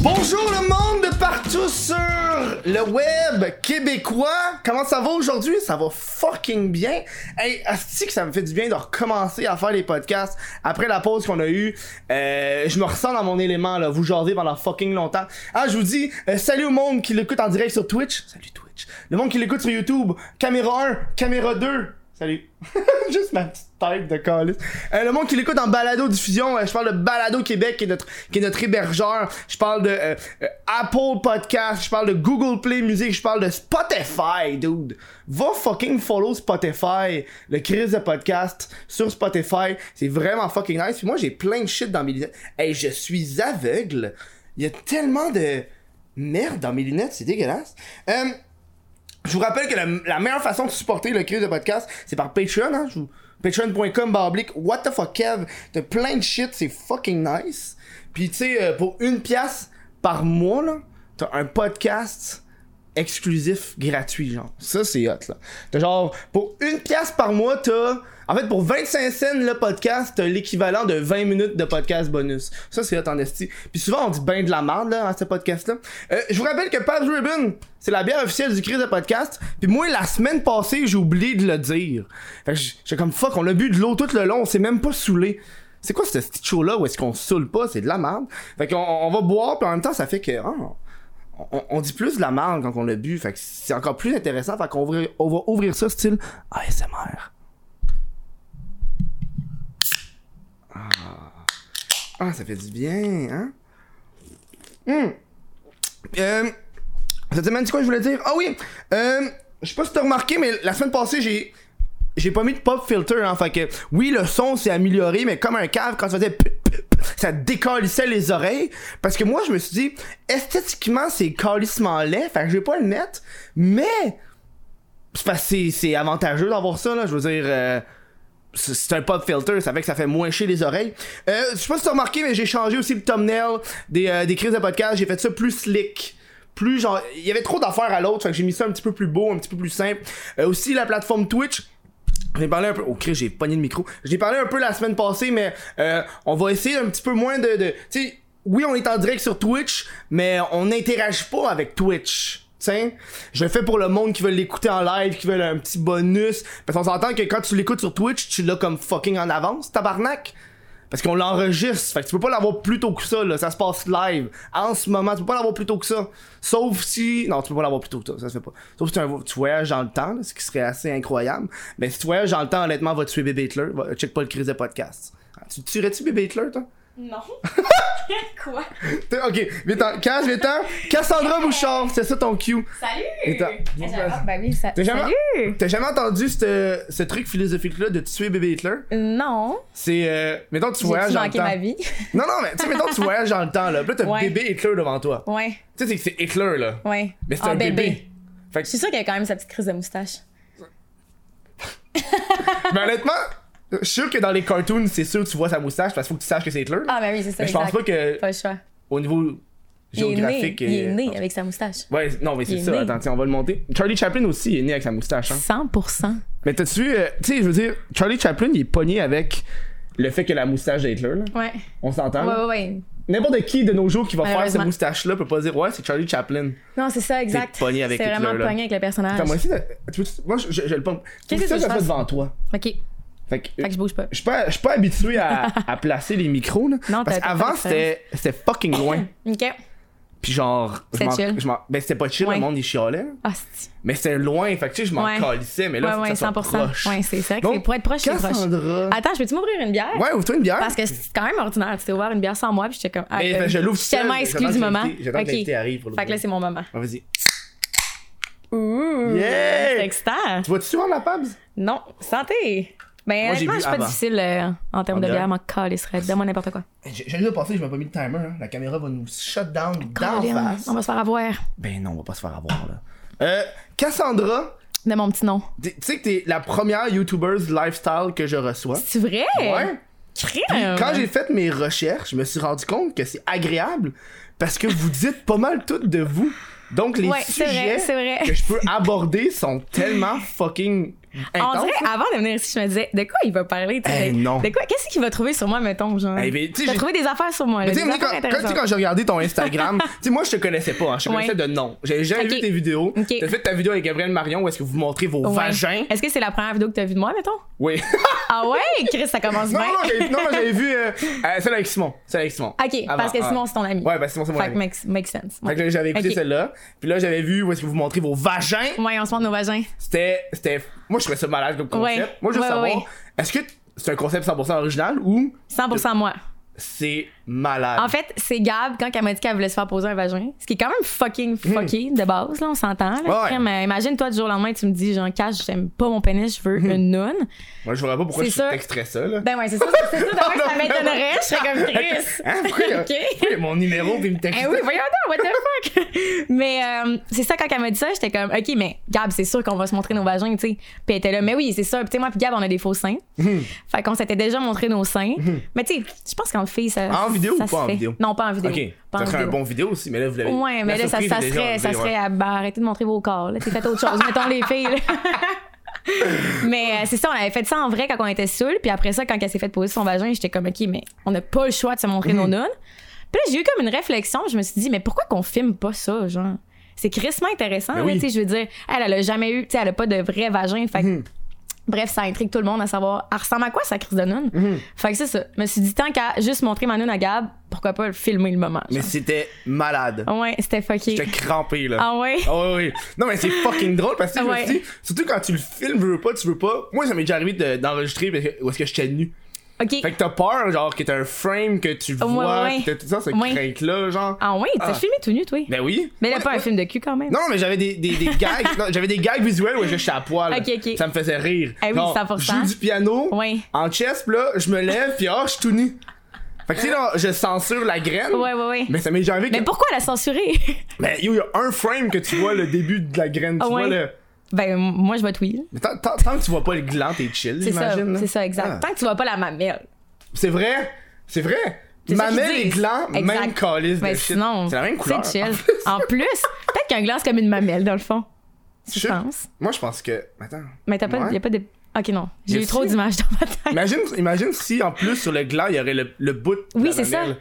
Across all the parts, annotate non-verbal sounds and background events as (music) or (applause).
Bonjour le monde de partout sur le web québécois. Comment ça va aujourd'hui? Ça va fucking bien. Hey, asti que ça me fait du bien de recommencer à faire les podcasts après la pause qu'on a eue. Euh, je me ressens dans mon élément là, vous jasez pendant fucking longtemps. Ah, je vous dis, euh, salut au monde qui l'écoute en direct sur Twitch. Salut Twitch. Le monde qui l'écoute sur YouTube, caméra 1, caméra 2, Salut. (laughs) Juste ma petite tête de calice. Euh, le monde qui l'écoute en balado diffusion, euh, je parle de Balado Québec qui est notre qui est notre hébergeur. Je parle de euh, euh, Apple Podcast, je parle de Google Play Music, je parle de Spotify, dude. Va fucking follow Spotify, le crise de podcast sur Spotify, c'est vraiment fucking nice. Puis moi j'ai plein de shit dans mes lunettes. Hey, je suis aveugle. Il y a tellement de merde dans mes lunettes, c'est dégueulasse. Euh, je vous rappelle que la, la meilleure façon de supporter le crise de podcast, c'est par Patreon, hein. je vous- Patreon.com barblique What the fuck Kev. T'as plein de shit, c'est fucking nice. Puis tu sais, euh, pour une pièce par mois, là, t'as un podcast exclusif gratuit, genre. Ça, c'est hot, là. T'as genre, pour une pièce par mois, t'as. En fait, pour 25 cents le podcast, t'as l'équivalent de 20 minutes de podcast bonus. Ça, c'est hot en esti. Puis souvent, on dit ben de la merde, là, à ce podcast-là. Euh, je vous rappelle que Pabst Ribbon, c'est la bière officielle du crise de podcast. Puis moi, la semaine passée, j'ai oublié de le dire. Fait que j'étais comme fuck, on a bu de l'eau tout le long, on s'est même pas saoulé. C'est quoi ce petit show-là où est-ce qu'on se saoule pas? C'est de la merde. Fait qu'on on va boire, puis en même temps, ça fait que. oh, on, on dit plus de la merde quand on l'a bu, fait que c'est encore plus intéressant, fait qu'on ouvrir- on va ouvrir ça style ASMR. Ah. Ah, ça fait du bien, hein? Hum. Euh, cette semaine, c'est quoi que je voulais dire? Ah oui! Euh, je sais pas si t'as remarqué, mais la semaine passée, j'ai j'ai pas mis de pop filter, hein, fait que oui, le son s'est amélioré, mais comme un cave, quand ça faisait p- p- p- ça décalissait les oreilles, parce que moi, je me suis dit, esthétiquement, c'est calissement laid, fait que je vais pas le mettre, mais c'est parce que c'est- c'est avantageux d'avoir ça, là, je veux dire... euh, c'est c'est un pop filter, ça fait que ça fait moins chier les oreilles. Euh, je sais pas si t'as remarqué, mais j'ai changé aussi le thumbnail des, euh, des crises de podcast, j'ai fait ça plus slick. Plus genre, il y avait trop d'affaires à l'autre, fait que j'ai mis ça un petit peu plus beau, un petit peu plus simple. Euh, aussi la plateforme Twitch, j'ai parlé un peu. Oh, Chris, j'ai pogné le micro. J'ai parlé un peu la semaine passée, mais euh, on va essayer un petit peu moins de. de tu sais, oui, on est en direct sur Twitch, mais on n'interagit pas avec Twitch. Tiens, je le fais pour le monde qui veut l'écouter en live, qui veut un petit bonus. Parce qu'on s'entend que quand tu l'écoutes sur Twitch, tu l'as comme fucking en avance, tabarnak. Parce qu'on l'enregistre. Fait que tu peux pas l'avoir plus tôt que ça, là. Ça se passe live. En ce moment, tu peux pas l'avoir plus tôt que ça. Sauf si. Non, tu peux pas l'avoir plus tôt que ça. Ça se fait pas. Sauf si tu, as un- tu voyages dans le temps, là, ce qui serait assez incroyable. Mais si tu voyages dans le temps, honnêtement, va tuer Bébé Hitler. Va- Check pas le crise de podcast. Ah, Tu tuerais-tu Bébé Hitler, toi? (laughs) Non. Quoi? T'es- Ok, vite en. Cass, vite en. Cassandra Bouchard, c'est ça ton cue. Salut! Attends. Ah, j'avais- Ah, ben oui, ça. T'as jamais- Salut! T'as jamais entendu ce, ce truc philosophique-là de tuer Bébé Hitler? Non, C'est. Euh, mettons, tu j'ai voyages dans le manqué temps. ma vie. Non, non, mais tu sais, mettons, tu voyages dans le temps, là. Puis là, t'as Ouais. Bébé Hitler devant toi. Ouais, Tu sais, c'est que c'est Hitler, là. ouais. Mais c'est Ah, un bébé. Fait Je que, suis sûre qu'elle a quand même sa petite crise de moustache. mais honnêtement, je suis sûr que dans les cartoons, c'est sûr que tu vois sa moustache parce qu'il faut que tu saches que c'est Hitler. là. Ah, ben oui, c'est ça. mais je pense exact. pas que, Pas le choix. au niveau Il est né, géographique. il est euh, né avec sa moustache. Ouais, non, mais c'est Il est ça. né. Attends, tiens, on va le monter. Charlie Chaplin aussi il est né avec sa moustache. Hein. 100%. Mais t'as-tu vu, euh, tu sais, je veux dire, Charlie Chaplin, il est pogné avec le fait que la moustache d'Hitler, là. Ouais. On s'entend. Ouais, là. ouais, ouais. N'importe qui de nos jours qui va faire cette Malheureusement. Ah, moustache-là peut pas dire, ouais, c'est Charlie Chaplin. Non, c'est ça, exact. T'es pogné avec C'est Hitler, vraiment là. pogné avec le personnage. Attends, moi aussi, euh, tu veux- moi, je, je- je le pompe. Qu'est-ce que ça, tu veux que je ça fasse? devant toi. Ok, fait Fait que, que je bouge pas. je suis pas, je suis pas habitué à, à (laughs) placer les micros là. Non, parce t'as- t'as qu'avant pas c'était c'était fucking (laughs) loin. Ok. Puis genre je C'était m'en- chill. je m'en- ben c'était pas chill, Ouais. le monde il chialait. là. Ah, c'est. Mais c'était loin, fait que tu sais je m'en Ouais. calissais mais là Ouais, faut que ouais, ça soit 100%. proche. Ouais, c'est ça. Donc, C'est pour être proche, c'est proche. Cassandra. Attends, je peux-tu m'ouvrir une bière? Ouais, ouvre-toi une bière. Parce que c'est quand même ordinaire. Tu t'es ouvert une bière sans moi, puis j'étais comme. ah, Mais, euh, fait, je l'ouvre suis tellement seul, exclue j'attends du que moment. l'invité- J'attends que Ok. l'invité arrive pour Fait que là, l'ouvrir. c'est mon moment. Ah, Vas-y. Ouh! Yeah! Mmh. C'est excitant! Tu vas-tu souvent la Pabs? Non, santé! Ben, Moi, j'ai honnêtement, bu je suis pas avant. difficile euh, en termes En de bière. bière, m'en calisserait. Donne-moi n'importe quoi. J'ai j'ai déjà passé, je m'ai pas mis le timer. hein. La caméra va nous shut down d'en Colin, face. on va se faire avoir Ben non, on va pas se faire avoir là. Euh, Cassandra, de mon petit nom. t'es- tu sais que t'es la première YouTuber lifestyle que je reçois. C'est vrai? Ouais. Crème! Quand j'ai fait mes recherches, je me suis rendu compte que c'est agréable parce que vous dites pas mal tout de vous. Donc les Ouais, c'est sujets vrai, c'est vrai. que je peux aborder sont tellement fucking On intense, dirait, là. avant de venir ici, je me disais, de quoi il va parler, tu sais? Eh, non. De quoi, qu'est-ce qu'il va trouver sur moi, mettons, genre? Eh, ben, tu sais, T'as j'ai- trouvé des affaires sur moi, là. Mais tu sais, des moi, affaires quand, quand, tu sais, intéressantes. quand j'ai regardé ton (laughs) Instagram, tu sais, moi, je te connaissais pas, hein, je te Ouais. connaissais de nom. J'ai jamais Ok. vu tes vidéos. Ok. T'as fait ta vidéo avec Gabriel Marion où est-ce que vous montrez vos Ouais. vagins. Est-ce que c'est la première vidéo que t'as vue de moi, mettons? Oui. Ah ouais? Chris, ça (laughs) commence non, bien. non, j'avais- non, non, j'avais vu euh, euh, celle avec Simon. Celle avec Simon. Ok, Avant, parce que ouais. Simon, c'est ton ami. Ouais, ben Simon, c'est mon Fait que ami. makes, makes sense. Fait que là, j'avais écouté Ok. celle-là. Puis là, j'avais vu où est-ce que vous montrez vos vagins. Ouais, on se montre nos vagins. C'était. c'était- Moi, je trouvais ça malade comme concept. Ouais. Moi, je veux Ouais, savoir, ouais, ouais. est-ce que c'est un concept 100% original ou 100% moi. c'est malade? En fait, c'est Gab, quand elle m'a dit qu'elle voulait se faire poser un vagin, ce qui est quand même fucking fucké de base, là, on s'entend. là. Hmm. Ouais. Après, Mais imagine-toi, du jour au lendemain, tu me dis, genre, cash, j'aime pas mon pénis, je veux Hmm. une nonne. Moi, je vois pas pourquoi c'est je sûr. texterais ça, là. Ben ouais, c'est ça, (laughs) c'est ça, d'avoir Non, ça non, m'étonnerait, je (laughs) serais comme Chris. Hein, pourquoi, il y a- (laughs) Ok. pourquoi il y a mon numéro puis il me texte? Eh oui, voyons donc, what the fuck! (laughs) mais euh, c'est ça, quand elle m'a dit ça, j'étais comme, OK, mais Gab, c'est sûr qu'on va se montrer nos vagins, tu sais. Puis elle était là, mais oui, c'est ça. Puis tu sais, moi, puis Gab, on a des faux seins. Hmm. Fait qu'on s'était déjà montré nos seins. Mais tu sais, je pense qu'en fille, ça. En vidéo ça ou se pas en fait. vidéo? Non, pas en vidéo. Ok, Pas en ça serait un vidéo. bon vidéo aussi, mais là, vous l'avez. Ouais, mais la là, ça, surprise ça est déjà serait, ça enlevée, serait ouais. à, ben, arrêtez de montrer vos corps. là. T'sais, faites autre chose. Mettons les filles. là. (laughs) mais euh, c'est ça, on avait fait ça en vrai quand on était saoul. Puis après ça, quand elle s'est fait poser son vagin, j'étais comme, OK, mais on n'a pas le choix de se montrer Mm. nos nonnes. Puis là, j'ai eu comme une réflexion. Je me suis dit, mais pourquoi qu'on filme pas ça, genre? C'est crissement intéressant. Ben là, oui. tu sais, je veux dire, elle, elle a jamais eu, tu sais, elle a pas de vrai vagin. Fait que Mm-hmm. Bref, ça intrigue tout le monde à savoir, elle ressemble à quoi sa crise de nonne? Mm-hmm. Fait que c'est ça. Je me suis dit, tant qu'à juste montrer ma nonne à Gab, pourquoi pas filmer le moment? Mais genre. c'était malade. Ouais, c'était fucké. J'étais crampé, là. Ah ouais? Ah oui, oui. Non, mais c'est fucking drôle parce que je Ouais. me suis dit, surtout quand tu le filmes, veux veux pas, tu veux pas. Moi, ça m'est déjà arrivé de- d'enregistrer parce que- où est-ce que j'étais nu. OK. Fait que t'as peur, genre, que t'as un frame que tu ouais, vois, ouais. pis t'as tout ça, cette Ouais. crainte-là, genre. Ah ouais, t'as Ah. filmé tout nu, toi. Ben oui. mais Moi, là, pas un moi- film de cul quand même. Non, non, mais j'avais des, des, des (laughs) gags, non, j'avais des gags visuels où j'étais à poil. Ok, ok. Ça me faisait rire. Eh oui, Genre, 100%. Je joue du piano, Ouais. en chest, pis là, je me lève, pis ah, je suis tout nu. Fait que tu sais, là, je censure la graine. Ouais, ouais, ouais. Mais ça m'est déjà arrivé Mais que. pourquoi la censurer? (laughs) Mais yo, y a un frame que tu vois le début de la graine, tu Ah ouais. vois le. ben, moi, je vais tweet. Mais tant, tant- tant que tu vois pas le gland, t'es chill, C'est ça, j'imagine. là. c'est ça, exact. Ah. Tant que tu vois pas la mamelle. C'est vrai, c'est vrai. C'est ça Mamelle qu'ils et disent. gland, Exact. même calice Mais de shit. sinon, C'est la même couleur. C'est chill. (laughs) En plus, peut-être qu'un gland, c'est comme une mamelle, dans le fond. Je Shit. pense. Moi, je pense que. Attends. Mais t'as pas, Ouais. y a pas de. Ok, non. J'ai Y eu a trop aussi- d'images dans ma tête. Imagine, imagine si en plus sur le gland il y aurait le, le bout. de Oui, la c'est ça. mamelle.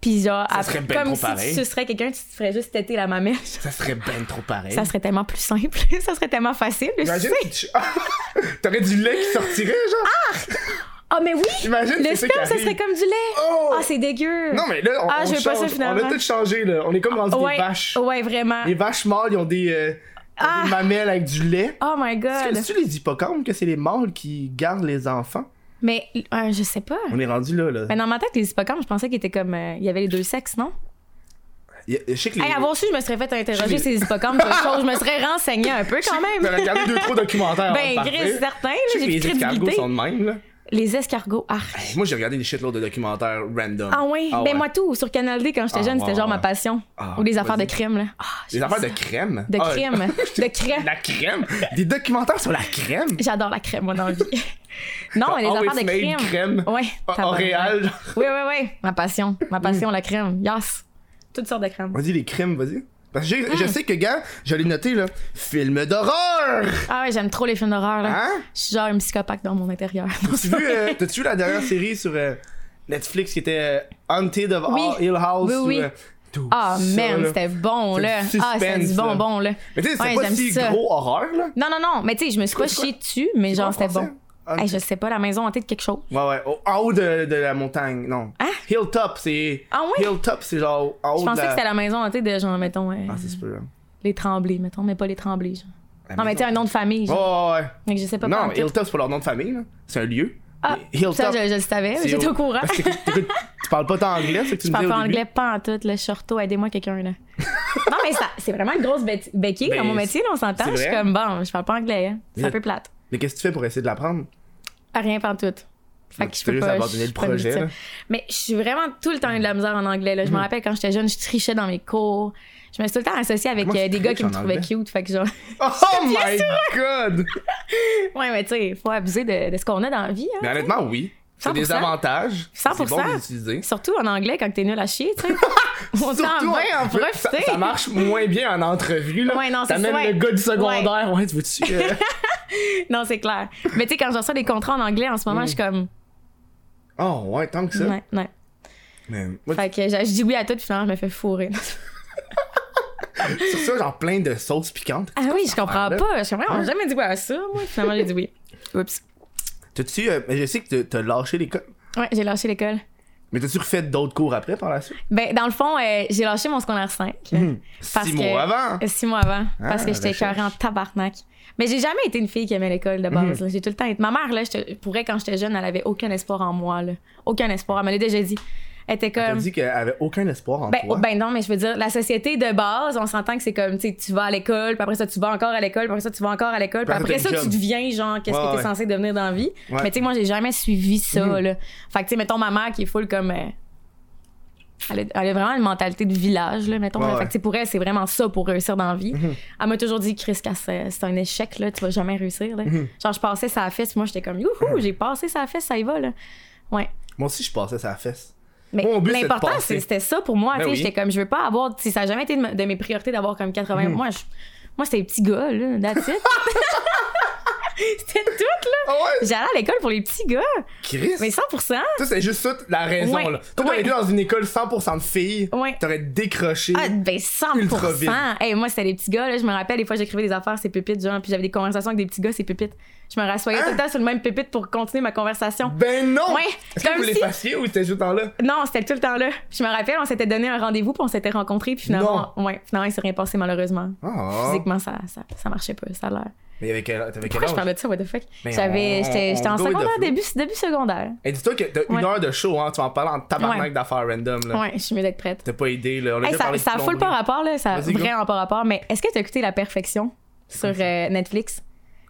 Puis genre, Ça après, serait ben comme trop si pareil. tu sucerais quelqu'un, tu te ferais juste têter la mamelle. Ça serait ben trop pareil. Ça serait tellement plus simple. (laughs) ça serait tellement facile. le Imagine sucer. si tu- (laughs) T'aurais du lait qui sortirait, genre. Ah, mais oui! Imagine Le c'est ça qui sperme, ça arrive. serait comme du lait. Oh! Ah, c'est dégueu. Non, mais là, on, Ah, on je veux pas change. ça, On finalement. Ah, a tout changé, là. On est comme rendu ouais, des vaches. Ouais, vraiment. Les vaches mâles, ils ont des, euh, ils ont Ah! des mamelles avec du lait. Oh my Est-ce god. que- C'est-tu les hippocampes que c'est les mâles qui gardent les enfants? Mais euh, je sais pas. On est rendu là, là. Mais dans ma tête, les hippocampes, je pensais qu'ils étaient comme. euh, Il y avait les deux sexes, non? Y a- Je sais que les... Hey, avoir su, je me serais fait interroger Je- ces hippocampes, quelque chose. Je me serais renseignée un peu quand même. (laughs) T'as regardé deux, trois documentaires avant de Ben, partir. Chris, certain, là, Je sais que j'ai plus les de escargots crédibilité. sont de même, là. Les escargots, arc. Hey, Moi, j'ai regardé des shitloads de documentaires random. Ah ouais? ben, moi, tout. Sur Canal D, quand j'étais Ah, jeune, c'était ouais, genre ouais. ma passion. Ah, Ou les vas-y. affaires de crime, là. Ah, Des j'aime affaires de ça. crème. De Ah, crème. de crème. (laughs) La crème. Des documentaires sur la crème. J'adore la crème, moi, dans la vie. non, les Always affaires de crème. made crème. Ouais. Ah, tabarnak. Oréal. Oui, oui, oui. Ma passion. Mm. Ma passion, la crème. Yes. Toutes sortes de crèmes. Vas-y, les crèmes, vas-y. Parce que j'ai- Ah. je sais que, gars, je l'ai noté, là. Film d'horreur! Ah ouais, j'aime trop les films d'horreur, là. Hein? Je suis genre une psychopathe dans mon intérieur. (laughs) T'as-tu vu, euh, t'as-tu vu la dernière série sur euh, Netflix qui était euh, Haunted of Oui. All Hill House? Oui, ou, oui. euh, tout Ah, ça, man, là. c'était bon, C'est là. du Ah, c'était du suspense, là. bonbon, là. Mais tu sais, c'est Ouais, pas j'aime si ça. gros horreur, là. Non, non, non. Mais tu sais, je me suis pas C'est quoi, chiée dessus, mais C'est genre, quoi Ah, en c'était bon. français? hein? Hey, je sais pas, la maison hantée de quelque chose. Ouais, ouais. au- en haut de, de la montagne, non. Hein? Hilltop, c'est. Ah ouais? Hilltop, c'est genre en haut Je de pensais que la. c'était la maison hantée de genre, mettons, euh, Ah, c'est super. là. les tremblés, mettons, mais pas les tremblés, genre. La Non, mais tu sais, maison. un nom de famille, genre. Ouais, ouais, ouais. Fait que je sais pas. Non, pantoute. Hilltop, c'est pas leur nom de famille, là. C'est un lieu. Ah, Mais Hilltop. ça, je, je le savais, c'est j'étais au courant. Parce que t'écoutes- t'écoutes- tu parles pas tant anglais, c'est que tu me Je parle disais pas au début. anglais, pas en tout, le shorto, aidez-moi quelqu'un, là. (laughs) non, mais ça, c'est vraiment une grosse bé- béquille dans Ben, mon métier, là, on s'entend. c'est Je suis vrai. comme, bon, je parle pas anglais, hein. C'est Mais- un peu plate. Mais qu'est-ce que tu fais pour essayer de l'apprendre? Ah, Rien pas en tout. Fait Donc, que tu t'es je peux juste pas. abandonné je le suis pas une projet, victime. là. Mhm. Mais je suis vraiment tout le temps eu de la misère en anglais, là. Je me rappelle quand j'étais jeune, je trichais dans mes cours. Je me suis tout le temps associée avec Comment euh, tu des gars qui me triches en trouvaient anglais? cute. Fait que genre. (laughs) Oh my god! Ouais, mais tu sais, faut abuser de, de ce qu'on a dans la vie, hein. Mais honnêtement, oui. C'est des 100%. avantages. C'est bon 100%. de les utiliser. Surtout en anglais quand t'es nul à chier, (laughs) tu sais. On s'en Surtout, va en mais ça, profiter. ça marche moins bien en entrevue. Là. Ouais, non, c'est T'amènes ça, ouais. le gars du secondaire. Ouais, tu veux-tu. euh, non, c'est clair. Mais tu sais, quand je reçois des contrats en anglais en ce moment, je suis comme. Oh, ouais, tant que Mm. ça. Ouais, ouais. Mais moi, Fait que je je dis oui à tout, puis finalement, je me fais fourrer. sur ça, genre plein de sauces piquantes. ah oui, je comprends affaire-là? pas. Je comprends, on m'a jamais dit oui à ça, moi. Finalement, j'ai dit oui. Oups. T'as-tu. euh, mais je sais que t'as- t'as lâché l'école. Ouais, j'ai lâché l'école. Mais t'as-tu refait d'autres cours après par la suite? Ben, dans le fond, euh, j'ai lâché mon secondaire 5. Parce Six que- mois avant. Euh, Six mois avant. Ah, parce que j'étais recherche. écœurée en tabarnak. Mais j'ai jamais été une fille qui aimait l'école de base. là. J'ai tout le temps été... Ma mère, là, je te- pour vrai, quand j'étais jeune, elle avait aucun espoir en moi. Là. Aucun espoir. Elle me l'a déjà dit. Elle était T'as comme. dit qu'elle avait aucun espoir en Ben, toi. ben non, mais je veux dire, la société de base, on s'entend que c'est comme, tu sais, tu vas à l'école, puis après ça, tu vas encore à l'école, puis après ça, tu vas encore à l'école, puis Puis après, après ça, t'as une tu job. deviens, genre, qu'est-ce Ouais, que t'es ouais. censé devenir dans la vie. Ouais. Mais tu sais, moi, j'ai jamais suivi ça, Mhm. là. Fait que, tu sais, mettons ma mère qui est full comme. euh, elle, a, elle a vraiment une mentalité de village, là, mettons. Ouais, là. Fait ouais. que, tu sais, pour elle, c'est vraiment ça pour réussir dans la vie. Mhm. Elle m'a toujours dit, Chris, Cass, euh, c'est un échec, là, tu vas jamais réussir, là. Mm-hmm. Genre, je passais sa fesse, puis moi, j'étais comme, youhou, j'ai passé sa fesse, ça y va, là. Ouais. Moi aussi, je passais sa fesse. Mais Mon but, c'est de l'important, passer. c'est- c'était ça pour moi. Ben tu sais, oui. J'étais comme, je veux pas avoir. tu sais, Ça n'a jamais été de, me- de mes priorités d'avoir comme 80. Hmm. Moi, je, moi c'était les petits gars, là. (laughs) That's it. c'était tout, là. Ah ouais? J'allais à l'école pour les petits gars. Chris! Mais 100 Ça, c'est juste ça, la raison, Ouais. là. Toi, t'aurais Ouais. été dans une école 100% de filles. Ouais. T'aurais décroché. Ah, ben 100 Ultra vite. Hey, Moi, c'était les petits gars, là. Je me rappelle, des fois, j'écrivais des affaires, c'est pépites, genre, puis j'avais des conversations avec des petits gars, c'est pépites. Je me rassoyais tout le Ah! temps sur le même pépite pour continuer ma conversation. Ben non! Ouais, Est-ce que comme vous les si- passiez ou c'était juste dans là? Non, c'était tout le temps là. Puis je me rappelle, on s'était donné un rendez-vous, puis on s'était rencontrés, puis finalement, ouais, finalement, il s'est rien passé, malheureusement. Ah. Physiquement, ça, ça, ça marchait pas, ça a l'air. Mais avec quel, t'avais quel Pourquoi je âge? parlais de ça, what the fuck? Mais J'avais, on- j'étais, on j'étais en go with the secondaire, flow. début, début secondaire. Et dis-toi que t'as une Ouais. heure de show, hein. Tu vas en parler en tabarnak Ouais. d'affaires random, là. Ouais, je suis mieux d'être prête. T'as pas idée, là. On a Hey, déjà ça, parlé de ça a full plomberie. pas rapport, là. Ça a Vas-y, go. vraiment pas rapport. Mais est-ce que t'as écouté La Perfection sur euh, Netflix?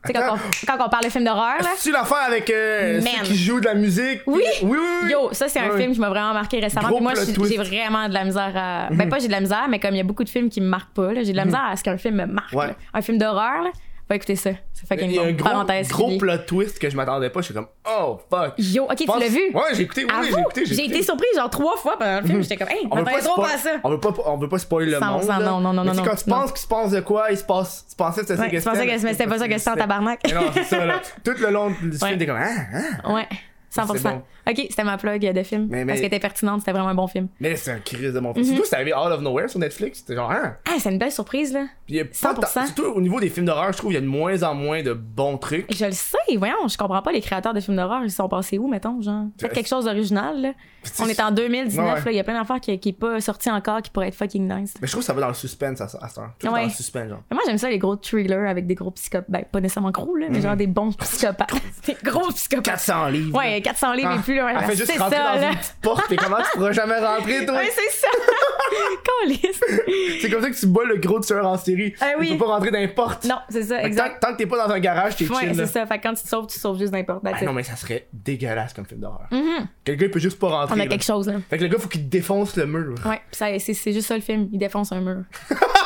Tu sais, Attends. quand on, quand on parle de films d'horreur, là. C'est-tu l'affaire avec euh, Man. ceux qui jouent de la musique? Oui. Oui, oui, oui. Yo, ça, c'est un Ouais. film qui m'a vraiment marqué récemment. Gros Puis moi, plot j'ai twist. Mhm. j'ai vraiment de la misère à. Ben, pas j'ai de la misère, mais comme il y a beaucoup de films qui me marquent pas, là, j'ai de la misère à ce qu'un film me marque. Ouais. là. Un film d'horreur, là. Va écouter ça. C'est fucking Il y a bon. un gros, Parenthèse. gros finie. plot twist que je m'attendais pas. Je suis comme, oh fuck. Yo, ok, tu Pense- l'as vu? Ouais, j'ai écouté. Oui, Avoue, j'ai écouté. Ah Mhm. j'ai été surprise genre trois fois pendant le film. J'étais comme, hey, On veut, pas trop spoil- pas à ça. on, veut pas, on veut pas spoiler le 100%, monde. là. non, non, non, Mais tu sais, non, Quand tu non. penses qu'il se passe de quoi, il se passe. Tu pensais que c'était ça Ouais, que tu pensais que c'était pas ça que c'était en tabarnak. Mais non, c'est ça, là. Tout le long du film, Ouais. t'es comme, ah, ah. (laughs) Ouais. 100%. C'est bon. Ok, c'était ma plug de film. Mais- mais- Parce qu'elle était pertinente, c'était vraiment un bon film. Mais c'est un crise de Mhm. mon film. Surtout, c'est arrivé out of nowhere sur Netflix. C'était genre, ah. Ah, c'est une belle surprise, là. Puis, il y a pas 100%. tant- Surtout au niveau des films d'horreur, je trouve, il y a de moins en moins de bons trucs. Je le sais, voyons, je comprends pas les créateurs de films d'horreur, ils sont passés où, mettons, genre. Faites quelque chose d'original, là. On est en 2019, Ouais. là, il y a plein d'affaires qui, qui est pas sorti encore qui pourraient être fucking nice. Mais je trouve que ça va dans le suspense à, à cette heure. Tout est Ouais. dans le suspense, genre. Mais moi, j'aime ça, les gros thrillers avec des gros psychopathes. Ben, pas nécessairement gros, là, mais Mhm. genre des bons psychopathes. (laughs) des gros psychopathes. 400 livres. Ouais, 400 livres Ah, et plus, là. ouais, Elle fait parce que juste c'est rentrer ça, dans là. une petite porte, et comment tu pourras jamais rentrer, toi? Ouais, c'est (laughs) ça. Calisse. C'est comme ça que tu bois le gros tueur en série. Ah oui. Tu peux pas rentrer dans les portes. Non, c'est ça, Fait que exact. Tant, tant que t'es pas dans un garage, t'es Ouais, chill. là. c'est ça. Fait que quand tu te sauves, tu te sauves juste n'importe Ah quoi. non, mais ça serait dégueulasse comme film d'horreur. Quelqu'un peut juste pas rentrer. Mm. On Ben là. a quelque chose, là. Fait que le gars, faut qu'il défonce le mur. Ouais, pis ça, c'est, c'est juste ça le film. Il défonce (laughs) un mur.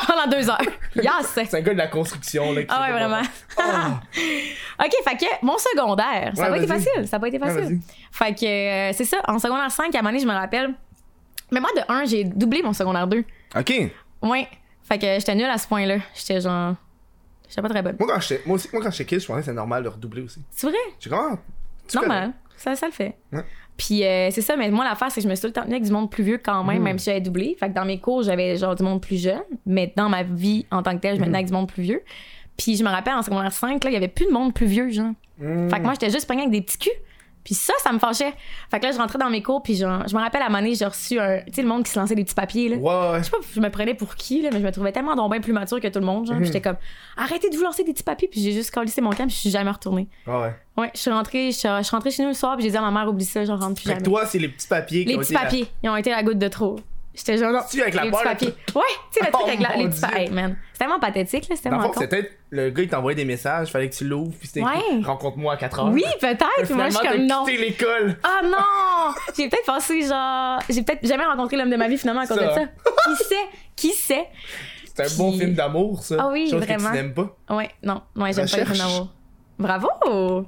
Pendant deux heures. Yes! C'est un gars de la construction. Là, qui Ah sait ouais, pas vraiment. comment. (laughs) OK, fait que mon secondaire, Ouais, ça n'a pas été vas-y. facile. Ça n'a pas été Ouais, facile. fait que euh, c'est ça, en secondaire 5, à un moment donné, je me rappelle. Mais moi, de 1, j'ai doublé mon secondaire 2. Oh. ok. Ouais. Fait que j'étais nulle à ce point-là. J'étais genre. J'étais pas très bonne. Moi, quand j'étais moi aussi, moi, quand j'étais kid, je pensais que c'est normal de redoubler aussi. C'est vrai? Tu comprends? Tu Normal. Ça, ça le fait. Ouais. Puis euh, c'est ça, mais moi, l'affaire, c'est que je me suis tout le temps tenue avec du monde plus vieux quand même, Mhm. même si j'avais doublé. Fait que dans mes cours, j'avais genre du monde plus jeune, mais dans ma vie en tant que telle, je me Hmm. tenais avec du monde plus vieux. Puis je me rappelle, en secondaire 5, là, il y avait plus de monde plus vieux, genre. connais. Mm. Fait que moi, j'étais juste pognée avec des petits culs. Puis ça, ça me fâchait. Fait que là, je rentrais dans mes cours, puis genre, je me rappelle à un moment donné, j'ai reçu un. Tu sais, le monde qui se lançait des petits papiers, là. Mm. Ouais, ouais. Je sais pas, je me prenais pour qui, là, mais je me trouvais tellement donc bien plus mature que tout le monde, Hmm. genre. Puis J'étais comme, arrêtez de vous lancer des petits papiers, puis j'ai juste collissé mon camp, puis je suis jamais retournée. Ouais, ouais. Ouais, je suis rentrée, je suis, je suis rentrée chez nous le soir, puis j'ai dit à ma mère, oublie ça, j'en rentre plus Fait jamais. que toi, c'est les petits papiers qui les ont petits été la- papiers, ils ont été la goutte de trop. J'étais genre, non, Tu avec la les barre, petits là, papiers. Ouais, tu sais, le Oh truc avec la- mon les petits Dieu. papiers. Hey, man, c'est tellement pathétique, là, c'est Dans le tellement fond, con. c'était le gars, il t'envoyait des messages, fallait que tu l'ouvres, puis c'était écrit, Ouais. rencontre-moi à 4 heures. Oui, Puis peut-être, mais moi, je suis finalement, comme, t'as non. quitté l'école. Ah non! J'ai peut-être pensé, genre. J'ai peut-être jamais rencontré l'homme de ma vie finalement à cause Ça. de ça. Qui sait? Qui sait? C'est un Puis- bon film d'amour, ça. Ah oui, Chose que vraiment. tu n'aimes pas. Ouais, non, ouais, j'aime pas les Recherche. films d'amour. Bravo!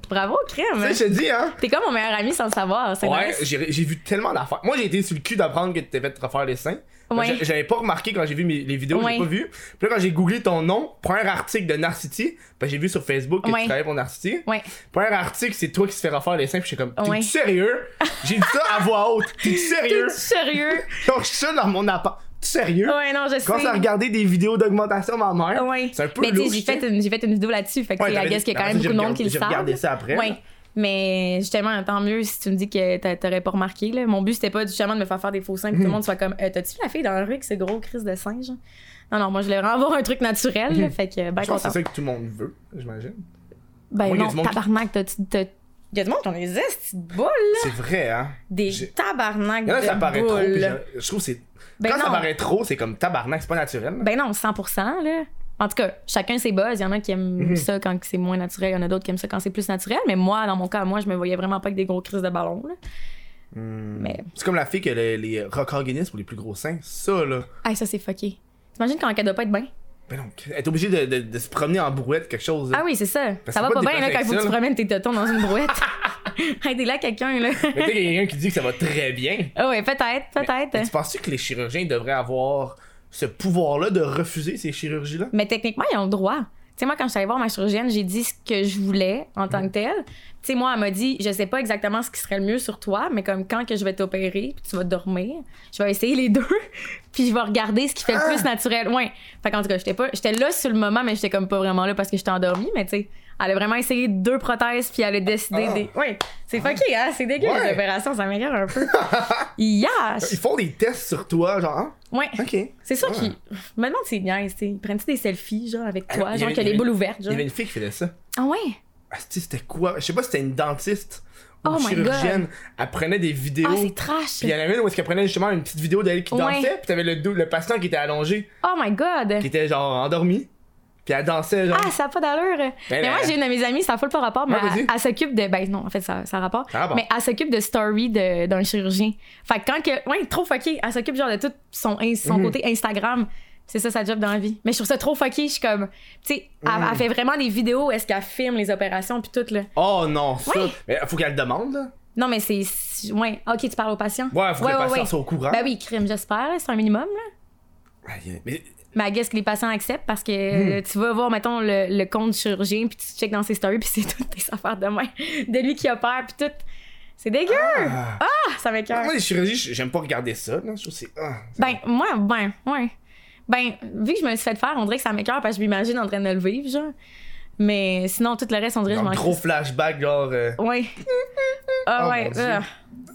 Bravo, crème! Tu sais, je te dis, hein. T'es comme mon meilleur ami sans le savoir, c'est Ouais, nice. j'ai j'ai vu tellement d'affaires. Moi, j'ai été sur le cul d'apprendre que tu t'avais te refaire les seins. Ouais. J'a- J'avais pas remarqué quand j'ai vu mes, les vidéos, Ouais. j'ai pas vu. Puis là, quand j'ai googlé ton nom, premier article de Narcity, ben, j'ai vu sur Facebook que Ouais. tu travaillais pour Narcity. Ouais. Premier article, c'est toi qui se fait refaire les seins. Puis j'étais comme, t'es Ouais. sérieux? J'ai dit ça à voix haute. (laughs) T'es sérieux? T'es sérieux? Donc, je suis ça dans mon appart. T'es sérieux? Ouais, non, je sais. Quand ça regardé des vidéos d'augmentation, ma mère, Ouais. c'est un peu Mais tu sais, louche, j'ai tu sais. fait, une- j'ai fait une vidéo là-dessus, fait que Ouais, tu sais, I t'avais guess dit- qu'il y a quand mais même j'ai beaucoup de monde qui le regardé- savent. J'ai regardé ça après. Ouais. Mais justement, tant mieux si tu me dis que t'a- t'aurais pas remarqué. Là. Mon but, c'était pas justement de me faire faire des faux seins que tout (laughs) le monde soit comme Euh, T'as-tu vu la fille dans la rue avec ce gros crise de singe Non, non, moi, je voulais vraiment avoir un truc naturel. là, fait que, ben, Je pense que content. c'est ça que tout le monde veut, j'imagine. Ben, Moi, il y a non, du monde qui- tabarnak, t'as-tu. t'as- Il y a du monde qui ont des estes de boules, là. C'est vrai, hein? Des J'ai- tabarnak Il y en a, ça de paraît trop. puis boules. je- Je trouve que c'est. Ben Quand ça non. paraît trop, c'est comme tabarnak, c'est pas naturel. là. Ben non, 100 là. En tout cas, chacun ses buzz. Il y en a qui aiment ça quand c'est moins naturel, il y en a d'autres qui aiment ça quand c'est plus naturel. Mais moi, dans mon cas, moi, je me voyais vraiment pas avec des gros crises de ballon. Là. Mais C'est comme la fille que les, les records Guinness pour les plus gros seins. Ça, là. hey, ça, c'est fucké. T'imagines quand elle doit pas être bien? Ben non, elle est obligée de, de- de se promener en brouette, quelque chose. là. Ah oui, c'est ça. Parce que ça va Bah, c'est pas pas bien là, quand il faut que déplacé, tu là. promènes tes totons dans une brouette. (laughs) Aidez-la quelqu'un, là. Mais tu sais, il y a quelqu'un qui dit que ça va très bien. Ah ouais, peut-être, peut-être. Mais Mais, tu penses-tu que les chirurgiens devraient avoir ce pouvoir-là de refuser ces chirurgies-là? techniquement, ils ont le droit. Tu sais, moi, quand je suis allée voir ma chirurgienne, j'ai dit ce que je voulais en tant que telle. Tu sais, moi, elle m'a dit, je sais pas exactement ce qui serait le mieux sur toi, mais comme quand que je vais t'opérer, puis tu vas dormir, je vais essayer les (laughs) deux, puis je vais regarder ce qui fait le plus Ah! naturel. Ouais. Fait qu'en tout cas, j'étais pas, j'étais là sur le moment, mais j'étais comme pas vraiment là parce que j'étais endormie, mais tu sais, elle a vraiment essayé deux prothèses, puis elle a décidé Ah. des. Ouais. C'est fucké, hein? C'est dégueu, Ouais. les opérations, ça m'énerve (laughs) un peu. Yash! Ils font des tests sur toi, genre. hein? Ouais. Ok. C'est ça Ouais. qui. Je me demande si c'est bien, tu sais. Ils prennent-tu des selfies, genre, avec Ah, toi, il y genre, avait- que il y les avait- boules ouvertes, Il y genre. avait une fille qui faisait ça. Ah ouais? Asti, c'était quoi? Je sais pas si c'était une dentiste ou Oh une my chirurgienne. Elle prenait des vidéos. Ah, c'est trash! Puis il y en avait une où est-ce qu'elle prenait justement une petite vidéo d'elle qui Ouais. dansait, puis t'avais le, dos- le patient qui était allongé, Oh my qui god! était genre endormi, puis elle dansait genre. Ah, ça n'a pas d'allure! mais moi, la- j'ai une de mes amies, ça n'a pas rapport, mais Ben, Ouais, vas-y. elle, elle s'occupe de. Ben non, en fait, ça, ça a rapport. Ça a rapport. Mais elle s'occupe de story de- d'un chirurgien. Fait que quand que. Ouais, trop fucké. Elle s'occupe, genre, de tout son, in- son Mhm. côté Instagram. C'est ça, sa job dans la vie. Mais je trouve ça trop fucké. Je suis comme. Tu sais, elle, elle fait vraiment des vidéos, où est-ce qu'elle filme les opérations, puis tout, là. Oh non, ça. Ouais. Mais faut qu'elle le demande, là. Non, mais c'est. c'est- Ouais, ok, tu parles aux patients. Ouais, faut que le patient soit au courant. Ben oui, crime, j'espère, là, c'est un minimum. Là. Aïe, Mais Mais I guess que les patients acceptent parce que Hmm. euh, tu vas voir, mettons, le, le compte du chirurgien, puis tu checkes dans ses stories, puis (laughs) c'est toutes tes affaires de main de lui qui opère, puis tout. C'est dégueu! Ah, ça m'écoeure. moi, les chirurgies, j- j'aime pas regarder ça, là. Je trouve que c'est. ah, ça- Ben, moi, ben, ouais. Ben, vu que je me suis fait faire, on dirait que ça m'écoeure parce que je m'imagine en train de le vivre, genre. Mais sinon, tout le reste, on dirait que je genre, m'en gros crisse. flashback, genre. euh, (laughs) Ouais. Ah Oh, ouais. mon Dieu. ah.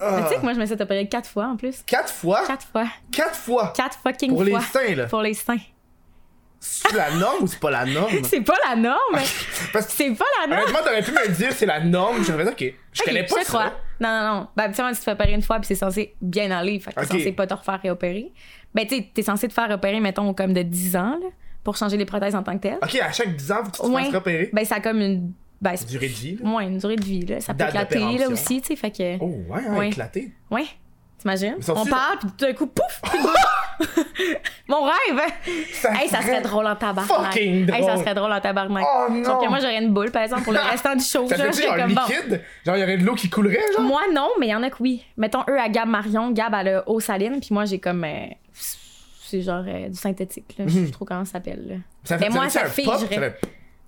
ah. Mais Tu sais que moi, je me suis fait opérer quatre fois en plus. Quatre fois? Quatre, Quatre fois. fois! Quatre fucking Pour les fois. seins, là. Pour les seins. C'est la norme ou c'est pas la norme? C'est pas la norme! (laughs) Parce que C'est pas la norme! honnêtement, t'aurais pu me dire c'est la norme, j'aurais dit, ok, je Ok, connais je pas te crois. ça. Non, non, non. Ben, habituellement, tu te fais opérer une fois, puis c'est censé bien aller. Fait que t'es Ok. censé pas te refaire réopérer. Ben, tu sais, t'es censé te faire opérer, mettons, comme de 10 ans, là, pour changer les prothèses en tant que telles. Ok, à chaque 10 ans, faut que Ah, tu te Ouais. fasses repérer. Ben, ça a comme une. Ben, c'est- Durée de vie, là. Ouais, une durée de vie, là. Ça peut Date éclater, là, d'opération. aussi, tu sais. Fait que. Oh, ouais, hein, Ouais. éclaté. Ouais. T'imagines? Mais sont-ils- On parle, puis tout d'un coup, pouf! (laughs) Mon rêve! hein? Ça Hey, ça serait drôle en tabarnak. fucking Hey, ça drôle. serait drôle en tabarnak. Oh, Sauf non. que moi, j'aurais une boule, par exemple, pour le restant du show. Ça genre, fait j'étais dire un comme, bon. liquide? Genre, il y aurait de l'eau qui coulerait, genre? Moi, non, mais il y en a que oui. Mettons, eux, à Gab Marion, Gab, elle a eau saline, puis moi, j'ai comme. euh, c'est genre euh, du synthétique, là. Mhm. Je sais trop comment ça s'appelle, là. Ça Mais ben, moi, fait-tu ça un fait, pop? je- fait-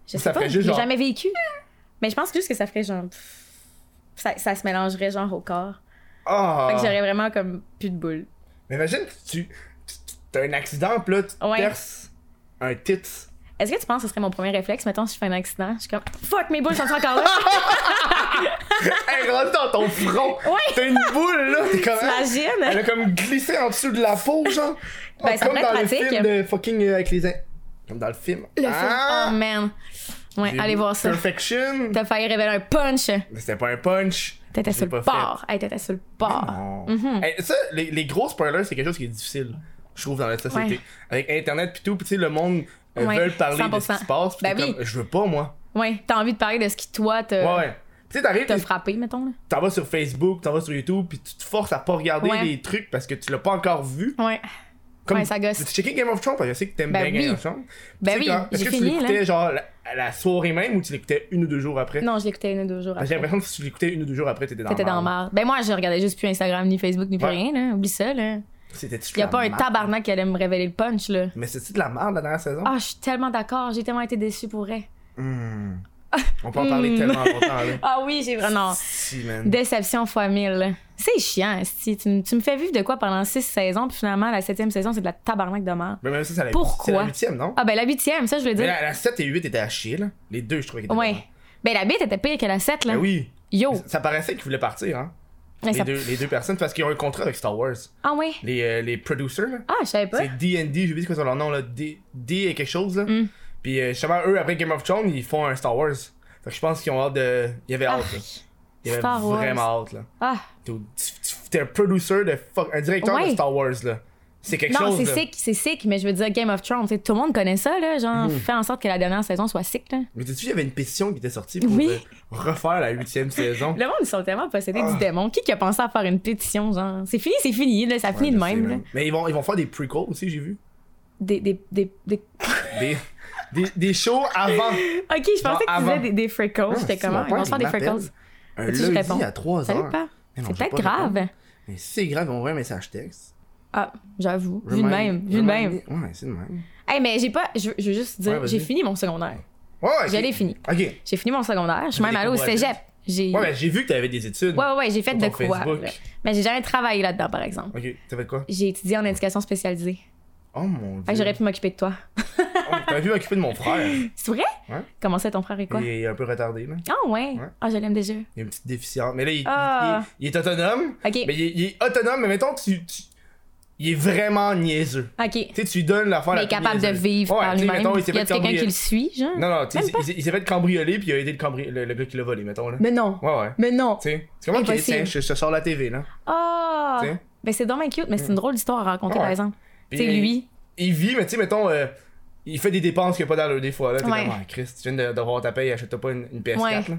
Je sais Ça pas, ferait j'ai juste genre- jamais vécu. Mais je pense juste que ça ferait genre. pff, Ça, ça se mélangerait genre au corps. Ah. Fait que j'aurais vraiment comme plus de boules. Mais imagine que tu. T'as un accident, pis là, tu te Ouais. perces un tits. Est-ce que tu penses que ce serait mon premier réflexe? Mettons, si je fais un accident, je suis comme fuck, mes boules sont (laughs) encore là. Elle rentre dans ton front. (laughs) Ouais. T'as une boule, là. T'es comme. hein? Elle T'imagines? a comme glissé en dessous de la peau, genre. Ben, Ah, ça comme pourrait dans être le pratique. film de fucking. euh, avec les. in- Comme dans le film. Le film. Ah! Oh man. Ouais, J'ai allez vu voir ça. Perfection. T'as failli révéler un punch. Mais c'était pas un punch. T'étais J'ai sur le pas fait. bord. Ah. Mm-hmm. Hey, t'étais sur le bord. Non. Hey, ça, les, les gros spoilers, c'est quelque chose qui est difficile, je trouve, dans la société. Ouais. Avec Internet pis tout, pis tu sais, le monde euh, Ouais, veut parler de ce 100%. qui se passe. pis Ben t'es oui. Euh, comme, je veux pas, moi. Ouais, t'as envie de parler de ce qui, toi, Ouais, t'a ouais. Tu sais, t'arrives, t'a pis frappé, mettons. Là. t'en vas sur Facebook, t'en vas sur YouTube, pis tu te forces à pas regarder Ouais. les trucs parce que tu l'as pas encore vu. Ouais. Comme, Ouais, ça gosse. Tu checkais Game of Thrones parce que je sais que t'aimes Ben bien oui. Game of Thrones. Tu Ben sais oui, quand- Est-ce j'ai que tu fini, l'écoutais là. genre la, à la soirée même ou tu l'écoutais une ou deux jours après Non, je l'écoutais une ou deux jours Parce que Ah, J'ai après. l'impression que si tu l'écoutais une ou deux jours après, t'étais dans T'étais la dans merde. marre. Ben moi, je regardais juste plus Instagram, ni Facebook, ni plus Ouais. rien, là. Oublie ça, là. C'était tu Y a pas un tabarnak qui allait me révéler le punch, là. Mais c'est-tu de la merde la dernière saison Ah, je suis tellement d'accord. J'ai tellement été déçue pour elle. Hmm. On peut en parler tellement longtemps là. Hmm. (laughs) Ah oui, j'ai vraiment. Si, man. Déception fois mille. C'est chiant, si tu, me- tu me fais vivre de quoi pendant six saisons, puis finalement, la septième saison, c'est de la tabarnak de merde. Mais Ben, même ça, c'est la Pourquoi? c'est la huitième, non Ah ben la huitième, ça, je voulais Mais dire. la, la 7 et 8 étaient à chier, là. Les deux, je trouvais qu'ils étaient Ouais. vraiment- Ben la bite était pire que la 7, là. Ben oui. Yo. Ça paraissait qu'ils voulaient partir, hein. Mais Les, ça- deux, les deux personnes, parce qu'ils ont un contrat avec Star Wars. Ah ouais. Les, euh, les producers, là. Ah, je savais pas. C'est D&D, je sais quoi c'est leur nom, là. D, D et quelque chose, là. Mm. Puis euh, justement, eux, après Game of Thrones, ils font un Star Wars. Fait que je pense qu'ils ont hâte de. Ils avaient hâte, là. Ils avaient Ah, Star Wars. vraiment hâte, là. Ah. T'es- tu- T'es un producer de fuck. Un directeur Ouais. de Star Wars, là. C'est quelque Non, chose. c'est là. sick, c'est sick, mais je veux dire Game of Thrones, tu sais, tout le monde connaît ça, là. Genre, Mhm. fais en sorte que la dernière saison soit sick, là. Mais t'as-tu, il y avait une pétition qui était sortie pour Oui. euh, refaire la huitième saison. (laughs) Le monde, ils sont tellement possédés Ah. du démon. Qui qui a pensé à faire une pétition, genre? C'est fini, c'est fini, là. Ça finit de Ouais, je sais, même, là. man. Mais ils vont, ils vont faire des prequels aussi, j'ai vu. Des, des, des, (laughs) des- Des, (laughs) des, des shows avant. Ah, Ok, je Genre pensais que tu avant. disais des, des freckles. Oh, J'étais Ah, si, mon comment? Ils père, vont se faire il des freckles. m'appelle Un Faut-tu que je lundi réponde? à 3 Salut, heures. pas. Mais non, je C'est vais peut-être pas répondre. grave. Mais si c'est grave, ils vont envoyer un message texte. Ah, j'avoue. Vu de même. Vu de Remind- même. Ouais, c'est de même. Hey, mais j'ai pas. Je, veux- je veux juste dire, Ouais, vas-y. j'ai fini mon secondaire. Ouais, ouais, ok. Je l'ai fini. Ok. J'ai fini mon secondaire. Je suis T'as même des allée au cours à cégep. J'ai. Ouais, mais j'ai vu que t'avais des études. Ouais, ouais, ouais, j'ai fait de Sur ton quoi. Facebook. là. Mais j'ai jamais travaillé là-dedans, par exemple. Ok, t'as fait quoi? J'ai étudié en éducation spécialisée. Oh mon dieu. Fait que j'aurais pu m'occuper de toi. Oh, T'aurais pu m'occuper de mon (laughs) frère. C'est vrai? Ouais. Comment ça, ton frère est quoi? Il est un peu retardé, là. Ah ouais? Ouais. Ah, je l'aime déjà. Il a une petite déficience. Mais là, il, il- Ah. il, il est autonome. Ok. Mais il, est- il est autonome, mais mettons que tu, tu- Il est vraiment niaiseux. Ok. Tu sais, tu lui donnes l'affaire Mais la est plus capable de niaiseuse. vivre Ouais, par tu sais, lui-même. mettons, il Y s'est a fait quelqu'un cambrioler- qui le suit, genre? Non, non, tu sais, Même pas. il, s'est- il s'est fait cambrioler, puis il a aidé le, cambri- le, le gars qui l'a volé, mettons, là. Mais non. Ouais, ouais. Mais non. Tu sais, c'est comment qu'il Impossible. tiens, je, je sors la TV, là. Ah! Tu sais. Mm. Ben c'est dommage cute, mais c'est une drôle d'histoire à raconter, Ouais. par exemple. Puis C'est il- lui. Il vit, mais tu sais, mettons, euh, il fait des dépenses qu'il n'y a pas d'allure des fois, là. T'es Ouais. comme, ah, Chris, tu viens de- d'avoir ta paye, achète-toi pas une, une PS4, Ouais. là.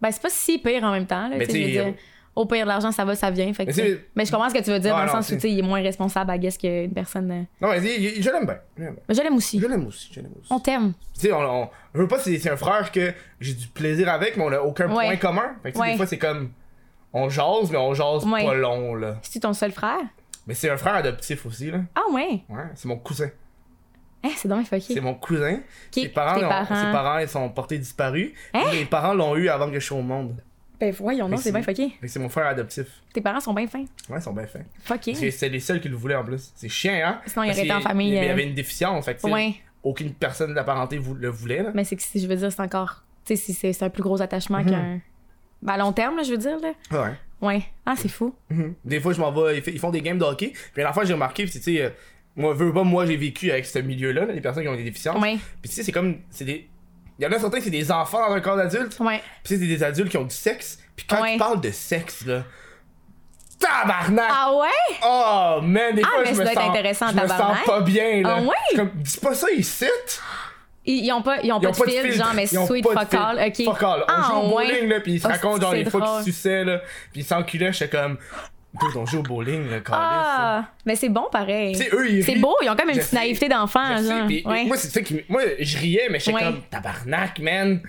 Ben, c'est pas si pire en même temps, là. Mais tu sais, je veux t'sais, dire, Au pire, l'argent, ça va, ça vient. Fait que, Mais tu sais. mais, t'sais- je comprends ce que tu veux dire, Ouais, dans non, le sens t'sais. où, tu sais, il est moins responsable, à guess, qu'une personne. euh, Non, mais il- il- je l'aime bien. Je l'aime bien. Mais je l'aime aussi. Je l'aime aussi, je l'aime aussi. On t'aime. Tu sais, on, on- je veux pas, c'est c'est un frère que j'ai du plaisir avec, mais on a aucun point Ouais. commun. Fait que tu sais, Ouais. des fois, c'est comme, on jase, mais on jase Ouais. pas long, là. C'est-tu ton seul frère? Mais c'est un frère adoptif aussi, là. Ah ouais! Ouais, c'est mon cousin. Hein, c'est dommage fucké. C'est mon cousin. Qui- Ses, parents, tes l'ont- parents. ses parents, ils sont portés disparus. Hein? Mes parents l'ont eu avant que je sois au monde. Ben voyons, Mais non, c'est bien c'est- fucké. Fait que c'est mon frère adoptif. Tes parents sont bien fins. Ouais, ils sont bien faits. Fucké. Parce que c'est les seuls qui le voulaient en plus. C'est chiant, hein? Eh. Sinon, il Parce aurait été en qu'il- famille, Il y euh, avait une déficience, fait que tu sais, Ouais. aucune personne de la parenté vou- le voulait, là. Mais c'est que, si- je veux dire, c'est encore. Tu sais, c'est- c'est c'est un plus gros attachement qu'un. Ben, à long terme, là, je veux dire, là. Ouais. Mhm. Ouais. Ah, c'est fou. Mhm. Des fois, je m'en vais, ils, fait- ils font des games de hockey. Puis à la fois, j'ai remarqué, puis tu sais, euh, moi, veux pas, moi, j'ai vécu avec ce milieu-là, là, les personnes qui ont des déficiences. Ouais. Puis tu sais, c'est comme. c'est des... Il y en a certains, c'est des enfants dans un corps d'adulte. Ouais. Puis c'est des adultes qui ont du sexe. Puis quand Ouais. ils parlent de sexe, là. Tabarnak! Ah ouais? Oh man, des Ah, fois mais je ça me doit être sens, intéressant, je me tabarnak. sens pas bien là. Ah ouais? Je suis Comme dis pas ça ici. Ils, ils ont pas, ils ont Ils pas ont de fil, genre, mais Ils ont sweet pas de fuck fil. all. Ok. Fuck all. On Ah, joue au ouais. bowling là, puis ils se Oh, racontent genre c'est les fois drôle. qu'ils suçaient là, puis ils s'enculaient, j'étais comme Dude, on joue au bowling là, quand Ah, mais c'est bon pareil. C'est eux ils C'est rient. beau, ils ont comme une Je petite sais, naïveté d'enfant, Je sais, ah, genre. puis- Ouais. Moi c'est ça qui m- moi je riais mais j'étais Ouais. comme tabarnak man.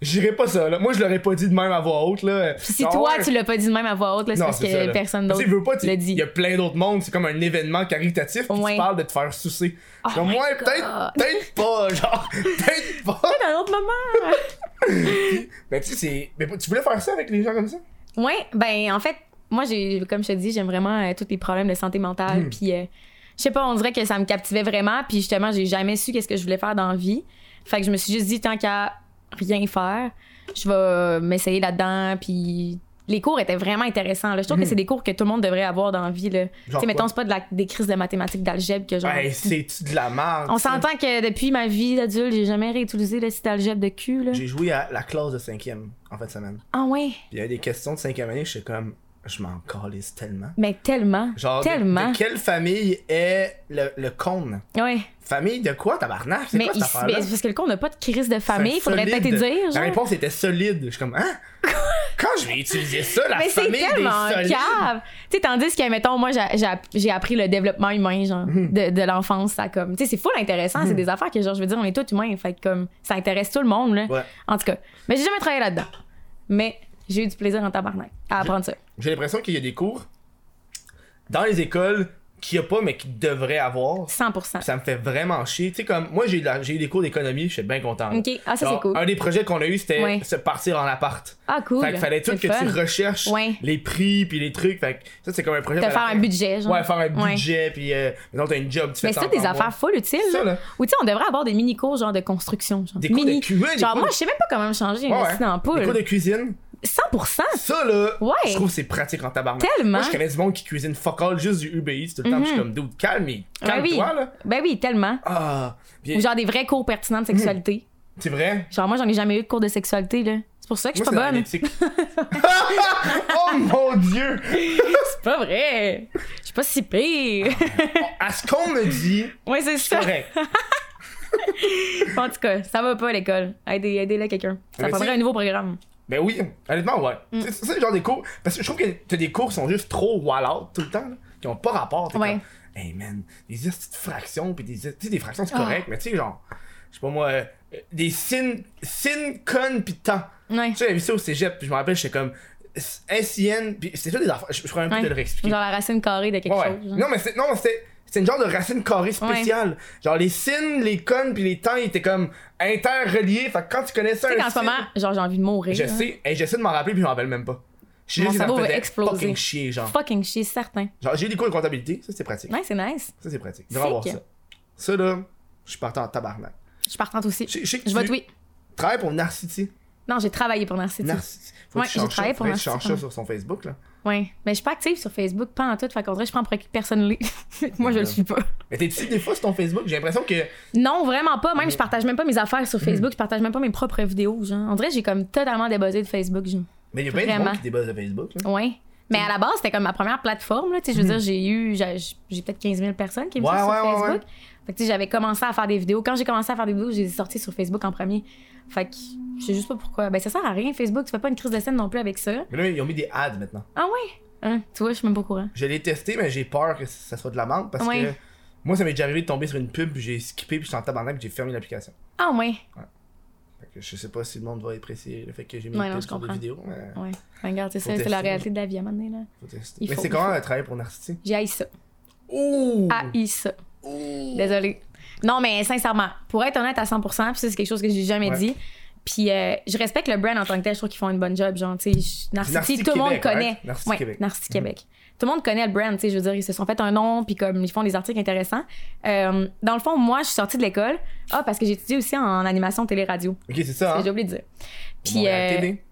J'irais pas ça là. Moi je l'aurais pas dit de même à voix haute là. Puis si toi, tu l'as pas dit de même à voix haute, là, c'est Non, parce que c'est ça, là. personne Tu sais, veux pas, d'autre tu- l'a dit. Il y a plein d'autres mondes, c'est comme un événement caritatif, puis Ouais. Oh tu parles de te faire sucer. comme, my ouais, God. peut-être, peut-être pas, genre, (laughs) peut-être pas. Peut-être un autre moment. Mais tu sais, c'est- mais tu voulais faire ça avec les gens comme ça? ouais, ben en fait, moi, j'ai, comme je te dis, j'aime vraiment euh, tous les problèmes de santé Hmm. mentale. Puis, euh, je sais pas, on dirait que ça me captivait vraiment. Puis justement, j'ai jamais su qu'est-ce que je voulais faire dans la vie. Fait que je me suis juste dit, tant qu'à rien faire, je vais euh, m'essayer là-dedans. Puis les cours étaient vraiment intéressants. Là. Je trouve que c'est des cours que tout le monde devrait avoir dans la vie. Là. Tu Hmm. Genre sais, mettons, quoi? c'est pas de la- des crises de mathématiques d'algèbre que genre. Hey, Ben, c'est-tu de la merde? On ça? s'entend que depuis ma vie d'adulte, j'ai jamais réutilisé le site algèbre de cul. Là. J'ai joué à la classe de cinquième, en fin de semaine. Ah ouais, Puis il y avait des questions de cinquième année, j'étais comme, je m'en calisse tellement. mais tellement. Genre, de- tellement. De, quelle famille est le, le cône? Ouais. Famille de quoi, tabarnak? C'est Mais, quoi il- cette mais affaire-là? c'est parce que le coup, on n'a pas de crise de famille, C'est faudrait peut-être solide. dire. La Genre. (laughs) réponse était solide. Je suis comme, hein? quand je vais utiliser ça, la Mais c'est famille des tellement solides. cave! Tu sais, tandis que, mettons, moi, j'a- j'a- j'ai appris le développement humain, genre, Hmm. de, de l'enfance, ça, comme. Tu sais, c'est full intéressant, c'est des affaires que, genre, je veux dire, on est tous humains, fait que, comme, ça intéresse tout le monde, là. Ouais. En tout cas. Mais j'ai jamais travaillé là-dedans. Mais j'ai eu du plaisir en tabarnak à apprendre ça. J'ai l'impression qu'il y a des cours dans les écoles qu'il n'y a pas, mais qu'il devrait avoir. 100%. Ça me fait vraiment chier. Tu sais, comme moi, j'ai eu de la- j'ai eu des cours d'économie, je suis bien content. là. Ok. Ah, ça, c'est Genre, cool. Un des projets qu'on a eu, c'était Ouais. se partir en appart. Ah, cool. Fait qu'il fallait tout C'est que fun. tu recherches Ouais. les prix puis les trucs. Fait que ça, c'est comme un projet. De à la faire fin. un budget, genre. Ouais, faire un Ouais. budget puis euh, mettons, t'as une job, tu fais Mais c'est ça toutes des par mois. affaires full utiles. C'est ça, là. là. Ou tu sais, on devrait avoir des mini-cours genre de construction. Genre. Des cours de Mini. QA, des Genre, cours moi, de- je sais même pas comment changer Ouais, un ouais. accident en Des cours poule. de cuisine. 100%! Ça, là, Ouais. je trouve que c'est pratique en tabarnak. Tellement. Moi, je connais du monde qui cuisine fuck all juste du Uber Eats tout le temps. puis Je suis comme, dude, calme, mais Ben oui. calme-toi, là. Ben oui, tellement. Ah, Puis, Ou genre des vrais cours pertinents Hmm. de sexualité. c'est vrai. Genre, moi, j'en ai jamais eu de cours de sexualité, là. C'est pour ça que je Moi, suis c'est pas dans bonne. (laughs) l'éthique. (laughs) oh mon dieu! (laughs) C'est pas vrai! Je suis pas si pire! À ce qu'on me (laughs) dit, ouais, c'est Ah. c'est ça! correct. En tout cas, ça va pas à l'école. Aidez- Aidez-le quelqu'un. Ça Mais prendrait tu- un nouveau programme. Ben oui, honnêtement, ouais. Mm. C'est- C'est ça le genre des cours. Parce que je trouve que t'as des cours qui sont juste trop wall-out tout le temps, là, qui ont pas rapport. T'es Ouais. comme, hey man, des petites fractions, puis des, tu sais, des fractions, Ah. c'est correct, mais tu sais, genre, je sais pas moi, euh, des sin, sin, con, pis temps. Ouais. Tu sais, j'avais vu ça au cégep, puis je me rappelle, j'étais comme, SIN, puis c'était ça des affaires. Je je pourrais même plus Ouais. te le réexpliquer. Genre la racine carrée de quelque Ouais, ouais. chose. genre. Non, mais c'est, non, mais c'était, c'était une genre de racine carrée spéciale. Genre, les sins, les connes, puis les temps, ils étaient comme interreliés. Fait que quand tu connaissais Tu sais un qu'en ce sin- moment, genre, j'ai envie de mourir. je là. sais, et j'essaie de m'en rappeler puis je m'en rappelle même pas. Je sais Mon juste que ça me cerveau va faisait exploser. fucking chier, genre. Fucking chier, certain. Genre, j'ai eu des cours de comptabilité, ça c'est pratique. Ouais, c'est nice. Ça c'est pratique. Je vais avoir Sick. ça. Ça là, je suis partant en tabarnak. Je suis partante aussi. Je, je sais que Je tu vote oui. travailles pour Narcity. Non, j'ai travaillé pour Narcity. Narcity. Ouais, j'ai travaillé pour Narcity. Tu changes Narcity, ça ouais. sur son Facebook, là. Ouais. Mais je suis pas active sur Facebook, pas en tout. Fait qu'on dirait que je prends pour acquis que personne l'est. (laughs) Moi, je le suis pas. Mais t'es-tu des fois sur ton Facebook? J'ai l'impression que. Non, vraiment pas. Même, je partage même pas mes affaires Mm. sur Facebook. Je partage même pas mes propres vidéos, genre. On dirait que j'ai comme totalement débuzzé de Facebook, genre. Mais il y a plein de Vraiment. Oh. monde qui débossent de Facebook, là. Ouais. Mais à la base, c'était comme ma première plateforme, là. Tu sais, je veux dire, j'ai eu, j'ai, j'ai peut-être 15 000 personnes qui me Mm. Ouais, suivent ouais, sur ouais, Facebook. ouais. Fait que, tu sais, j'avais commencé à faire des vidéos. Quand j'ai commencé à faire des vidéos, j'ai sorti sur Facebook en premier. Fait que, je sais juste pas pourquoi. Ben, ça sert à rien, Facebook. Tu fais pas une crise de scène non plus avec ça. Mais là, ils ont mis des ads maintenant. Ah ouais? Hein, tu vois, je suis même pas au courant. Je l'ai testé, mais j'ai peur que ça soit de la menthe parce Ouais. que. Moi, ça m'est déjà arrivé de tomber sur une pub, puis j'ai skippé, puis j'étais en tabarnak, puis j'ai fermé l'application. Ah ouais? Fait que je sais pas si le monde va apprécier le fait que j'ai mis Ouais, une non, pub je sur des comprends. vidéos, mais... Ouais. Ben, regarde, c'est ça, Faut c'est la tester. réalité de la vie à un moment donné, là. Faut tester. Il Mais faut- c'est il comment faut. un travail pour Narcity? J'ai haï ça. Ouh! Haï ça. Ouh! Désolée. Non, mais sincèrement, pour être honnête à 100%, puis ça, c'est quelque chose que j'ai jamais Ouais. dit. Puis euh, je respecte le brand en tant que tel, je trouve qu'ils font une bonne job. Genre, tu sais, je- Narcity, Narcity tout le monde Québec, connaît. right? Narcity Québec. Mhm. Narcity Québec. Tout le monde connaît le brand, tu sais, je veux dire, ils se sont fait un nom, puis comme ils font des articles intéressants. Euh, dans le fond, moi, je suis sortie de l'école. Ah, parce que j'ai étudié aussi en animation télé-radio. Ok, c'est ça, C'est que J'ai hein? oublié de dire. Puis. Montréal euh, TV.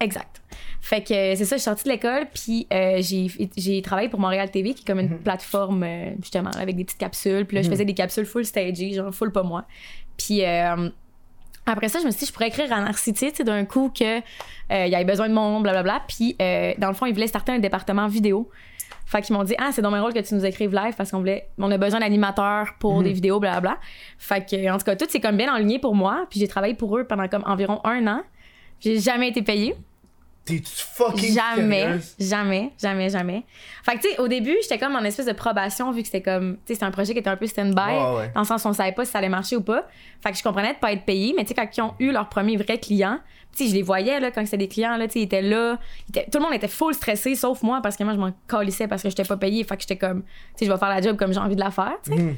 Exact. Fait que euh, c'est ça, je suis sortie de l'école, puis euh, j'ai j'ai travaillé pour Montréal TV, qui est comme une plateforme, euh, justement, avec des petites capsules. Puis là, je faisais des capsules full stagey, genre full pas moi. Puis euh, après ça, je me suis dit, je pourrais écrire à Narcity, tu sais, d'un coup que euh, il y avait besoin de monde, blablabla. Puis euh, dans le fond, ils voulaient starter un département vidéo. Fait qu'ils m'ont dit, ah, c'est dans mon rôle que tu nous écrives live parce qu'on voulait, on a besoin d'animateurs pour des vidéos, blablabla. Fait que, en tout cas, tout c'est comme bien enligné pour moi. Puis j'ai travaillé pour eux pendant comme environ un an. J'ai jamais été payée. T'es-tu fucking Jamais, sérieuse? jamais, jamais, jamais. Fait que, tu sais, au début, j'étais comme en espèce de probation, vu que c'était comme, tu sais, c'était un projet qui était un peu stand-by. Ouais, ouais. Dans le sens où on savait pas si ça allait marcher ou pas. Fait que je comprenais de pas être payé, mais tu sais, quand ils ont eu leur premier vrai client, tu sais, je les voyais, là, quand c'était des clients, là, tu sais, ils étaient là. ils étaient- tout le monde était full stressé, sauf moi, parce que moi, je m'en calissais parce que j'étais pas payé. Fait que j'étais comme, tu sais, je vais faire la job comme j'ai envie de la faire, tu sais. Mhm.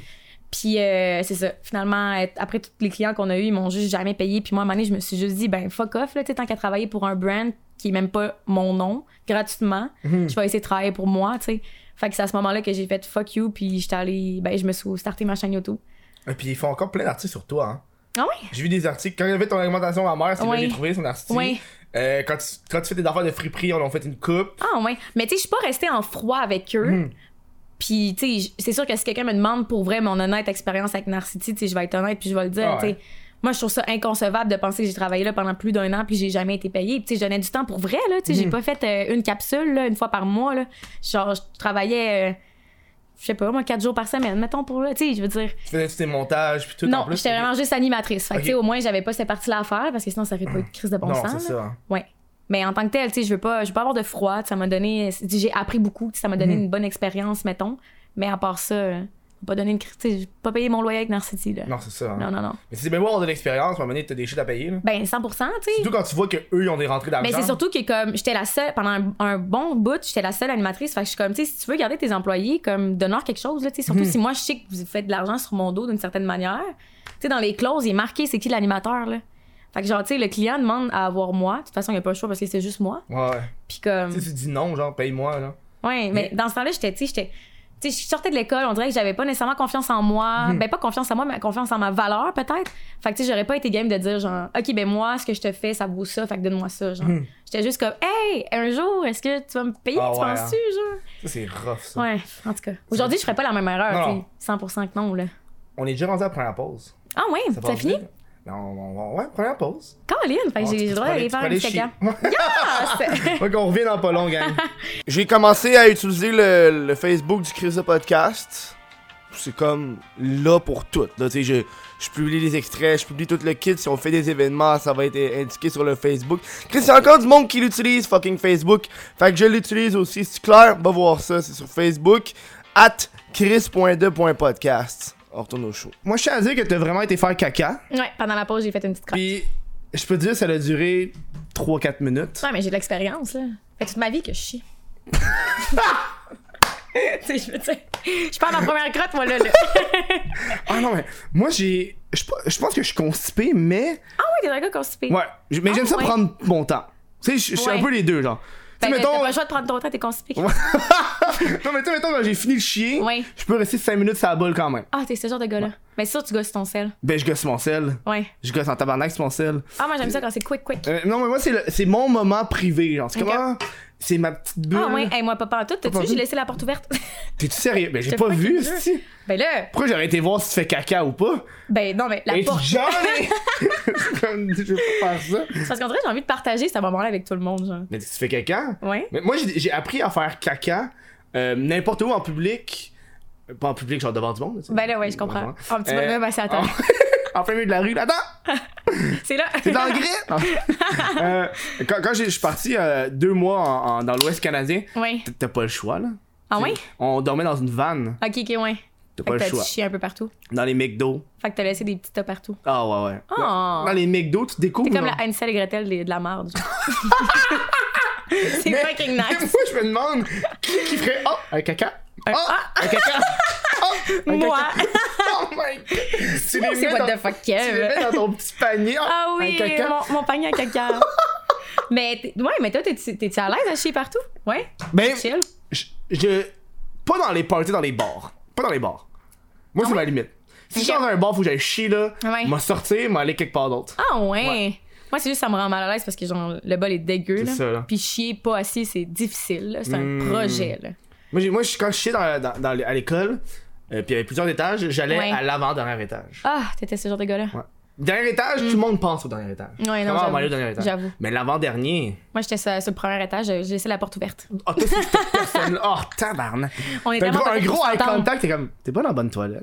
Puis euh, c'est ça. Finalement, euh, après tous les clients qu'on a eus, ils m'ont juste jamais payé. Puis moi, à un moment donné, je me suis juste dit, ben fuck off, là, tu sais, tant qu'à travailler pour un brand qui est même pas mon nom, gratuitement, Mhm. je vais essayer de travailler pour moi, tu sais. Fait que c'est à ce moment-là que j'ai fait fuck you, puis j'étais allée, ben je me suis starté ma chaîne YouTube. Et puis ils font encore plein d'articles sur toi, hein? Ah oui? J'ai vu des articles. Quand il y avait ton alimentation ma mère, c'est Ouais. bien j'ai trouvé son article. Ouais. Euh, quand, tu, quand tu fais tes affaires de friperie, on en fait une coupe. Ah ouais. Mais tu sais, je suis pas restée en froid avec eux. Hmm. Puis tu sais, j- c'est sûr que si quelqu'un me demande pour vrai mon honnête expérience avec Narcity, tu sais, je vais être honnête puis je vais le dire, Ah ouais. tu sais. Moi, je trouve ça inconcevable de penser que j'ai travaillé là pendant plus d'un an puis j'ai jamais été payée. Puis, tu sais, je donnais du temps pour vrai, là. Tu sais, Hmm. j'ai pas fait euh, une capsule, là, une fois par mois, là. Genre, je travaillais, euh, je sais pas, moi, quatre jours par semaine, mettons, pour là. Tu sais, je veux dire, Tu faisais tous tes montages, puis tout. en non, plus. j'étais vraiment juste animatrice. Fait que, Ok. Hmm. tu sais, au moins, j'avais pas cette partie-là à faire parce que sinon, ça aurait pas eu de crise de bon Non, sens. c'est là. ça. hein. Ouais. Mais en tant que tel, tu sais, je veux pas, je veux pas avoir de froid. Ça m'a donné, j'ai appris beaucoup. Ça m'a donné une bonne expérience, mettons. Mais à part ça, euh, pas donné une critique, pas payé mon loyer avec Narcity là. Non, c'est ça. hein. Non, non, non. Mais c'est des mémoires de l'expérience, à un moment donné, t'as des shit à payer. là. Ben 100 tu sais. Surtout quand tu vois qu'eux, ils ont des rentrées d'argent. Mais c'est surtout que comme j'étais la seule pendant un, un bon bout, j'étais la seule animatrice. Fait que je suis comme, tu sais, si tu veux garder tes employés, comme donne-leur quelque chose là. Tu sais, surtout si moi je sais que vous faites de l'argent sur mon dos d'une certaine manière. Tu sais, dans les clauses, il est marqué c'est qui l'animateur là. Fait que genre, tu sais, le client demande à avoir moi. De toute façon, il n'y a pas le choix parce que c'est juste moi. Ouais, ouais. Puis comme, Tu sais, tu dis non, genre, paye-moi, là. ouais, Mais- mais dans ce temps-là, j'étais, tu sais, j'étais tu sais, je sortais de l'école, on dirait que j'avais pas nécessairement confiance en moi. Hmm. Ben, pas confiance en moi, mais confiance en ma valeur, peut-être. Fait que, tu sais, j'aurais pas été game de dire, genre, OK, ben, moi, ce que je te fais, ça vaut ça, fait que donne-moi ça, genre. Mhm. J'étais juste comme, Hey, un jour, est-ce que tu vas me payer, Ah tu ouais, penses-tu, genre? Ça, c'est rough, ça. Ouais, en tout cas. Aujourd'hui, je ferais pas la même erreur, Non, non. tu sais, 100% que non, là. On est déjà rendu à la première pause. Ah, ouais, Ça t'as passe fini? vite. Non, on va- ouais, première pause. Caroline, fait que Ah, tu- j'ai tu le droit peux d'aller aller- tu faire peux un aller chier. petit caca. Ah, Yes! Ouais, qu'on revient dans pas long, gang. (laughs) J'ai commencé à utiliser le, le Facebook du Chris de Podcast. C'est comme là pour tout. Là, tu sais, je, je publie les extraits, je publie tout le kit. Si on fait des événements, ça va être euh, indiqué sur le Facebook. Chris, c'est encore du monde qui l'utilise, fucking Facebook. Fait que je l'utilise aussi. C'est clair, va voir ça. C'est sur Facebook. At chris.2.podcast. On retourne au show. Moi, je tiens à dire que t'as vraiment été faire caca. (laughs) ouais, pendant la pause, j'ai fait une petite crotte. Puis, je peux te dire, ça a duré 3-4 minutes. Ouais, mais j'ai de l'expérience, là. Fait toute ma vie que je (laughs) chie. tu sais, je veux dire, je pars ma première crotte, moi, là. là. Ah non, mais moi j'ai. Je p- je pense que je suis constipé, mais. ah ouais, t'es un gars constipé. Ouais, j- mais Ah, j'aime ça ouais. prendre mon temps. Tu sais, je- je suis un Ouais. peu les deux, genre. Tu sais, Fait que mettons. Ben, T'as pas le choix de prendre ton temps, t'es constipé. (laughs) Non, mais tu sais, mettons, quand j'ai fini le chien, Ouais. je peux rester 5 minutes sur la boule quand même. Ah, t'es ce genre de gars-là. Mais sûr, tu gosses ton sel. Ben, je gosse mon sel. Ouais. Je gosse en tabarnak sur mon sel. Ah, moi, j'aime ça quand c'est quick, quick. Euh, non, mais moi, c'est le- c'est mon moment privé, genre. C'est Ok. comment. C'est ma petite bulle. Ah, ouais, hey, moi, papa, en tout, Pas t'as-tu vu, j'ai pantoute. laissé la porte ouverte? T'es-tu sérieux? Ben, j'ai J'étais pas pas vu, curieuse. si. (laughs) ben là, Pourquoi j'aurais été voir si tu fais caca ou pas? ben non, mais la Et porte. (laughs) Johnny! Comme, (laughs) je veux pas faire ça. C'est Parce qu'on dirait, j'ai envie de partager ce moment-là avec tout le monde, genre. Mais tu fais caca? Ouais. Mais moi, j'ai j'ai appris à faire caca euh, n'importe où en public. Euh, Pas en public, genre devant du monde. tu sais. Ben là, ouais, je comprends. Ouais. Un petit Euh, bonhomme assis à terre. en (laughs) plein milieu de la rue, là, attends! C'est là. ah. C'est dans le gris! Euh, quand quand j'ai- je suis parti euh, deux mois en- en- dans l'Ouest canadien, (laughs) Ouais. t- t'as pas le choix, là. Ah, ouais? On dormait dans une vanne. Ok, ok, ouais. T'as Fait pas que le t'as choix. chié un peu partout. Dans les McDo. Fait que t'as laissé des petits tas partout. Ah, ouais, ouais. Oh. Dans, dans les McDo, tu découvres. C'est comme genre. la Hansel et Gretel des- de la (laughs) marde. genre. c'est Mais- fucking mais (laughs) nice. Moi, je me demande qui, qui ferait. Oh, un caca! Oh, un caca! (laughs) Oh, un caca. ah, Moi. Oh my god! Tu les C'est mets what dans- the fuck, Tu Kev. les mets dans ton petit panier. Ah oui, un caca. mon, mon panier à caca. (laughs) mais t'es- ouais, mais toi, t'es-tu t'es-tu à l'aise à chier partout? Ouais, Ben, chill. je, je- Pas dans les parties, dans les bars. Pas dans les bars. Moi, c'est ma limite. Si je Ah Ok. sors dans un bar, faut que j'aille chier là. Ouais. M'a sortir, m'a aller quelque part d'autre. Ah ouais. Ouais. Moi, c'est juste ça me rend mal à l'aise parce que genre le bol est dégueu. C'est Là. ça, là. Puis chier pas assis, c'est difficile. là. C'est Mm. un projet. Là. Moi, j'ai- moi je- quand je chiais dans, dans- dans- à l'école, euh, puis il y avait plusieurs étages, j'allais Ouais. à l'avant-dernier étage. Ah, t'étais ce genre de gars-là. Ouais. Dernier étage, tout le monde pense au dernier étage. Mm. Ouais, non, Comment on j'avoue. va aller au dernier étage? J'avoue. Mais l'avant-dernier. Moi, j'étais sur, sur le premier étage, j'ai laissé la porte ouverte. Oh, toi, c'est cette (laughs) personne-là. Oh, tabarnak. On est T'as un tellement gros, Ben, pas un fait pour gros eye s'entendre. contact, t'es comme, t'es pas dans la bonne toilette.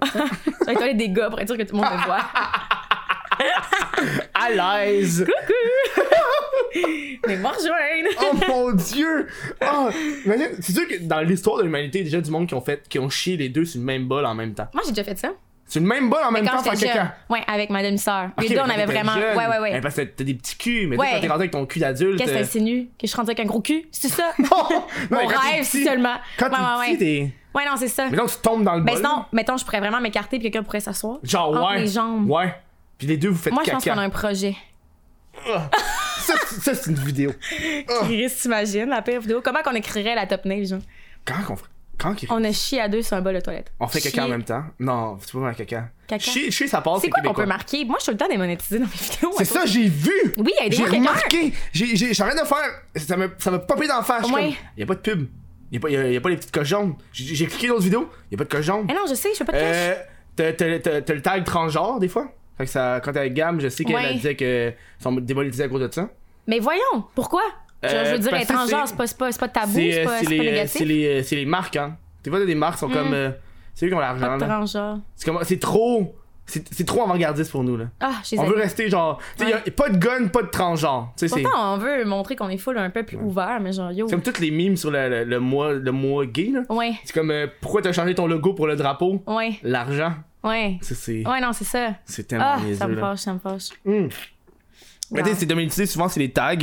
J'aurais été allée des gars pour être sûr que tout le monde me voit. (laughs) à l'aise. Mais moi, rejoindre! Oh mon dieu! Oh, imagine, c'est sûr que dans l'histoire de l'humanité, il y a déjà du monde qui ont fait, qui ont chié les deux sur le même bol en même temps. Moi, j'ai déjà fait ça. Sur le même bol en même Quand temps, faire j'étais jeune. caca. Ouais, avec ma demi-sœur. Ok, Les deux, mais on quand avait t'étais vraiment. jeune, Ouais, ouais, ouais. ben, parce que t'as des petits culs, mais tu sais, Ouais. quand t'es rendu avec ton cul d'adulte. Qu'est-ce que euh, t'insinues? Que je suis rendue avec un gros cul? C'est ça? (laughs) non, mais Mon quand t'es rêve, petit- si seulement. Quand ouais, ouais, t'es ouais. petit, t'es. Ouais, non, c'est ça. Mais donc, tu tombes dans le Ben bol. sinon, mettons, je pourrais vraiment m'écarter puis quelqu'un pourrait s'asseoir. Genre, entre ouais. mes jambes. Ouais. Puis les deux, vous faites Moi, je caca. pense qu'on a un projet. (laughs) ça, c'est- ça, c'est une vidéo. Oh. Chris, t'imagines, la pire vidéo. Comment qu'on écrirait la top name, genre? Quand qu'on fait. Quand qu'il- On a chié à deux sur un bol de toilette. On fait caca Chier. en même temps? Non, tu peux pas faire caca. Caca. Chier, chier, ça passe. C'est quoi qu'on québécois. peut marquer? Moi, je suis tout le temps démonétisée dans mes vidéos. C'est ça, j'ai vu! Oui, il y a des J'ai gens qui remarqué! J'ai j'ai- j'ai rien de faire! Ça m'a ça m'a popé dans la face! Ouais. Il y a pas de pub. Il y, a pas- y a- y a pas les petites coches jaunes. J'ai j'ai cliqué dans l'autre vidéo, il y a pas de coches jaunes. Eh non, je sais, je fais pas de cash. Euh, T'as t'as- t'as- t'as le tag transgenre des fois? Fait que ça, quand t'es avec Gam, je sais qu'elle Ouais. elle disait que son démonétisé à cause de ça. Mais voyons, pourquoi? Je- Euh, je veux dire, parce que être en c'est- genre, c'est pas, c'est pas, c'est pas tabou, C'est c'est euh, pas, c'est c'est les, euh, pas c'est négatif. Mm. les, euh, c'est les marques, hein. T'es pas des marques sont comme. euh, c'est eux qui ont l'argent, Pas de là. transgenre. C'est comme- C'est trop. c'est c'est trop avant-gardiste pour nous, là. Ah, je les On veut aime. rester genre. Tu sais, y a pas de gun, pas de transgenre. Tu sais, c'est. Pourtant, on veut montrer qu'on est full un peu plus ouvert, mais genre, yo. C'est comme toutes les mimes sur le, le, le mois, le mois gay, là. Ouais, C'est comme euh, pourquoi t'as changé ton logo pour le drapeau ouais, L'argent. ouais. Ça, C'est Ouais, non, c'est ça. c'est tellement Ah, ça niaiseux, me là. fâche, ça me fâche. Mm. Mais tu sais, Wow. c'est dominisé souvent, c'est les tags,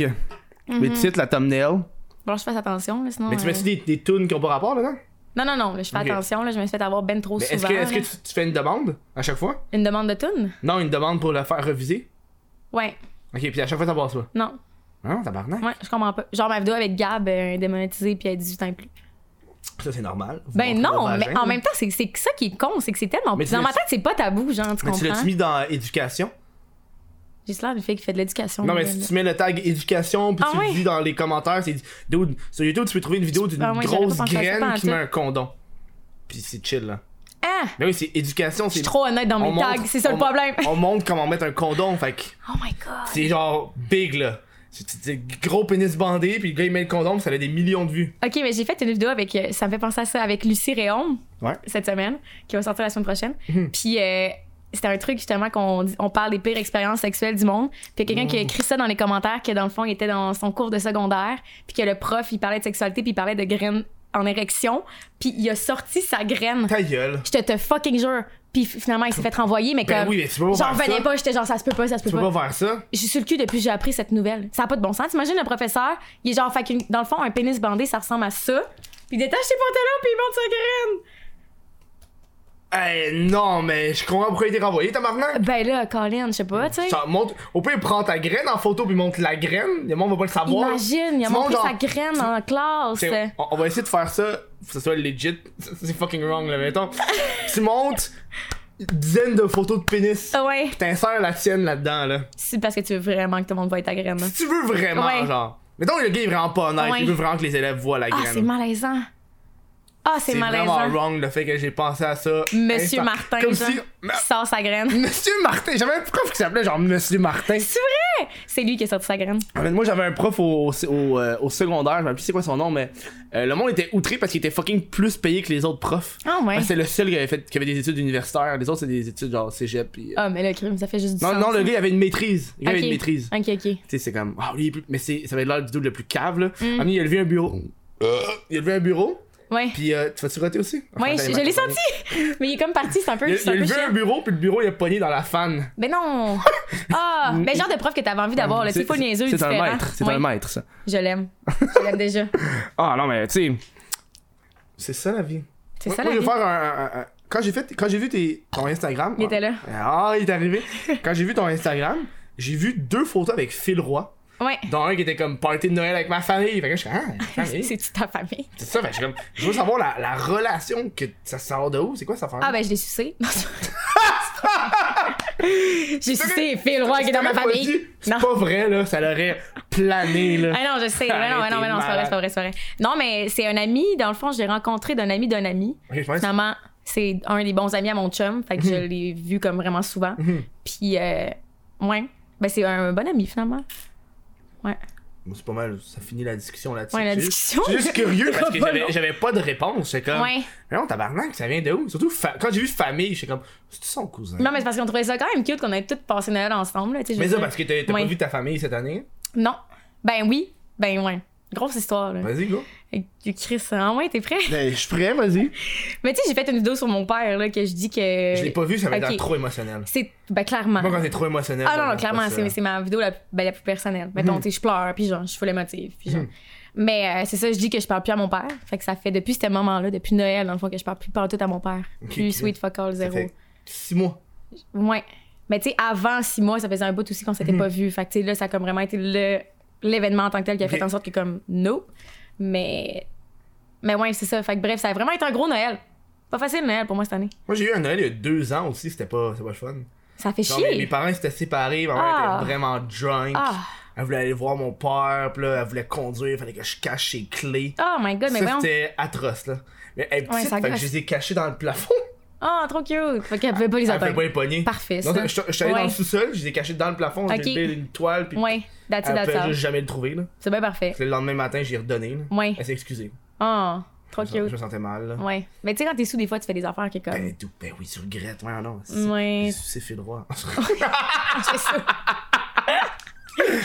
Mhm. les titres, la thumbnail. Bon, je fasse attention, là, sinon. Mais tu euh, mets-tu des, des tunes qui ont pas rapport là-dedans? Non, non, non, là, je fais Ok. attention, là, je me suis fait avoir ben trop Mais est-ce souvent. que, est-ce que là. tu, tu fais une demande à chaque fois? Une demande de tune? Non, une demande pour la faire reviser. Ouais, Ok, puis à chaque fois, ça passe pas. non. Non, tabarnak. Ouais, je comprends pas. Genre, ma vidéo avec Gab euh, est démonétisée puis elle a 18 ans et plus. Ça, c'est normal. Vous Ben montrez non, votre mais vagin, en là. même temps, c'est c'est ça qui est con, c'est que c'est tellement. Mais tu dans ma l'as- tête, c'est pas tabou, genre, tu Mais tu comprends? l'as-tu mis dans euh, éducation? J'ai juste l'air d'une fille qui fait de l'éducation. Non, mais là, si là. tu mets le tag éducation, puis Ah tu ouais? le dis dans les commentaires, c'est Dude, sur YouTube, tu peux trouver une vidéo d'une Ah ouais, j'avais pas grosse pensé à ça, pas graine en qui tout. met un condom. Puis c'est chill, là. Ah! Mais oui, c'est éducation, Je c'est. suis trop honnête dans on mes montre- tags, c'est ça le on mon- problème. On montre comment mettre un condom, fait que (laughs) Oh my god. c'est genre big, là. C'est- C'est c'est gros pénis bandé, puis le gars il met le condom, ça a des millions de vues. Ok, mais j'ai fait une vidéo avec. euh, Ça me fait penser à ça avec Lucie Réaume Ouais. Mhm. cette semaine, qui va sortir la semaine prochaine. Puis euh, c'était un truc justement qu'on dit- on parle des pires expériences sexuelles du monde. Puis il y a quelqu'un Mhm. qui a écrit ça dans les commentaires que dans le fond, il était dans son cours de secondaire, puis que le prof, il parlait de sexualité, puis il parlait de graines en érection, puis il a sorti sa graine. Ta gueule. Je te, te fucking jure. Puis f- finalement, il s'est fait renvoyer, mais Ben comme. oui, mais tu peux pas J'en faire revenais ça. pas, j'étais genre, ça se peut pas, ça se peut Tu peux pas. pas faire ça. Je suis sur le cul depuis que j'ai appris cette nouvelle. Ça n'a pas de bon sens. T'imagines le professeur, il est genre, fait qu'une- dans le fond, un pénis bandé, ça ressemble à ça. Puis il détache ses pantalons, puis il monte sa graine. Eh non, mais je comprends pourquoi il était renvoyé, tabarnak. Ben là, Colin, je sais pas, tu sais. Ça montre- Au pire, prends ta graine en photo puis montre la graine. Le monde va pas le savoir. Imagine, il a Sinon, montré genre, sa graine en classe. T'sais, on, on va essayer de faire ça, que ce soit legit. (laughs) C'est fucking wrong là, (laughs) mettons. tu montes une dizaine de photos de pénis. Ah ouais, Pis t'insères la tienne là-dedans, là. c'est parce que tu veux vraiment que tout le monde voie ta graine. Si tu veux vraiment, Ouais. genre. Mettons, le gars il est vraiment pas honnête. Ouais. Il veut vraiment que les élèves voient la Ah, c'est graine. malaisant. Ah, c'est vraiment malaisant. wrong le fait que j'ai pensé à ça. Monsieur instant- Martin, Comme genre, si. qui sort sa graine. Monsieur Martin, j'avais un prof qui s'appelait genre Monsieur Martin. C'est vrai! C'est lui qui a sorti sa graine. En fait, moi, j'avais un prof au, au, au, euh, au secondaire, je me rappelle plus c'est quoi son nom, mais euh, le monde était outré parce qu'il était fucking plus payé que les autres profs. Ah ouais. Parce que C'est le seul qui avait, fait, qui avait des études universitaires. Les autres, c'est des études genre cégep. puis, euh, Ah, mais le crime, ça fait juste du Non, sens. non, le ça. gars, il avait une maîtrise. Le gars avait Ok. une maîtrise. Tu Ok, ok. sais, c'est comme. Ah, lui, il est plus- mais c'est, ça va être l'air du double le plus cave, là. Mm. Ah, mais il a levé un bureau. Il a levé un bureau, Ouais. puis euh, tu vas-tu roter aussi? Enfin, Ouais, t'as je, les je l'ai macarons. senti! (laughs) Mais il est comme parti, c'est un peu. Il a, c'est un il a peu levé chiant. un bureau, puis le bureau, il a pogné dans la fan. (laughs) Mais non! Ah! mais genre de prof que t'avais envie d'avoir, là. C'est pas niaiseux, C'est un différent. maître, c'est un Ouais, maître, ça. Je l'aime. Je l'aime déjà. Ah, non, mais tu sais. C'est ça la vie. C'est Moi- ça, moi, la je vais vie. faire un- un- un- Quand j'ai fait, quand j'ai vu tes, ton Instagram. Il était là. Ah, il est (laughs) arrivé. quand j'ai vu ton Instagram, j'ai vu deux photos avec Phil Roy. Ouais. Dont un qui était comme party de Noël avec ma famille. Fait que je suis comme, ah, ma famille. (laughs) C'est-tu ta famille? C'est ça, fait que je suis comme, je veux savoir la, la relation que ça sort de où, c'est quoi ça fait? Ah, ben, je (laughs) l'ai sucé. (laughs) Non, c'est pas vrai. J'ai sucé Phil Roy qui est dans ma famille. C'est Non. pas vrai, là, ça l'aurait plané, là. (laughs) Ah non, (laughs) je sais. Ouais, non, ouais, non, ouais, non, c'est pas vrai, c'est pas vrai, c'est pas vrai. Non, mais c'est un ami, dans le fond, je l'ai rencontré d'un ami d'un ami. Ok, je pense- Finalement, c'est un des bons amis à mon chum, fait que je Mhm. l'ai vu comme vraiment souvent. Puis, euh, ouais, ben c'est un bon ami finalement. Ouais. Bon, c'est pas mal, ça finit la discussion là-dessus. Ouais, la C'est juste- discussion. c'est juste curieux parce que (laughs) Pas j'avais- long. j'avais pas de réponse. C'est comme. Ouais. Mais non, tabarnak, ça vient de où? Surtout fa- quand j'ai vu famille, j'étais comme, c'est son cousin. Non, mais c'est parce qu'on trouvait ça quand même cute qu'on ait toutes passé Noël ensemble. Là, tu sais, je Mais veux ça, dire. parce que t'as t'as Ouais. pas vu ta famille cette année. Non. Ben oui. Ben ouais. Grosse histoire, là. Vas-y, go. Avec du Chris, en moins, hein, t'es prêt? Ben, je suis prêt, vas-y. Mais tu sais, j'ai fait une vidéo sur mon père, là, que je dis que. Je l'ai pas vu, ça m'a Ok. l'air trop émotionnel. C'est. Ben clairement. Moi, quand t'es trop émotionnel. Ah non, non, j'aime pas clairement, ça. Mhm. c'est c'est ma vidéo la, ben, la plus personnelle. Mettons, tu sais, je pleure, puis genre, je suis full émotive, puis genre. Mais euh, c'est ça, je dis que je parle plus à mon père. Fait que ça fait depuis ce moment-là, depuis Noël, dans le fond, que je parle plus pas tout à mon père. Ok, Plus ok. sweet fuck all, Ça zéro. fait six mois. Ouais. Mais tu sais, avant six mois, ça faisait un bout aussi qu'on Mhm. s'était pas vu. Fait que tu sais, là, ça a comme vraiment été le- l'événement en tant que tel qui a Ok. fait en sorte que, comme, no. Mais. Mais ouais, c'est ça. Fait que bref, ça a vraiment été un gros Noël. Pas facile, Noël, pour moi, cette année. Moi, j'ai eu un Noël il y a deux ans aussi, c'était pas, c'était pas le fun. Ça fait Genre, chier. mes, mes parents s'étaient séparés, ma mère Ah. était vraiment drunk. Ah. Elle voulait aller voir mon père, pis là, elle voulait conduire, il fallait que je cache ses clés. Oh my god, mais ça, voyons. c'était atroce, là. Mais elle est Ouais, petite, ça fait que gosse. je les ai cachés dans le plafond. Oh, trop cute. Fait qu'elle pouvait pas les Elle entendre. pouvait pas les pogner. Parfait, Non, ça. je je suis allé dans Ouais. le sous-sol, je les ai cachés dans le plafond, Ok. j'ai mis une toile, puis Ouais, that's it, elle that's pouvait all. juste jamais le trouver, là. C'est bien parfait. Puis le lendemain matin, j'ai redonné, là. Ouais. Elle s'est excusée. Ah, Trop Je me cute. sentais mal. là. Ouais. Mais tu sais, quand t'es sous, des fois, tu fais des affaires qui est comme. Ben, tout- ben oui, tu regrettes. Ouais, non. c'est- Ouais. C'est fait droit. (laughs) C'est ça.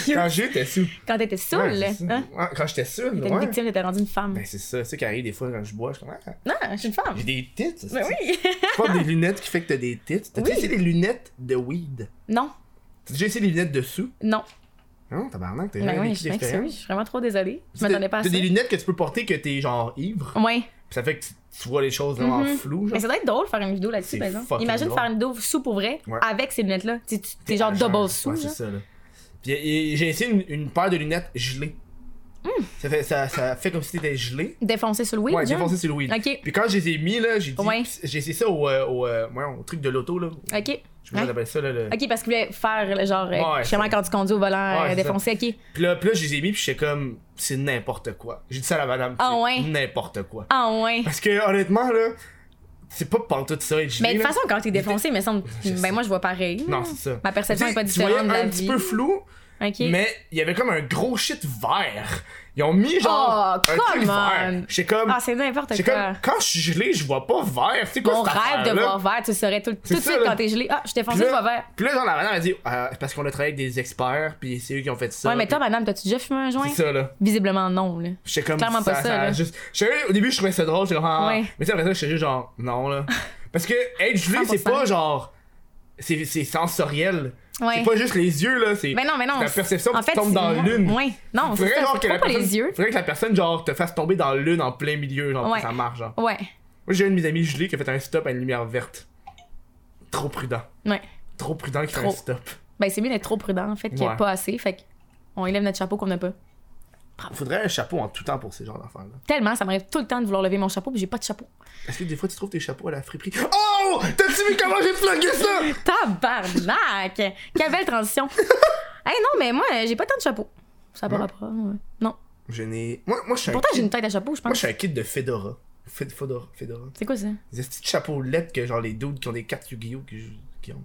Quand j'étais sous. Quand t'étais saoul, Ouais, c'est ça. hein? Ouais, Quand j'étais sous, T'étais une ouais. victime, t'étais rendue une femme. Ben c'est ça, c'est ça qui arrive des fois quand je bois, je suis comme ah, Non, je suis une femme. j'ai des tits. Mais Ben oui. C'est pas des lunettes qui fait que t'as des tits. T'as Oui. tu essayé des lunettes de weed? (laughs) non, T'as déjà essayé des lunettes dessous? non. Non, tabarnak, t'as Mais jamais Ben oui, vécu je m'excuse. Je l'expérience. suis vraiment trop désolée. Je T'as- m'attendais pas à ça. T'as des lunettes que tu peux porter que t'es genre ivre. Ouais. Pis ça fait que tu, tu vois les choses vraiment Mhm. floues. Genre. Mais ça doit être drôle de faire une vidéo là-dessus, C'est par exemple. fucking Imagine drôle. faire une vidéo sous pour vrai Ouais. avec ces lunettes-là. Tu- tu- T'es T'es genre à double jeun. sous. Ouais, là. c'est ça, là. Puis et- et j'ai essayé une, une paire de lunettes gelées. Hmm. Ça, fait, ça, ça fait comme si t'étais gelé. Défoncé sur le weed. ouais, j'ai genre. pensé c'est le weed. Ok. Puis quand je les ai mis, là, j'ai dit. Ouais. J'ai essayé ça au, euh, au, euh, voyons, au truc de l'auto, là. Ok. Je sais pas comment Ouais. on appelle ça, là. Le... Ok, parce qu'il voulait faire le genre. euh, Ouais, justement, c'est- quand tu conduis au volant, Ouais, euh, c'est défoncé. Ok. Puis là, puis là, je les ai mis, puis j'étais comme, c'est n'importe quoi. J'ai dit ça à la madame. Ah c'est ouais? N'importe quoi. Ah ouais. Parce que, honnêtement, là, c'est pas pantoute ça, être gelé, Mais de toute là. façon, quand t'es défoncé, mais semble. Je sais. Ben moi, je vois pareil. Non, c'est ça. Ma perception Tu sais, est pas Tu différente voyais de la un petit vie. peu flou, Ok. mais il y avait comme un gros shit vert. Ils ont mis genre. Oh, un truc come vert. on. J'étais comme. Ah, c'est n'importe j'étais quoi. comme, quand je suis gelé, je vois pas vert. C'est quoi Mon cette rêve de affaire-là? voir vert, tu le saurais tout, tout C'est de ça, suite là. quand t'es gelé. Ah, je t'ai Puis foncé, je là- vois vert. Puis là, genre, la madame, elle dit, Euh, c'est parce qu'on a travaillé avec des experts, puis c'est eux qui ont fait ça. Ouais, mais puis- toi, madame, t'as-tu déjà fumé un joint? C'est ça, là. Visiblement non, là. J'étais comme Clairement pas ça, a là. juste- J'étais- au début je trouvais ça drôle, j'étais comme ah, ah. Ouais. mais tu sais, après ça j'étais juste genre non (laughs) là. Parce que être gelé c'est 100%. pas genre c'est c'est sensoriel. Ouais. C'est pas juste les yeux là, c'est Mais non, mais non. la perception en qui fait, tombe dans c'est- l'une. Ouais. Non, c'est Faudrait ça, genre c'est que pas, la pas personne- les yeux. Faudrait que la personne genre te fasse tomber dans l'une en plein milieu genre Ouais. ça marche genre. Ouais. Moi j'ai un de mes amis gelé qui a fait un stop à une lumière verte. Trop prudent. Ouais. Trop prudent qui fait un Trop. stop. Ben, c'est mieux d'être trop prudent, en fait, qu'il n'y Ouais. a pas assez. Fait qu'on élève notre chapeau qu'on n'a pas. Faudrait un chapeau en tout temps pour ces genres d'affaires là. Tellement, ça m'arrive tout le temps de vouloir lever mon chapeau, puis j'ai pas de chapeau. Est-ce que des fois tu trouves tes chapeaux à la friperie Oh T'as-tu vu comment j'ai flingué ça Tabarnak! Quelle belle (laughs) transition! hey, non, mais moi, euh, j'ai pas tant de chapeau. Ça Non? pas rapport. ouais. Non. Je n'ai. Moi, moi, je suis un Pourtant, kid- j'ai une tête à chapeau, je Moi, je pense. suis un kid de Fedora. Fed- Fedora, Fedora. C'est quoi ça? Des petits chapeaux lettres que genre les dudes qui ont des cartes Yu-Gi-Oh! Qui, jouent- qui ont.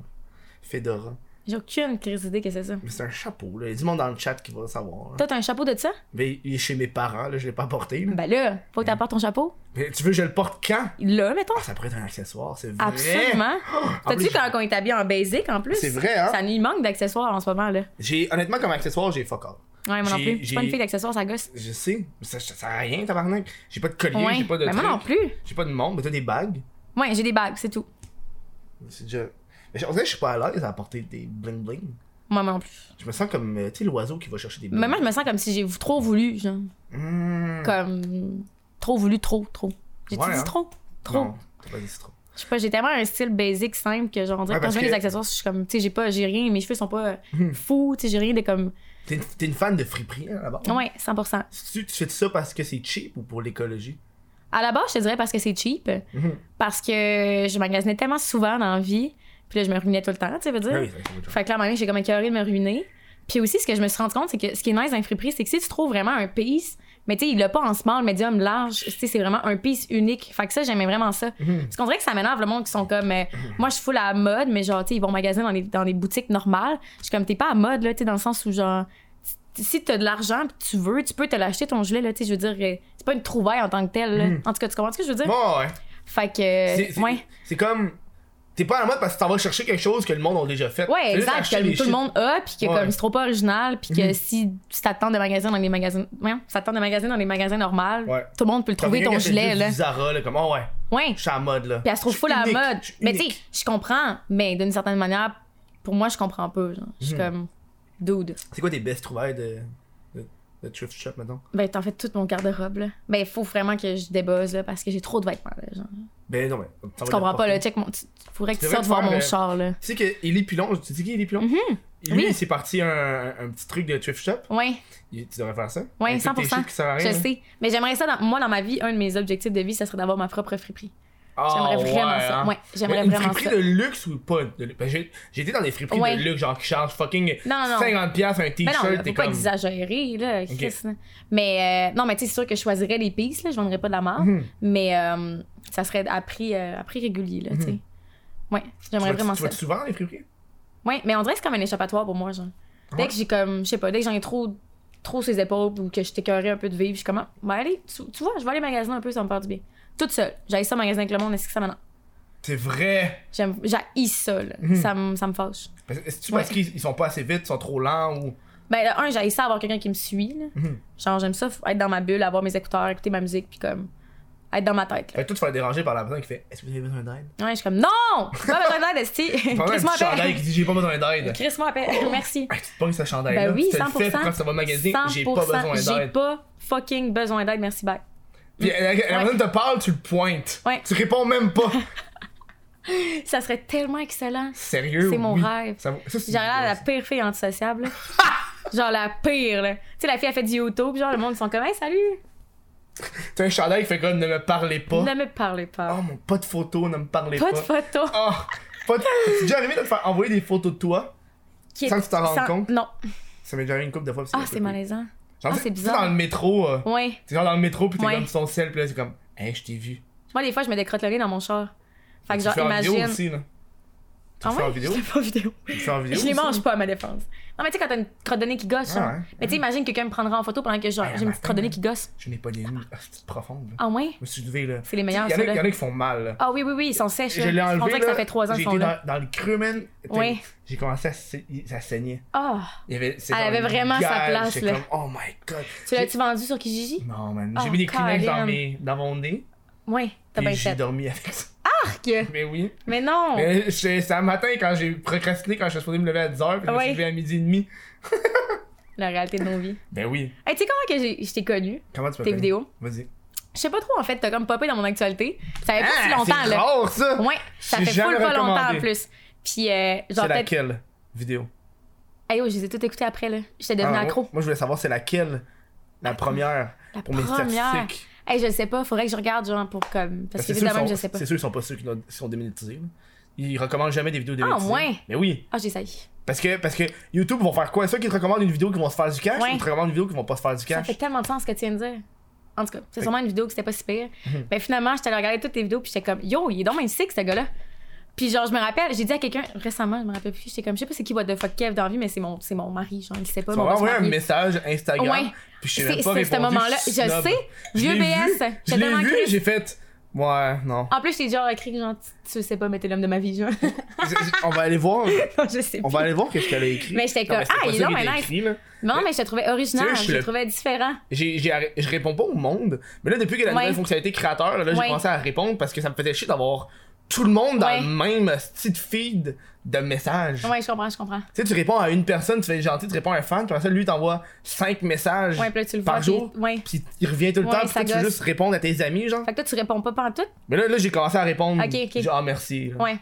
Fedora. J'ai aucune curiosité que c'est ça. Mais c'est un chapeau, là. Il y a du monde dans le chat qui va le savoir. là. Toi, t'as un chapeau de ça? Mais il est chez mes parents, là. Je l'ai pas porté. là. Ben là, faut que t'apportes ton chapeau. Mais tu veux que je le porte quand? Là, mettons. Ah, ça pourrait être un accessoire, c'est vrai. Oh, Absolument. (gasps) En T'as-tu plus, quand on est habillé en basic en plus? C'est vrai, hein? Ça nous manque d'accessoires en ce moment, là. J'ai, honnêtement, comme accessoire, j'ai fuck all. Ouais, moi non J'ai- plus. Je suis pas j'ai- une fille d'accessoires, ça gosse. Je sais, mais ça, ça sert à rien, tabarnak. J'ai pas de collier, Ouais. j'ai pas de. Ben, moi truc, non plus. J'ai pas de montre, mais t'as des bagues. Ouais, j'ai des bagues, c'est tout. C'est déjà. Mais on dirait que je suis pas à l'aise à porter des bling-bling. Moi moi non plus. Je me sens comme, euh, tu sais, l'oiseau qui va chercher des bling. Mais moi, je me sens comme si j'ai trop voulu, genre. Mmh. Comme. Trop voulu, trop, trop. J'ai-tu Ouais, dit hein? trop? Trop. Non, t'as pas dit c'est trop. Je sais pas, j'ai tellement un style basic simple que, genre, on dirait Ouais, que quand parce je mets des que- Hmm. accessoires, je suis comme, tu sais, j'ai pas, j'ai rien, mes cheveux sont pas euh, fous, tu sais, j'ai rien de comme. T'es, t'es une fan de friperie, hein, là-bas? Ouais, 100%. Tu, tu fais ça parce que c'est cheap ou pour l'écologie? À la base, je te dirais parce que c'est cheap, Mhm. parce que je magasinais tellement souvent dans la vie, puis là, je me ruinais tout le temps, tu sais, veux dire. Ah Oui, ça, c'est autre chose. Fait que là, à un moment donné, j'ai comme écœuré de me ruiner. Puis aussi, ce que je me suis rendu compte, c'est que ce qui est nice dans les friperies, c'est que si tu trouves vraiment un piece, mais tu sais, il l'a pas en small, médium, large, tu sais, c'est vraiment un piece unique. Fait que ça, j'aimais vraiment ça. Mhm. Parce qu'on dirait que ça m'énerve le monde qui sont comme, euh, moi, je suis full à la mode, mais genre, tu sais, ils vont magasiner dans les, dans les boutiques normales. Je suis comme, t'es pas à mode, là, tu sais, dans le sens où genre, t- si t'as de l'argent pis tu veux, tu peux te l'acheter ton gilet, là, tu sais, je veux dire, euh, c'est pas une trouvaille en tant que telle, là. Mhm. En tout cas, tu comprends ce que je veux dire? Bon, ouais. Fait que, C'est, c'est- Euh, ouais. c'est comme. T'es pas à la mode parce que t'en vas chercher quelque chose que le monde a déjà fait. Ouais, T'as juste exact. acheté Que des tout le shit. monde a, puis que Ouais. comme c'est trop pas original, puis que Mhm. si tu t'attends de magasins dans les magasins, voyons, si t'attends de magasins dans les magasins normaux, Ouais. tout le monde peut le Comme trouver quelqu'un ton qui a gilet fait là. du Zara, là, comme, oh ouais, Ouais. je suis à la mode, là. Puis elle se trouve Je suis full à la unique, mode. je suis Mais tu unique. sais, je comprends, mais d'une certaine manière, pour moi, je comprends pas. Genre. Je suis Mhm. comme dude. C'est quoi tes best trouvailles de, de, de thrift shop, maintenant? Ben t'en fais tout mon garde-robe là. Ben il faut vraiment que je débuzz là parce que j'ai trop de vêtements là. Genre. Ben non, mais. Tu comprends pas là, check mon. tu- Faudrait que Tu tu devrais sortes voir faire, mon euh, char là. Tu sais que Élie Pilon, tu sais qui est Élie Pilon? Lui, Mm-hmm. Oui. il s'est parti un, un- un petit truc de thrift shop. Ouais. Il- Tu devrais faire ça. Ouais, Avec tous tes 100%. shit qui servent à rien, Je là. sais, mais j'aimerais ça, dans- moi dans ma vie, un de mes objectifs de vie, ça serait d'avoir ma propre friperie. Ah, J'aimerais vraiment ouais, ça. hein. Ouais, j'aimerais Mais une vraiment friperie de ça. luxe ou pas de luxe? Ben, j'ai, j'ai été dans des friperies Ouais. de luxe, genre qui chargent fucking Non, non, non. 50$ piastres un Mais non, là, t-shirt. faut t'es pas comme... exagérer, là. Chris, là. Mais euh, non, mais tu sais, c'est sûr que je choisirais les pistes, là. Je vendrais pas de la Mhm. marque. Hmm, Mais euh, ça serait à prix, euh, à prix régulier, là, tu sais. Ouais, Mhm. Tu j'aimerais vas- vraiment tu ça. vas souvent dans les friperies? Ouais, mais on dirait que c'est comme un échappatoire pour moi, genre. Dès Ouais. que j'ai comme, je sais pas, dès que j'en ai trop trop ses épaules ou que je t'écœurais un peu de vivre. Je suis comme, ah, ben allez, tu, tu vois, je vais aller magasiner un peu, ça va me faire du bien. Toute seule. J'aille ça magasiner avec le monde, est-ce que ça maintenant? C'est vrai. J'aime, j'haïs ça, là. Mhm. Ça me ça me fâche. Est-ce que tu penses qu'ils ils sont pas assez vite, ils sont trop lents ou. Ben, le un, j'haïs ça avoir quelqu'un qui me suit, là. Mhm. Genre, j'aime ça être dans ma bulle, avoir mes écouteurs, écouter ma musique, puis comme, être dans ma tête, là. Fait que toi, tu vas être dérangé par la personne qui fait Est-ce que vous avez besoin d'aide Ouais, je (laughs) suis comme, non! Pas besoin d'aide, esti! Pendant un Chris-moi petit à chandail qui dit J'ai pas besoin d'aide. Chris, moi Merci. Hey, tu te pognes ce chandail-là. Ben oui, tu te 100%. le fais pour quand ça va magasiner. J'ai pas 100%, besoin J'ai d'aide. pas fucking besoin d'aide, merci, bye. Puis euh, la, la personne te parle, tu le pointes. Ouais. Tu réponds même pas. Ça serait tellement excellent. Sérieux C'est mon oui. rêve. Ça, vaut- ça, c'est Genre là, la pire fille (laughs) antisociable. là. genre la pire, là. Tu sais, la fille, elle fait du auto, puis genre, le monde, ils sont comme, hey, salut! T'as un chandail qui fait comme Ne me parlez pas. Ne me parlez pas. Oh mon, pas de photo, ne me parlez pas. pas de photo. Oh, pas de... C'est déjà arrivé de te faire envoyer des photos de toi. Qui Sans que tu t'en rendes compte? Non. Ça m'est déjà arrivé une couple de fois. puis Ah, un peu c'est cool. malaisant. Genre, Ah, tu- c'est tu sais, bizarre. dans le métro. euh, Ouais. T'es genre dans le métro, puis t'es Ouais. comme son sel, puis là, c'est comme Hey, je t'ai vu. Moi, des fois, je me décrotte le nez dans mon char. Fait que Tu genre, le fais en vidéo imagine. aussi, là. Tu Ah le fais en ouais? vidéo (laughs) Je l'ai pas en vidéo. Tu le fais en vidéo Je les aussi? mange pas à ma défense. Non, mais tu sais, quand t'as une crotte de nez qui gosse, Ah genre. ouais. Mais tu sais, imagine que quelqu'un me prendra en photo pendant que genre, Ah, j'ai une ma petite crotte de nez qui gosse. Je n'ai pas les nues. Ah, c'est profonde, là. Ah ouais? Je me suis levé, là. C'est les meilleurs, Il y en a- ceux-là. il y en a qui font mal, là. Ah oui, oui, oui, ils sont sèches. Je là. l'ai enlevé. On dirait que ça là. fait trois ans J'ai qu'ils sont été là. dans, dans le creux, man. T'as- Ouais. J'ai commencé à sa- ça saignait. Ah! Il y avait, c'est Elle dans avait une vraiment sa gueule. place, J'étais là. comme, oh my god. Tu l'as-tu vendu sur Kijiji? Non, man. Oh, J'ai mis des Kleenex dans, Colin. mes, dans mon nez. Ouais, t'as bien Puis j'ai fait. Oh. dormi avec ça. Arc! Mais oui. Mais non! Mais j'étais- c'est un matin quand j'ai procrastiné, quand je suis supposé me lever à 10h, puis je me suis Ouais. levé à midi et demi. La réalité de nos vies. Ben oui. Hey, tu sais comment que j'ai- je t'ai connu? Comment tu peux Tes faire? vidéos. Vas-y. Je sais pas trop, en fait, t'as comme popé dans mon actualité. Ça fait pas si Ah, longtemps, c'est là. rare, ça. Ouais, ça J'ai fait full jamais pas longtemps recommandé. en plus. Puis, euh, genre, C'est peut-être. laquelle vidéo? Hey, oh, je les ai toutes écoutées après, là. J'étais Ah, devenue moi- accro. Moi, je voulais savoir c'est laquelle. La première. La Pour mes première. statistiques. Ben, Hey, je sais pas, faudrait que je regarde, genre, pour comme. Parce C'est sûr, qu'évidemment, ils sont- je sais pas. C'est sûr, ils sont pas ceux qui n'ont- qui sont démonétisés. là. Ils recommandent jamais des vidéos Ah, démonétisées. ouais. Mais oui. Ah, j'essaye. Parce que, parce que YouTube vont faire quoi Ceux qui te recommandent une vidéo qui vont se faire du cash Ouais. ou ils te recommandent une vidéo qui vont pas se faire du Ça cash fait tellement de sens ce que tu viens de dire. En tout cas, c'est sûrement une vidéo que c'était pas si pire. Mhm. Mais finalement, j'étais allée regarder toutes tes vidéos, puis j'étais comme, yo, il est donc bien sick, ce gars-là. Puis genre, je me rappelle, j'ai dit à quelqu'un récemment, je me rappelle plus, j'étais comme, je sais pas c'est qui what the fuck Kev dans la vie, mais c'est mon, c'est mon mari, genre, il sait pas. Tu mais vas on va se envoyer un marier. message Instagram. Ouais. Puis je sais C'est même pas c'est ce répondu, moment-là. suis Je snob. sais, Je l'ai vieux BS, vu, Je j'étais l'ai tellement vu, crise. j'ai fait. Ouais, (laughs) non. En plus, j'ai genre écrit, genre, tu tu sais pas, mais t'es l'homme de ma vie, genre. (laughs) C'est- c'est- on va aller voir. Non, je sais On plus. va aller voir qu'est-ce qu'elle a écrit. Mais j'étais Non, comme, c'était ah, pas il est ça donc qu'il bien a nice. écrit, là. Non, mais je te trouvais original, Tu sais, je je te le- trouvais différent. J'ai, j'ai arrêt- je réponds pas au monde. Mais là, depuis que la Ouais. nouvelle fonctionnalité créateur, là, là, j'ai Ouais. commencé à répondre parce que ça me faisait chier d'avoir tout le monde dans Ouais. le même style feed de messages. Ouais, je comprends, je comprends. Tu sais, tu réponds à une personne, tu fais gentil, tu réponds à un fan, puis après ça, lui, il t'envoie 5 messages Ouais, puis là, tu le par vois. jour. puis- Ouais. Puis il revient tout le Ouais, temps, puis ça toi, tu veux gosse. juste répondre à tes amis, genre. Fait que toi, tu réponds pas pantoute? Mais là, là j'ai commencé à répondre. Ok, ok. Genre, ah, merci. là. Ouais.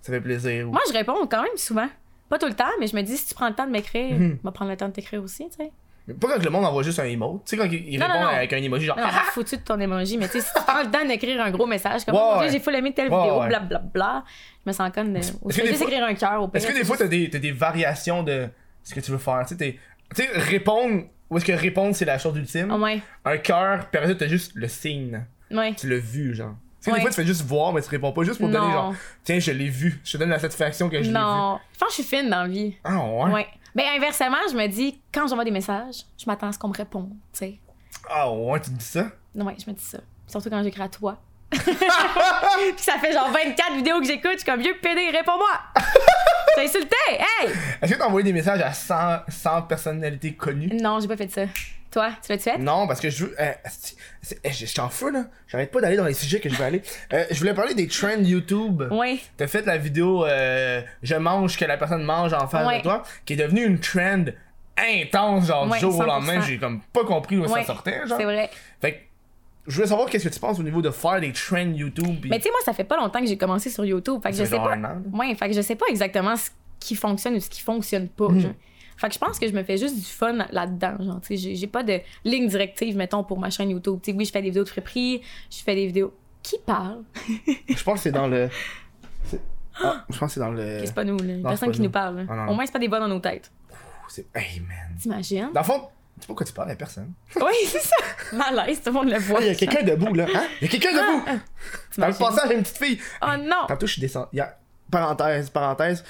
Ça fait plaisir. Moi, je réponds quand même souvent. Pas tout le temps, mais je me dis, si tu prends le temps de m'écrire, Mhm. va prendre le temps de t'écrire aussi, tu sais. Mais Pas quand le monde envoie juste un emote. Tu sais, quand il, il Non, répond non, non. avec un emoji, genre. Non, (laughs) Ah, foutu de ton emoji, mais tu sais, si tu prends le temps d'écrire un gros message, comme, Ouais, oh mon Dieu, ouais. j'ai full aimé telle Ouais, vidéo, ouais. blablabla, je me sens conne. de- Ou Est-ce je que peux des juste fois- écrire un cœur au pire. Est-ce que des fois, t'as des, t'as des variations de ce que tu veux faire? Tu sais, t'es- tu sais, répondre, ou est-ce que répondre, c'est la chose ultime? Ah ouais, Un cœur, puis après ça, t'as juste le signe. ouais. Tu l'as vu, genre. Tu sais, des Ouais. fois, tu fais juste voir, mais tu réponds pas juste pour donner, Non. genre, tiens, je l'ai vu. Je te donne la satisfaction que je l'ai vu. Non. Je pense que je suis fine dans la vie. Ah, ouais? Ouais. Mais inversement, je me dis, quand j'envoie des messages, je m'attends à ce qu'on me réponde, tu sais. Ah, ouais, tu te dis ça? Ouais, je me dis ça. Surtout quand j'écris à toi. (laughs) Puis ça fait genre 24 vidéos que j'écoute, je suis comme vieux PD, (laughs) réponds-moi! T'as insulté! Hey! Est-ce que t'as envoyé des messages à 100, 100 personnalités connues? Non, j'ai pas fait ça. Toi, tu l'as-tu fait? Non, parce que je veux. euh, asti- c'est- eh, je je suis en feu, là. J'arrête pas d'aller dans les sujets que je veux aller. Euh, je voulais parler des trends YouTube. Ouais. T'as fait la vidéo euh, Je mange que la personne mange en face Ouais. de toi, qui est devenue une trend intense, genre, du Ouais, jour au 100%. lendemain. J'ai comme pas compris où ça Ouais, sortait, genre. C'est vrai. Fait que, je voulais savoir qu'est-ce que tu penses au niveau de faire des trends YouTube. pis- Mais tu sais, moi, ça fait pas longtemps que j'ai commencé sur YouTube. Fait que Ça je fait sais genre pas. un an, là. Ouais, fait que je sais pas exactement ce qui fonctionne ou ce qui fonctionne pas. Mhm. genre. Fait que je pense que je me fais juste du fun là-dedans. Genre, tu sais, j'ai- j'ai pas de ligne directive, mettons, pour ma chaîne YouTube. Tu sais, oui, je fais des vidéos de friperie, je fais des vidéos. Qui parle? Je pense que c'est dans le. c'est- Ah, je pense que c'est dans le. C'est pas nous, là. c'est pas Personne qui nous. nous parle. là. Ah, non, non. Au moins, c'est pas des bonnes dans nos têtes. C'est. Hey, man. T'imagines? Dans le fond, tu sais pas quoi tu parles à personne. Oui, c'est ça. (laughs) Malaise, tout le monde le voit. Ah, il y a quelqu'un debout, là. Hein? Il y a quelqu'un debout! Dans le T'imagines? passage, il y a une petite fille. Oh non! Tantôt, je suis descendu. Hier- Parenthèse, parenthèse.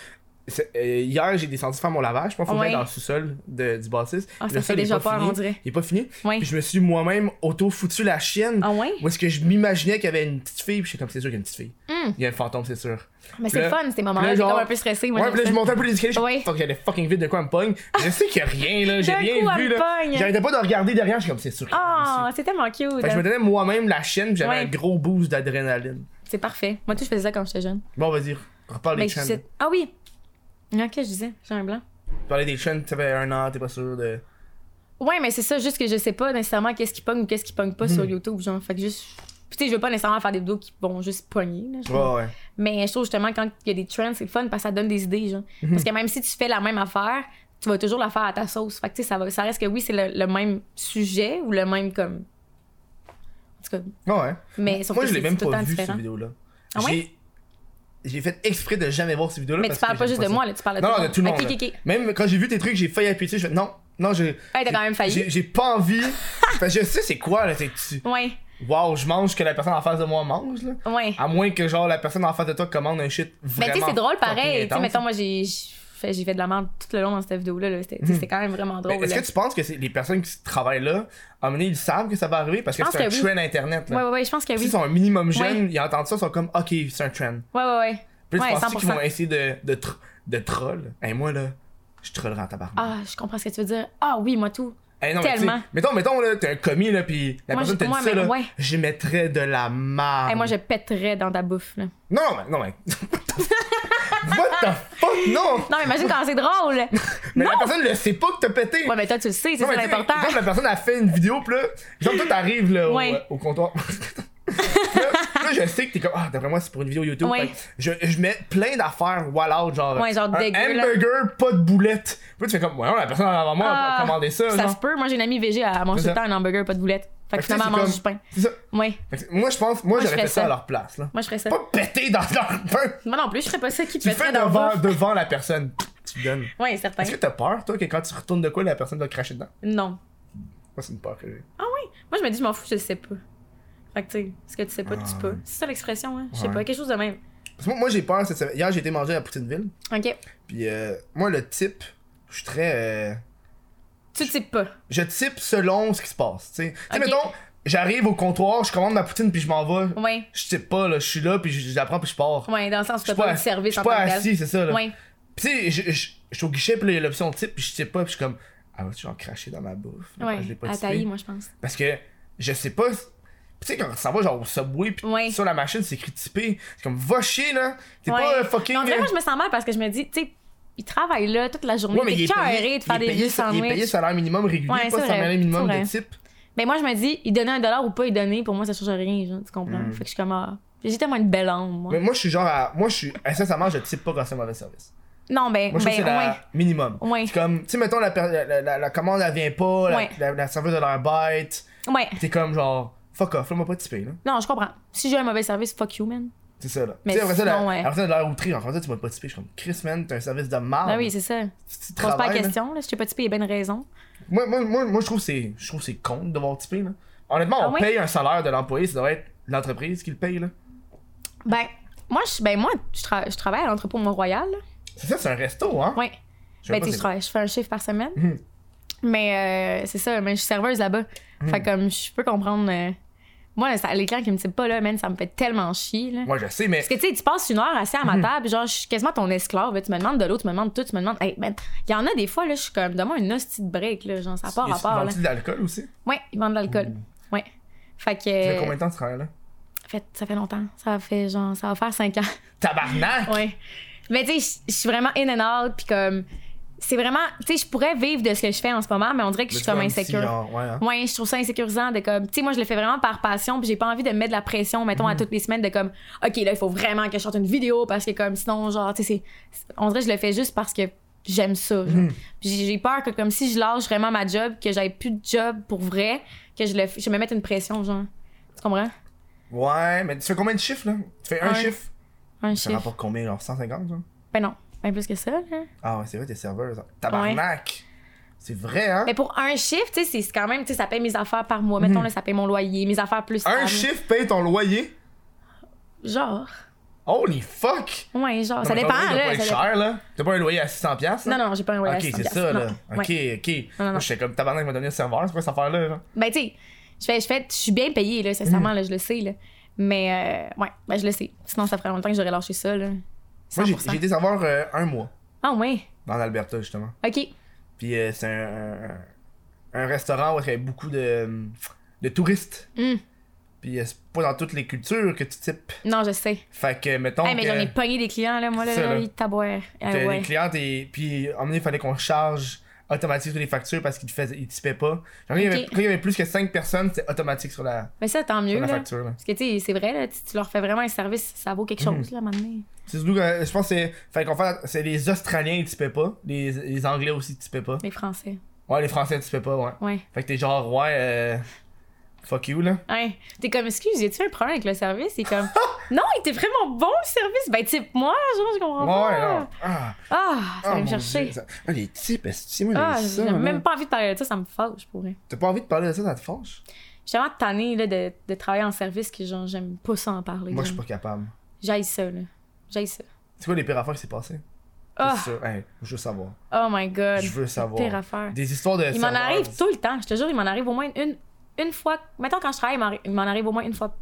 c'est- euh, hier, j'ai descendu faire mon lavage. Je pense qu'on Ouais. dans le sous-sol de- du bassiste. Ah, ça Le fait sol est déjà pas peur, fini. on dirait. Il est pas fini. Ouais. Puis je me suis moi-même auto-foutu la chienne. Ah ouais? Où est-ce que je m'imaginais qu'il y avait une petite fille. Puis j'étais comme, c'est sûr qu'il y a une petite fille. Il y a un fantôme, c'est sûr. Hmm. Mais c'est Là- fun, ces moments-là. là, J'étais genre- comme un peu stressée. Moi, ouais, puis là, je j'aime ça. montais un peu les escaliers. Ouais. Je que j'allais fucking vite de quoi elle me (laughs) pogne. Je sais qu'il y a rien, là. J'ai D'un rien coup, elle vu, me là. pogne. J'arrêtais pas de regarder derrière. Je suis comme, c'est sûr. qu'il y a une Ah, c'est tellement cute. Fait que je me donnais moi-même la chienne, puis j'avais Ouais. un gros boost d'adrénaline. C'est parfait. Moi, tout, je faisais ça quand j'étais jeune. Bon, vas-y, reparle Ben, des je chaînes. sais- Ah oui! Ok, je disais, j'ai un blanc. Parler des chaînes, ça fait un an, t'es pas sûr de. Ouais, mais c'est ça, juste que je sais pas nécessairement qu'est-ce qui pogne ou qu'est-ce qui pogne pas Hmm. sur YouTube. Genre, fait que juste. Puis, tu sais, je veux pas nécessairement faire des vidéos qui vont juste pogner. là, genre. Ouais, ouais. Mais je trouve justement quand il y a des trends, c'est le fun parce que ça donne des idées. Genre. Hmm. Parce que même si tu fais la même affaire, tu vas toujours la faire à ta sauce. Fait que tu sais, ça, va, ça reste que oui, c'est le, le même sujet ou le même comme. En tout cas, Ouais, ouais. mais sauf Moi, que je l'ai c'est même tout le pas temps vu, cette différent. vidéo-là. Ah ouais? J'ai- J'ai fait exprès de jamais voir cette vidéo-là. Mais tu parce parles que pas j'aime juste de ça. moi, là, tu parles de Non, tout non, de tout le monde. Ok, ok, ok. là. Même quand j'ai vu tes trucs, j'ai failli appuyer dessus. Je fais non, non, j'ai. t'as quand même failli. j'ai- J'ai pas envie. (laughs) parce que je sais c'est quoi, là. c'est que tu- Ouais, Waouh, je mange ce que la personne en face de moi mange, là. ouais. À moins que, genre, la personne en face de toi commande un shit Mais vraiment. Ben, tu sais, c'est drôle fucking pareil. Tu sais, intense. mettons, moi, j'ai j'ai fait, j'ai fait de la merde tout le long dans cette vidéo-là. là. C'était tu sais, c'était quand même vraiment Mais drôle. Hmm. Ben, Est-ce là. que tu penses que c'est les personnes qui travaillent là, à un moment donné, ils savent que ça va arriver parce que Je pense c'est un que oui. trend internet là. Ouais, ouais, ouais, je pense que S'ils oui. sont un minimum jeunes, ils entendent ça, ils sont comme OK, c'est un trend. Ouais, ouais, ouais. Puis là, Ouais, tu penses 100%. qu'ils vont essayer de, de, tr- de troll Et moi là, je trollerai en tabarnak. Ah, je comprends ce que tu veux dire. Ah oui, moi tout. Eh non, mais tellement. tu sais, mettons, mettons là, t'es un commis là, puis la Moi, personne j'ai- te dit moi, ça mais- là, ouais. j'y mettrais de la marre. Hey, moi, je pèterais dans ta bouffe. Là. Non, non, mais- non, mais. (laughs) What the fuck, non! Non, mais imagine quand (laughs) c'est drôle. Mais la personne le sait pas que t'as pété! Ouais, mais toi, tu le sais, c'est Non, ça mais tu sais, l'important. exemple, la personne a fait une vidéo, pis là, genre, toi, t'arrives là, au- Ouais. euh, au, comptoir. (laughs) Pis là, pis là, je sais que t'es comme, ah, d'après moi, c'est pour une vidéo YouTube. Ouais. Fait que Je, je mets plein d'affaires wall out, genre, Ouais, genre un dégueu, là. hamburger, pas de boulettes. Puis là, tu fais comme, ouais, la personne avant moi, elle Ah, va commander ça. Ça se genre. peut. Moi, j'ai une amie végé, elle mange C'est tout ça. le temps un hamburger, pas de boulettes. Fait Fait que, que tu sais, finalement, elle c'est mange comme- du pain. C'est ça. Ouais. Fait que moi, je pense, moi, je j'aurais ferais fait ça ça. à leur place, là. Moi, je ferais ça. Pas péter dans leur pain. Moi non plus, je ferais pas ça qui Tu le fais pèterait dans Ben. la devant, bouffe. devant la personne. Tu donnes. Ouais, certain. Est-ce que t'as peur, toi, que quand tu retournes de quoi, la personne va cracher dedans? Non. Moi, c'est une peur que j'ai. Ah ouais. Moi, je me dis, je m'en fous, je le sais pas. Fait que, tu sais, ce que tu sais pas, tu Ah. peux. C'est ça l'expression, hein. Je sais Ouais. pas, quelque chose de même. Parce que moi, moi, j'ai peur cette semaine. Hier, j'ai été manger à Poutineville. Ok. Puis euh, moi, le type, je suis très. euh, Tu types pas. je type selon ce qui se passe. Tu sais, Tu sais, Ok. mettons, j'arrive au comptoir, je commande ma poutine, puis je m'en vais. Ouais. Je type pas, là, je suis là, puis je- j'apprends, puis je pars. Ouais, dans le sens où Je t'as suis pas, pas de ass- je service suis en pas tant que assis, tel. c'est ça. Là. Ouais. Puis tu sais, je, je, je suis au guichet, puis là, il y a l'option type, puis je type pas, puis je suis comme, ah, vas-tu en cracher dans ma bouffe? Ah, je l'ai Ouais. pas À typé. taille, moi, je pense. Parce que je sais pas. si- Tu sais, quand ça va genre au subway, pis Ouais. sur la machine, c'est écrit typé. C'est comme, va chier, là. T'es Ouais. pas euh, fucking. Mais En vrai, moi, je me sens mal parce que je me dis, tu sais, il travaille là toute la journée. Ouais, mais il T'es est payé, cœuré de il faire est des payé, vieux il est payé sandwichs. salaire minimum régulier, Ouais, pas c'est salaire vrai, minimum c'est de vrai. type. Mais moi, je me dis, il donnait un dollar ou pas il donnait, pour moi, ça change rien, genre, tu comprends? Mm. Fait que je suis comme, ah, j'ai tellement une belle âme, moi. Mais moi, je suis genre à. Moi, je suis. Sincèrement, je type pas quand c'est un mauvais service. Non, ben, Moi, je trouve ben, que c'est ouais. la minimum. Ouais. C'est comme, tu sais, mettons, la, per- la, la- la commande, elle vient pas, la, Ouais. la, la serveuse, elle a l'air bête. Ouais. T'es comme genre, fuck off, là, m'a pas typé, là. Non, je comprends. Si j'ai un mauvais service, fuck you, man. C'est ça, là. Mais Tu sais, après ça, la, sinon, ouais. après ça, elle a l'air outrée, genre, après ça, tu m'as pas typé. Je suis comme, Chris, man, t'as un service de marde. Ben oui, c'est ça. Tu- tu Pose pas la travailles, là. question, là. Si t'ai pas typé, il y a bien raison. Moi, moi, moi, moi, je trouve que c'est, je trouve que c'est con de devoir typer, là. Honnêtement, Ah on ouais? paye un salaire de l'employé, ça devrait être l'entreprise qui le paye, là. Ben, moi, je, ben, moi, je, tra- je travaille à l'entrepôt Mont-Royal, là. C'est ça, c'est un resto, hein? Ouais. Je sais Ben, pas tu sais, c'est- je, travaille- je fais un chiffre par semaine. Mhm. Mais euh, c'est ça, mais je suis serveuse là-bas. Hum. Fait comme, je peux comprendre. euh, moi, là, ça- les clients qui me typent pas, là, man, ça me fait tellement chier, là. Moi, je sais, mais. Parce que, tu sais, tu passes une heure assis à Hum. ma table, genre, je suis quasiment ton esclave, là. Tu me demandes de l'eau, tu me demandes tout, tu me demandes. Hey, man, il y en a des fois, là, je suis comme, donne-moi une hostie de break, là, genre, ça part à part, là. tu de l'alcool aussi? Ouais, ils vendent de l'alcool. Ouais. Fait que. Hum. Ça fait combien de temps que tu travailles là? fait- ça fait longtemps. Ça fait, genre, ça va faire 5 ans. Tabarnak! Ouais. Mais tu sais, je je suis vraiment in and out, puis comme. C'est vraiment. Tu sais, je pourrais vivre de ce que je fais en ce moment, mais on dirait que je suis comme insécure. ouais, hein? Ouais, je trouve ça insécurisant de comme. Tu sais, moi, je le fais vraiment par passion, puis j'ai pas envie de me mettre de la pression, mettons, Mm. à toutes les semaines, de comme, OK, là, il faut vraiment que je sorte une vidéo, parce que comme, sinon, genre, tu sais, c'est- c'est- on dirait que je le fais juste parce que j'aime ça. genre. Mm. Puis J'ai j'ai peur que, comme si je lâche vraiment ma job, que j'aille plus de job pour vrai, que je, le, f- je me mette une pression, genre. Tu comprends? Ouais, mais tu fais combien de chiffres, là? Tu fais un, Un chiffre? Un Ça chiffre. rapporte combien, genre 150, genre? Ben non, ben plus que ça, là. Ah ouais, c'est vrai, t'es serveuse. hein. Tabarnak! C'est vrai, hein? Mais pour un chiffre, tu sais, c'est- c'est quand même, tu sais, ça paye mes affaires par mois. Mhm. Mettons, là, ça paye mon loyer, mes affaires plus. Un tard. chiffre paye ton loyer? Genre. Holy fuck! Ouais, genre, Ah, ça Non, mais ton loyer doit dépend, pas là. être ça dépend. cher, là. T'as pas un loyer à 600$, piastres, là? Non, non, j'ai pas un voyage. Ok, sans c'est pièce. ça, là. Non, Ok, ouais. ok. Non, non, Moi, non. j'étais comme tabarnak, il m'a donné un serveur, c'est quoi cette affaire-là, genre? Ben, tu sais, je fais, je fais, je suis bien payée, là, Mhm. sincèrement, là, je le sais, là. Mais, euh, ouais, ben, je le sais. Sinon, ça ferait longtemps que j'aurais lâché ça, là. Moi, 100%. j'ai j'ai été serveur euh, un mois Ah, ouais. dans l'Alberta, justement. OK. Puis euh, c'est un, un- un restaurant où il y a beaucoup de, de touristes. Mm. Puis euh, c'est pas dans toutes les cultures que tu types. Non, je sais. Fait que, mettons. Hey, mais j'en ai que- pogné des clients, là, moi, là, euh, C'est ça, là, là. ils tabouèrent. Ah, que ouais. Les clients, t'es- puis à un moment donné, il fallait qu'on charge automatique sur les factures parce qu'ils te faisaient- ils typaient pas. Genre, il y avait- Ok. quand il y avait plus que 5 personnes, c'était automatique sur la, Mais ça, tant mieux, sur la là. facture. là. Parce que, tu sais, c'est vrai, là, si tu leur fais vraiment un service, ça vaut Mhm. quelque chose, là, maintenant. C'est surtout que, euh, je pense que c'est- fallait qu'on fasse- c'est les Australiens, ils typaient pas. Les, les Anglais aussi, ils typaient pas. Les Français. Ouais, les Français, ils typaient pas, ouais. Ouais. Fait que t'es genre, ouais, euh, fuck you, là. Ouais. T'es comme, excuse, y a-tu un problème avec le service? Il est comme, (laughs) non, il était vraiment bon, le service. Ben, type, moi, genre, je comprends Ouais, pas. ouais, non. Ah. Ah, ça Ah, va me mon chercher. Dieu, ça- Ah, les types, si moi, Ah, j'ai ça. j'ai là. même pas envie de parler de ça, ça me fâche pour vrai. T'as pas envie de parler de ça, ça te fâche? Je suis tellement tannée là, de, de travailler en service que genre, j'aime pas ça en parler. Moi, je genre. suis pas capable. J'haïs ça, là. J'haïs ça. C'est quoi les pires affaires qui s'est passé? Ah, C'est ça. Hey, je veux savoir. oh my god. Je veux savoir. Pire affaire. Des histoires de. Il m'en serveurs. arrive tout le temps, je te jure, il m'en arrive au moins une, une fois. Mettons, quand je travaille, il m'en- il m'en arrive au moins une fois.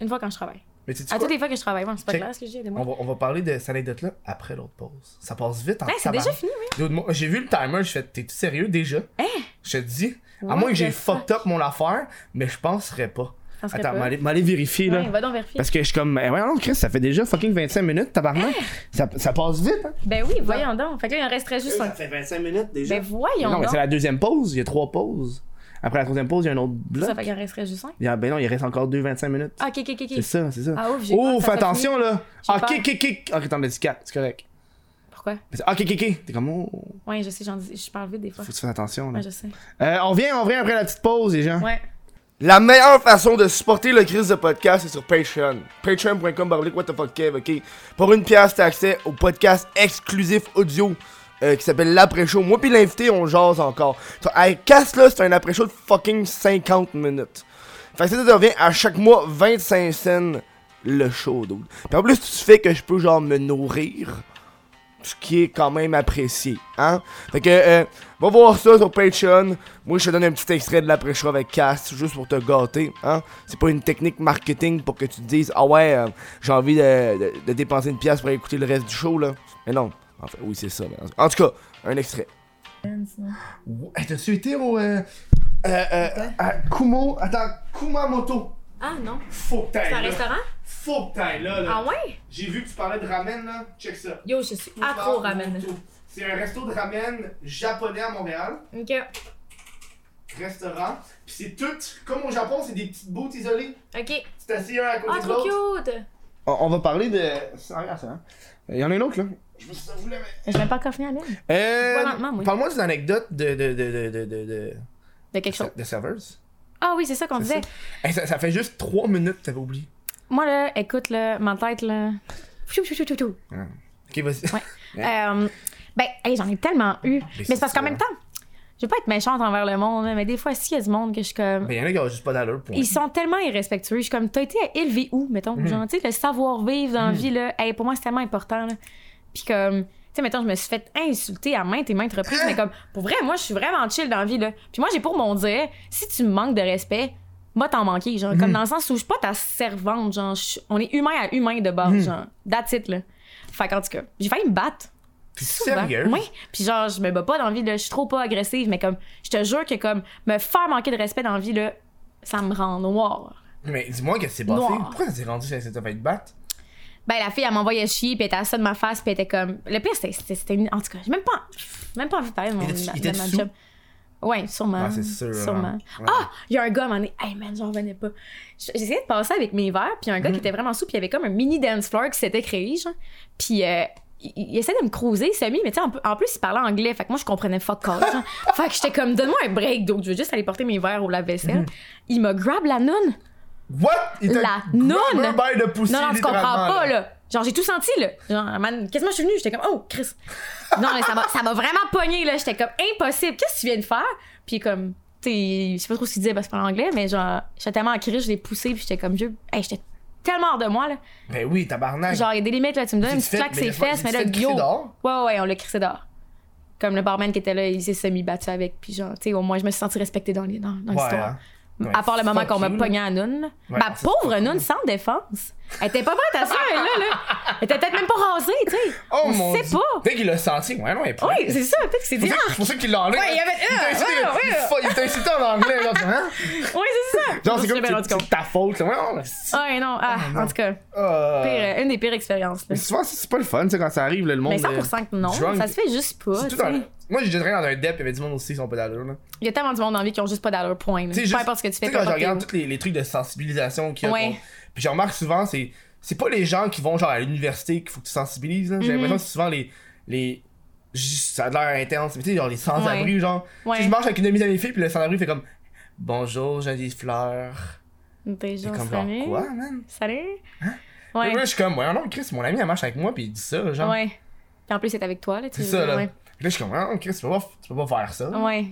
Une fois quand je travaille. Mais tu sais, À toutes les fois que je travaille, bon, c'est pas Check. clair ce que j'ai des on mots. va, on va parler de cette anecdote-là après l'autre pause. Ça passe vite en Hey, Ben, c'est tabarnak. déjà fini, oui. Dude, moi, J'ai vu le timer, je fais, t'es-tu sérieux déjà? Hein? Je te dis. À What moins que the j'ai fuck? fucked up mon affaire, mais je penserais pas. T'en serais Attends, pas. m'aller m'aller vérifier là. Ouais, va donc vérifier. Parce que je suis comme, eh, ouais, non, Chris, ça fait déjà fucking 25 minutes, tabarnak. Hein? Ça, ça passe vite, hein? Ben oui, voyons donc. Fait que là, il en resterait juste un. fait 25 minutes déjà. Ben voyons Euh, Non, mais donc. c'est la deuxième pause. Il y a trois pauses. Après la troisième pause, il y a un autre bloc. Ça fait qu'il en resterait juste un. Il y a- ben non, il reste encore deux 25 minutes. Ah, ok, ok, ok. C'est ça, c'est ça. Ah, ouf, j'ai peur oh, que ça fais soit attention là. J'ai Ah, peur. kick, kick, kick. Ok, t'en as dit quatre, c'est correct. Pourquoi? Mais c'est- Ah, kick, kick, kick. T'es comme, oh, Ouais, je sais, j'en dis, je parle vite des fois. faut que tu fasses attention là. Ouais, Ah, je sais. Euh, on revient, on revient après la petite pause, les gens. Ouais. La meilleure façon de supporter le Chris de podcast, c'est sur Patreon. Patreon.com, baroblique, what the fuck, Kev, ok? Pour une pièce, t'as accès au podcast exclusif audio euh, qui s'appelle L'après-show. Moi pis l'invité, on jase encore. Ça- Hey, casse-là, c'est un après-show de fucking 50 minutes. Fait que ça, ça revient à chaque mois 25 cents le show, dude. Pis en plus, tu fais que je peux genre me nourrir ce qui est quand même apprécié, hein? Fait que, euh, va voir ça sur Patreon. Moi, je te donne un petit extrait de l'après-show avec Cass, juste pour te gâter, hein? C'est pas une technique marketing pour que tu te dises, ah ouais, euh, j'ai envie de, de- de dépenser une pièce pour écouter le reste du show, là. Mais non. Enfin, oui, c'est ça. mais en- En tout cas, un extrait. T'as-tu été au. euh, à Kumo. Attends, Kumamoto. Ah non. Faut que C'est un t'ailles restaurant? Faut que t'ailles là, Ah ouais? J'ai vu que tu parlais de ramen, là. Check ça. Yo, je suis accro au ramen. C'est un resto de ramen japonais à Montréal. Ok. Restaurant. Puis c'est tout, comme au Japon, c'est des petites bouts isolées. Ok. C'est assis un à côté Ah, de trop l'autre. cute! On, on va parler de. Ah, regarde ça. hein. Il y en a une autre là. Je me suis ça voulait, mais. Je vais même pas encore finir à l'aide. Euh, Pas lentement, moi. Parle-moi d'une anecdote de, de, de, de, de, de, de, De quelque chose. de serveuse. Ah oui, c'est ça qu'on C'est disait. ça. Hey, ça, ça fait juste 3 minutes que t'avais oublié. Moi là, écoute là, ma tête là. Chou, chou, chou, chou, chou. Ok, vas-y. (laughs) Ouais. Euh, ben, hey, j'en ai tellement eu. Mais c'est parce c'est qu'en même ça. temps, je veux pas être méchante envers le monde, là, mais des fois, s'il y a du monde que je suis comme. Ben, il y en a qui ont juste pas d'allure pour. Ils sont tellement irrespectueux. Je suis comme, t'as été élevé où, mettons? Genre, tu sais, le savoir-vivre dans la vie, là, hey, pour moi, c'est tellement important. là. Puis comme, tu sais, mettons, je me suis fait insulter à maintes et maintes reprises, mais comme, pour vrai, moi, je suis vraiment chill dans la vie, là. Puis moi, j'ai pour mon dire, si tu me manques de respect, moi, t'en manquer, genre, comme dans le sens où je suis pas ta servante, genre, je suis- on est humain à humain de base, genre, that's it, là. Fait qu'en tout cas, j'ai failli me battre. T'es Souvent. sérieux? Oui. Puis genre, je me bats pas dans la vie, là. Je suis trop pas agressive, mais comme, je te jure que comme, me faire manquer de respect dans la vie, là, ça me rend noir. Mais dis-moi qu'est-ce qui s'est passé. Noir. Pourquoi ça s'est rendu chez cette fait te battre? Ben, la fille, elle m'envoyait chier, puis elle était à ça de ma face, puis elle était comme. Le pire, c'était- c'était. c'était une- En tout cas, j'ai même pas, même pas envie de parler de mon, Il était- de- il de était ma sous? job. Ouais, sûrement. Ah, c'est sûr, Sûrement. hein. Ouais. Ah! Il y a un gars, à un moment donné, hey man, j'en revenais pas. J- J'essayais de passer avec mes verres, puis il y a Mhm. un gars qui était vraiment sous, puis il y avait comme un mini dance floor qui s'était créé, genre. Puis euh, il, il essayait de me croiser, Samy, mais tu sais, en, en plus, il parlait anglais, fait que moi, je comprenais fuck all, (laughs) genre. Fait que j'étais comme, donne-moi un break, donc je veux juste aller porter mes verres au Mhm. lave-vaisselle. Il m'a grab la nonne. What? Il t'a La grabé nonne. un bail de poussée, Non, non, tu comprends littéralement, pas, là. Genre, j'ai tout senti, là. Genre, man, quasiment, je suis venue. J'étais comme, oh, (laughs) Chris. Non, mais ça m'a ça m'a vraiment pogné, là. J'étais comme, impossible. Qu'est-ce que tu viens de faire? Puis, comme, tu sais, je sais pas trop ce qu'il disait parce qu'il parlait anglais, mais genre, j'étais tellement en crise, je l'ai poussé, puis j'étais comme, je. Hey, j'étais tellement hors de moi, là. Ben oui, tabarnak. Genre, il y a des limites, là. Tu me donnes une Vite petite claque, fait, ses mais la fois- fesses, mais vite là, fait de yo. crisser dehors? Ouais, ouais, on l'a crissé dehors. Comme le barman qui était là, il s'est semi-battu avec. Puis genre, tu sais, au moins, je me suis sentie respectée dans, les- dans, dans Ouais, l'histoire. hein. Ouais, à part le moment fuck qu'on m'a you, là. pogné à Noun. là. Ouais, bah, c'est pauvre Noun sans défense. Elle était pas prête à ça, elle, là, là. Elle était peut-être même pas rasée, tu sais. Oh on mon sait Dieu. pas. Dès qu'il l'a senti, ouais, non, il est pas. Oui, c'est ça, peut-être que c'est C'est dit. ah, pour ça- c'est pour ça qu'il l'a enlevé. Ouais, il (laughs) y avait- Il t'a insulté, Ah, ouais, il ouais. fa- il t'a insulté en anglais, genre, hein? Oui, c'est ça. Genre, Je me c'est suis comme bien rendu c'est- compte. c'est ta faute, là. Ouais, non, c'est- Ouais, non, ah, en tout cas, euh, pire, euh, une des pires expériences. là. Ben, Mais souvent, c'est c'est pas le fun, tu sais, quand ça arrive, là, le monde. Mais euh, 100% que non, drunk. ça se fait juste pas. c'est tout tu dans- sais. Moi, j'ai déjà traîné dans un dep, il y avait du monde aussi qui sont pas d'allure, là. Il y a tellement de monde dans la vie qui ont juste pas d'allure, point. là. Tu sais, Peu juste- importe ce que tu fais, sais, peu quand je importe regarde t'es où. tous les, les trucs de sensibilisation qu'il y a. Ouais. qu'on- Puis je remarque souvent, c'est, c'est pas les gens qui vont genre à l'université qu'il faut que tu sensibilises. Mhm. là. J'ai l'impression que c'est souvent les. les juste, ça a l'air intense, mais tu sais, genre les sans-abri, genre. tu sais, Ouais. je marche avec une amie de mes filles, puis le sans-abri fait comme Bonjour, j'ai des fleurs. Des T'es gens, comme genre, salut. quoi, man? Salut. Puis Ouais, Là, je suis comme, ouais, non, Chris, mon ami, elle marche avec moi, puis il dit ça, genre. ouais. Puis en plus, c'est avec toi, là, tu C'est veux ça, dire, là. ouais. Puis Là, je suis comme, non, Chris, tu peux pas, tu peux pas faire ça. Ouais,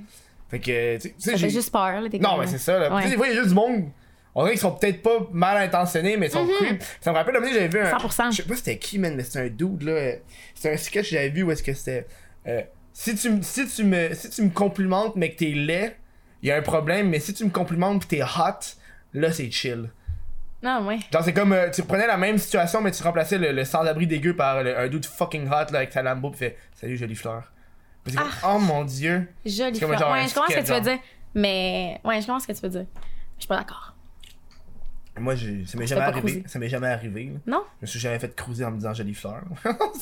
Fait que, tu sais, tu sais, ça j'ai. fait juste peur, là, t'es Non, comme- euh, mais c'est ça, là. Ouais. Tu sais, des fois, il y a juste du monde. On dirait qu'ils sont peut-être pas mal intentionnés, mais ils sont Mm-hmm. crus. Ça me rappelle, la minute, j'avais vu un. 100%. Je sais pas c'était qui, man, mais c'était un dude, là. euh, C'était un sketch que j'avais vu où est-ce que c'était. euh, si, tu, me- si, tu me, si tu me complimentes, mais que t'es laid, il y a un problème, mais si tu me complimentes pis t'es hot, là, c'est chill. Non, ouais. Genre, c'est comme. euh, tu reprenais la même situation, mais tu remplaçais le, le sans-abri dégueu par le- un dude fucking hot, là, avec sa lambeau, pis fait Salut, jolie fleur. Pis c'est comme, Ah. oh mon dieu. Jolie C'est comme fleur. genre un Ouais, je comprends ce skate, que tu veux genre. dire. Mais. Ouais, je comprends ce que tu veux dire. Je suis pas d'accord. Moi, j'ai- ça m'est s'est jamais pas arrivé. cruisé. Ça m'est jamais arrivé, là. Non? Je me suis jamais fait cruiser en me disant jolie fleur.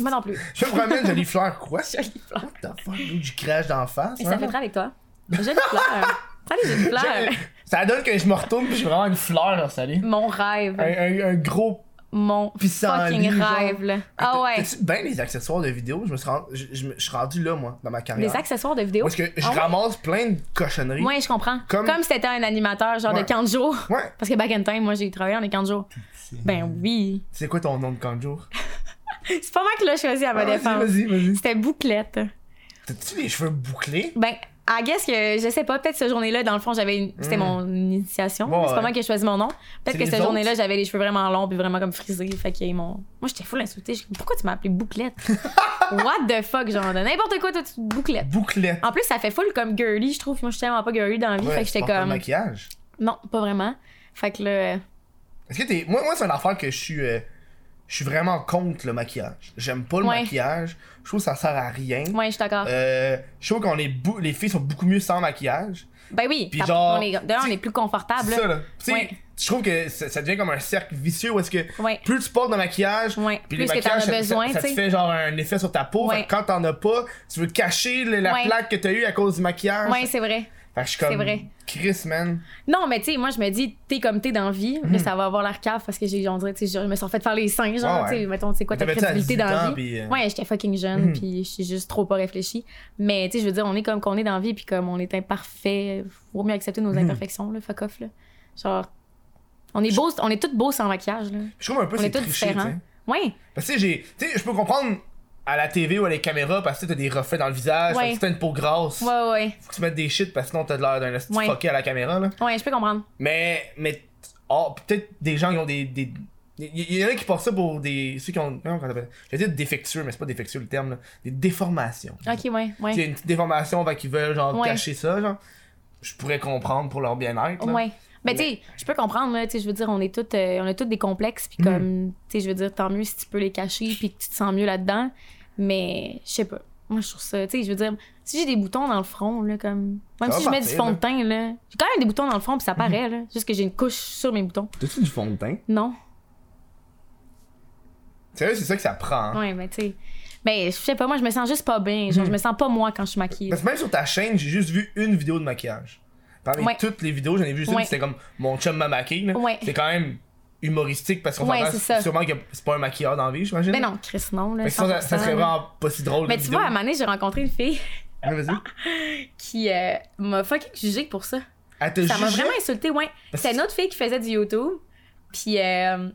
Moi non plus. (laughs) je me promène jolie fleur quoi? Jolie fleur. What the fuck? D'où du crash d'en face? Et ça hein? fait très avec toi. Jolie fleur. Salut, (laughs) jolie fleur. Je- Ça donne que je me retourne pis j'ai vraiment une fleur là, salut. Mon rêve. Un, un- un gros. Mon Pissenlit, fucking genre. rêve, là. Ah ouais. T'as-tu bien les accessoires de vidéo? Je me suis rendu, je, je me- je suis rendu là, moi, dans ma carrière. Des accessoires de vidéo. Parce que je Ah ouais? ramasse plein de cochonneries. Ouais, je comprends. Comme- Comme, si t'étais un animateur genre Ouais. de camp de jour. Ouais. Parce que back in time, moi j'ai travaillé en camp de jour. Ben oui. C'est quoi ton nom de conjo? C'est pas moi qui l'ai choisi à ma Ah, vas-y, défense. vas-y, vas-y. C'était bouclette. T'as-tu les cheveux bouclés? Ben, I guess que je sais pas, peut-être cette journée-là, dans le fond, j'avais une- c'était Mm. mon initiation. Ouais, c'est pas ouais. moi qui ai choisi mon nom. C'est Peut-être que les cette autres. journée-là, j'avais les cheveux vraiment longs puis vraiment comme frisés. Fait qu'ils m'ont. Moi, j'étais full insultée. J'ai dit, Pourquoi tu m'as appelé bouclette? (laughs) What the fuck, genre, de n'importe quoi, toi, tu bouclette. Bouclés. En plus, ça fait full comme girly, je trouve. Moi, je suis tellement pas girly dans la vie. Ouais, Ah fait que tu j'étais portes pas de comme. maquillage. Non, pas vraiment. Fait que là. euh, Est-ce que t'es. Moi, moi c'est une affaire que je suis. euh, Je suis vraiment contre le maquillage. J'aime pas le Ouais. maquillage. Je trouve que ça sert à rien. Ouais, je suis d'accord. Euh, je trouve qu'on est bou- les filles sont beaucoup mieux sans maquillage. ben oui, puis t'as- genre, on est, d'ailleurs, on est plus confortable. C'est là. ça là. Tu sais, Ah, Ouais. je trouve que ça, ça devient comme un cercle vicieux où est-ce que Ouais. plus tu portes de maquillage, Ouais, puis plus les que maquillages, t'en as ça- besoin, ça, ça tu te sais. fait genre un effet sur ta peau. Ouais. Fait que quand t'en as pas, tu veux cacher le- la Ouais. plaque que t'as eue à cause du maquillage. Ouais, c'est vrai. Fait que je suis comme c'est vrai. Chris man. Non, mais tu sais, moi, je me dis, t'es comme t'es dans la vie, mais ça va avoir l'air cave parce que j'ai, genre, on dirait, tu sais, je me suis fait faire les seins, genre, Ah Hmm. ouais. tu sais, mettons, tu sais quoi, ta T'avais-tu à crédibilité 18 dans la ans, vie. puis, euh, Ouais, j'étais fucking jeune, puis je suis juste trop pas réfléchie. Mais tu sais, je veux dire, on est comme qu'on est dans la vie, puis comme on est imparfait, faut mieux accepter Hmm. nos imperfections, là, fuck off, là. Genre, on est beau, on est toutes beaux sans maquillage, là. Je trouve un peu On c'est est tous triché. tu différents. sais. Ouais, Parce que tu sais, j'ai, tu sais, je peux comprendre à la TV ou à les caméras parce que tu sais, t'as des reflets dans le visage, Ouais. fait que t'as une peau grasse. ouais, ouais. Faut que tu mettes des shit parce que sinon t'as de l'air d'un esti Ouais. fucké à la caméra là. Ouais, je peux comprendre. Mais, mais, oh, peut-être des gens qui ont des, des, il y, y en a qui portent ça pour des, ceux qui ont, non, comment t'appelles ça? Je vais dire défectueux, mais c'est pas défectueux le terme, là. Des déformations. Ok, ouais, Il y a ouais. une petite déformation, va qu'ils veulent, genre, Ouais. cacher ça, genre. Je pourrais comprendre pour leur bien-être, là. Ouais. Ben, tu sais, je peux comprendre, là, tu sais, je veux dire, on est toutes, euh, on a toutes des complexes, Mm. puis comme, tu sais, je veux dire, tant mieux si tu peux les cacher, puis que tu te sens mieux là-dedans, mais je sais pas. Moi, je trouve ça, tu sais, je veux dire, si j'ai des boutons dans le front, là, comme, Ça même va si je mets du partir, fond là. Mm-hmm. de teint, là, j'ai quand même des boutons dans le front, puis ça paraît, là, juste que j'ai une couche sur mes boutons. T'as-tu du fond de teint? Non? Sérieux, c'est ça que ça prend, hein. Ouais, ben, tu sais, ben, je sais pas, moi, je me sens juste pas bien, genre, je me sens pas moi quand je suis maquillée. Mm-hmm. Parce que même sur ta chaîne, j'ai juste vu une vidéo de maquillage. Parmi Ouais. toutes les vidéos, j'en ai vu juste une, Ouais. c'était comme mon chum m'a maquillé, là. Ouais. C'est quand même humoristique parce qu'on Ouais, s'entend c'est ça. sûrement que c'est pas un maquilleur dans la vie, j'imagine. Ben non, Chris, non, là, Fait que ça, ça- ça 100%, serait là. vraiment pas si drôle. Mais la tu vidéo. vois, à un moment donné, j'ai rencontré une fille Ouais, vas-y. qui euh, m'a fucking jugée pour ça. Elle te Ça m'a jugeait? vraiment insulté, ouais. C'était une autre fille qui faisait du YouTube. Puis. euh,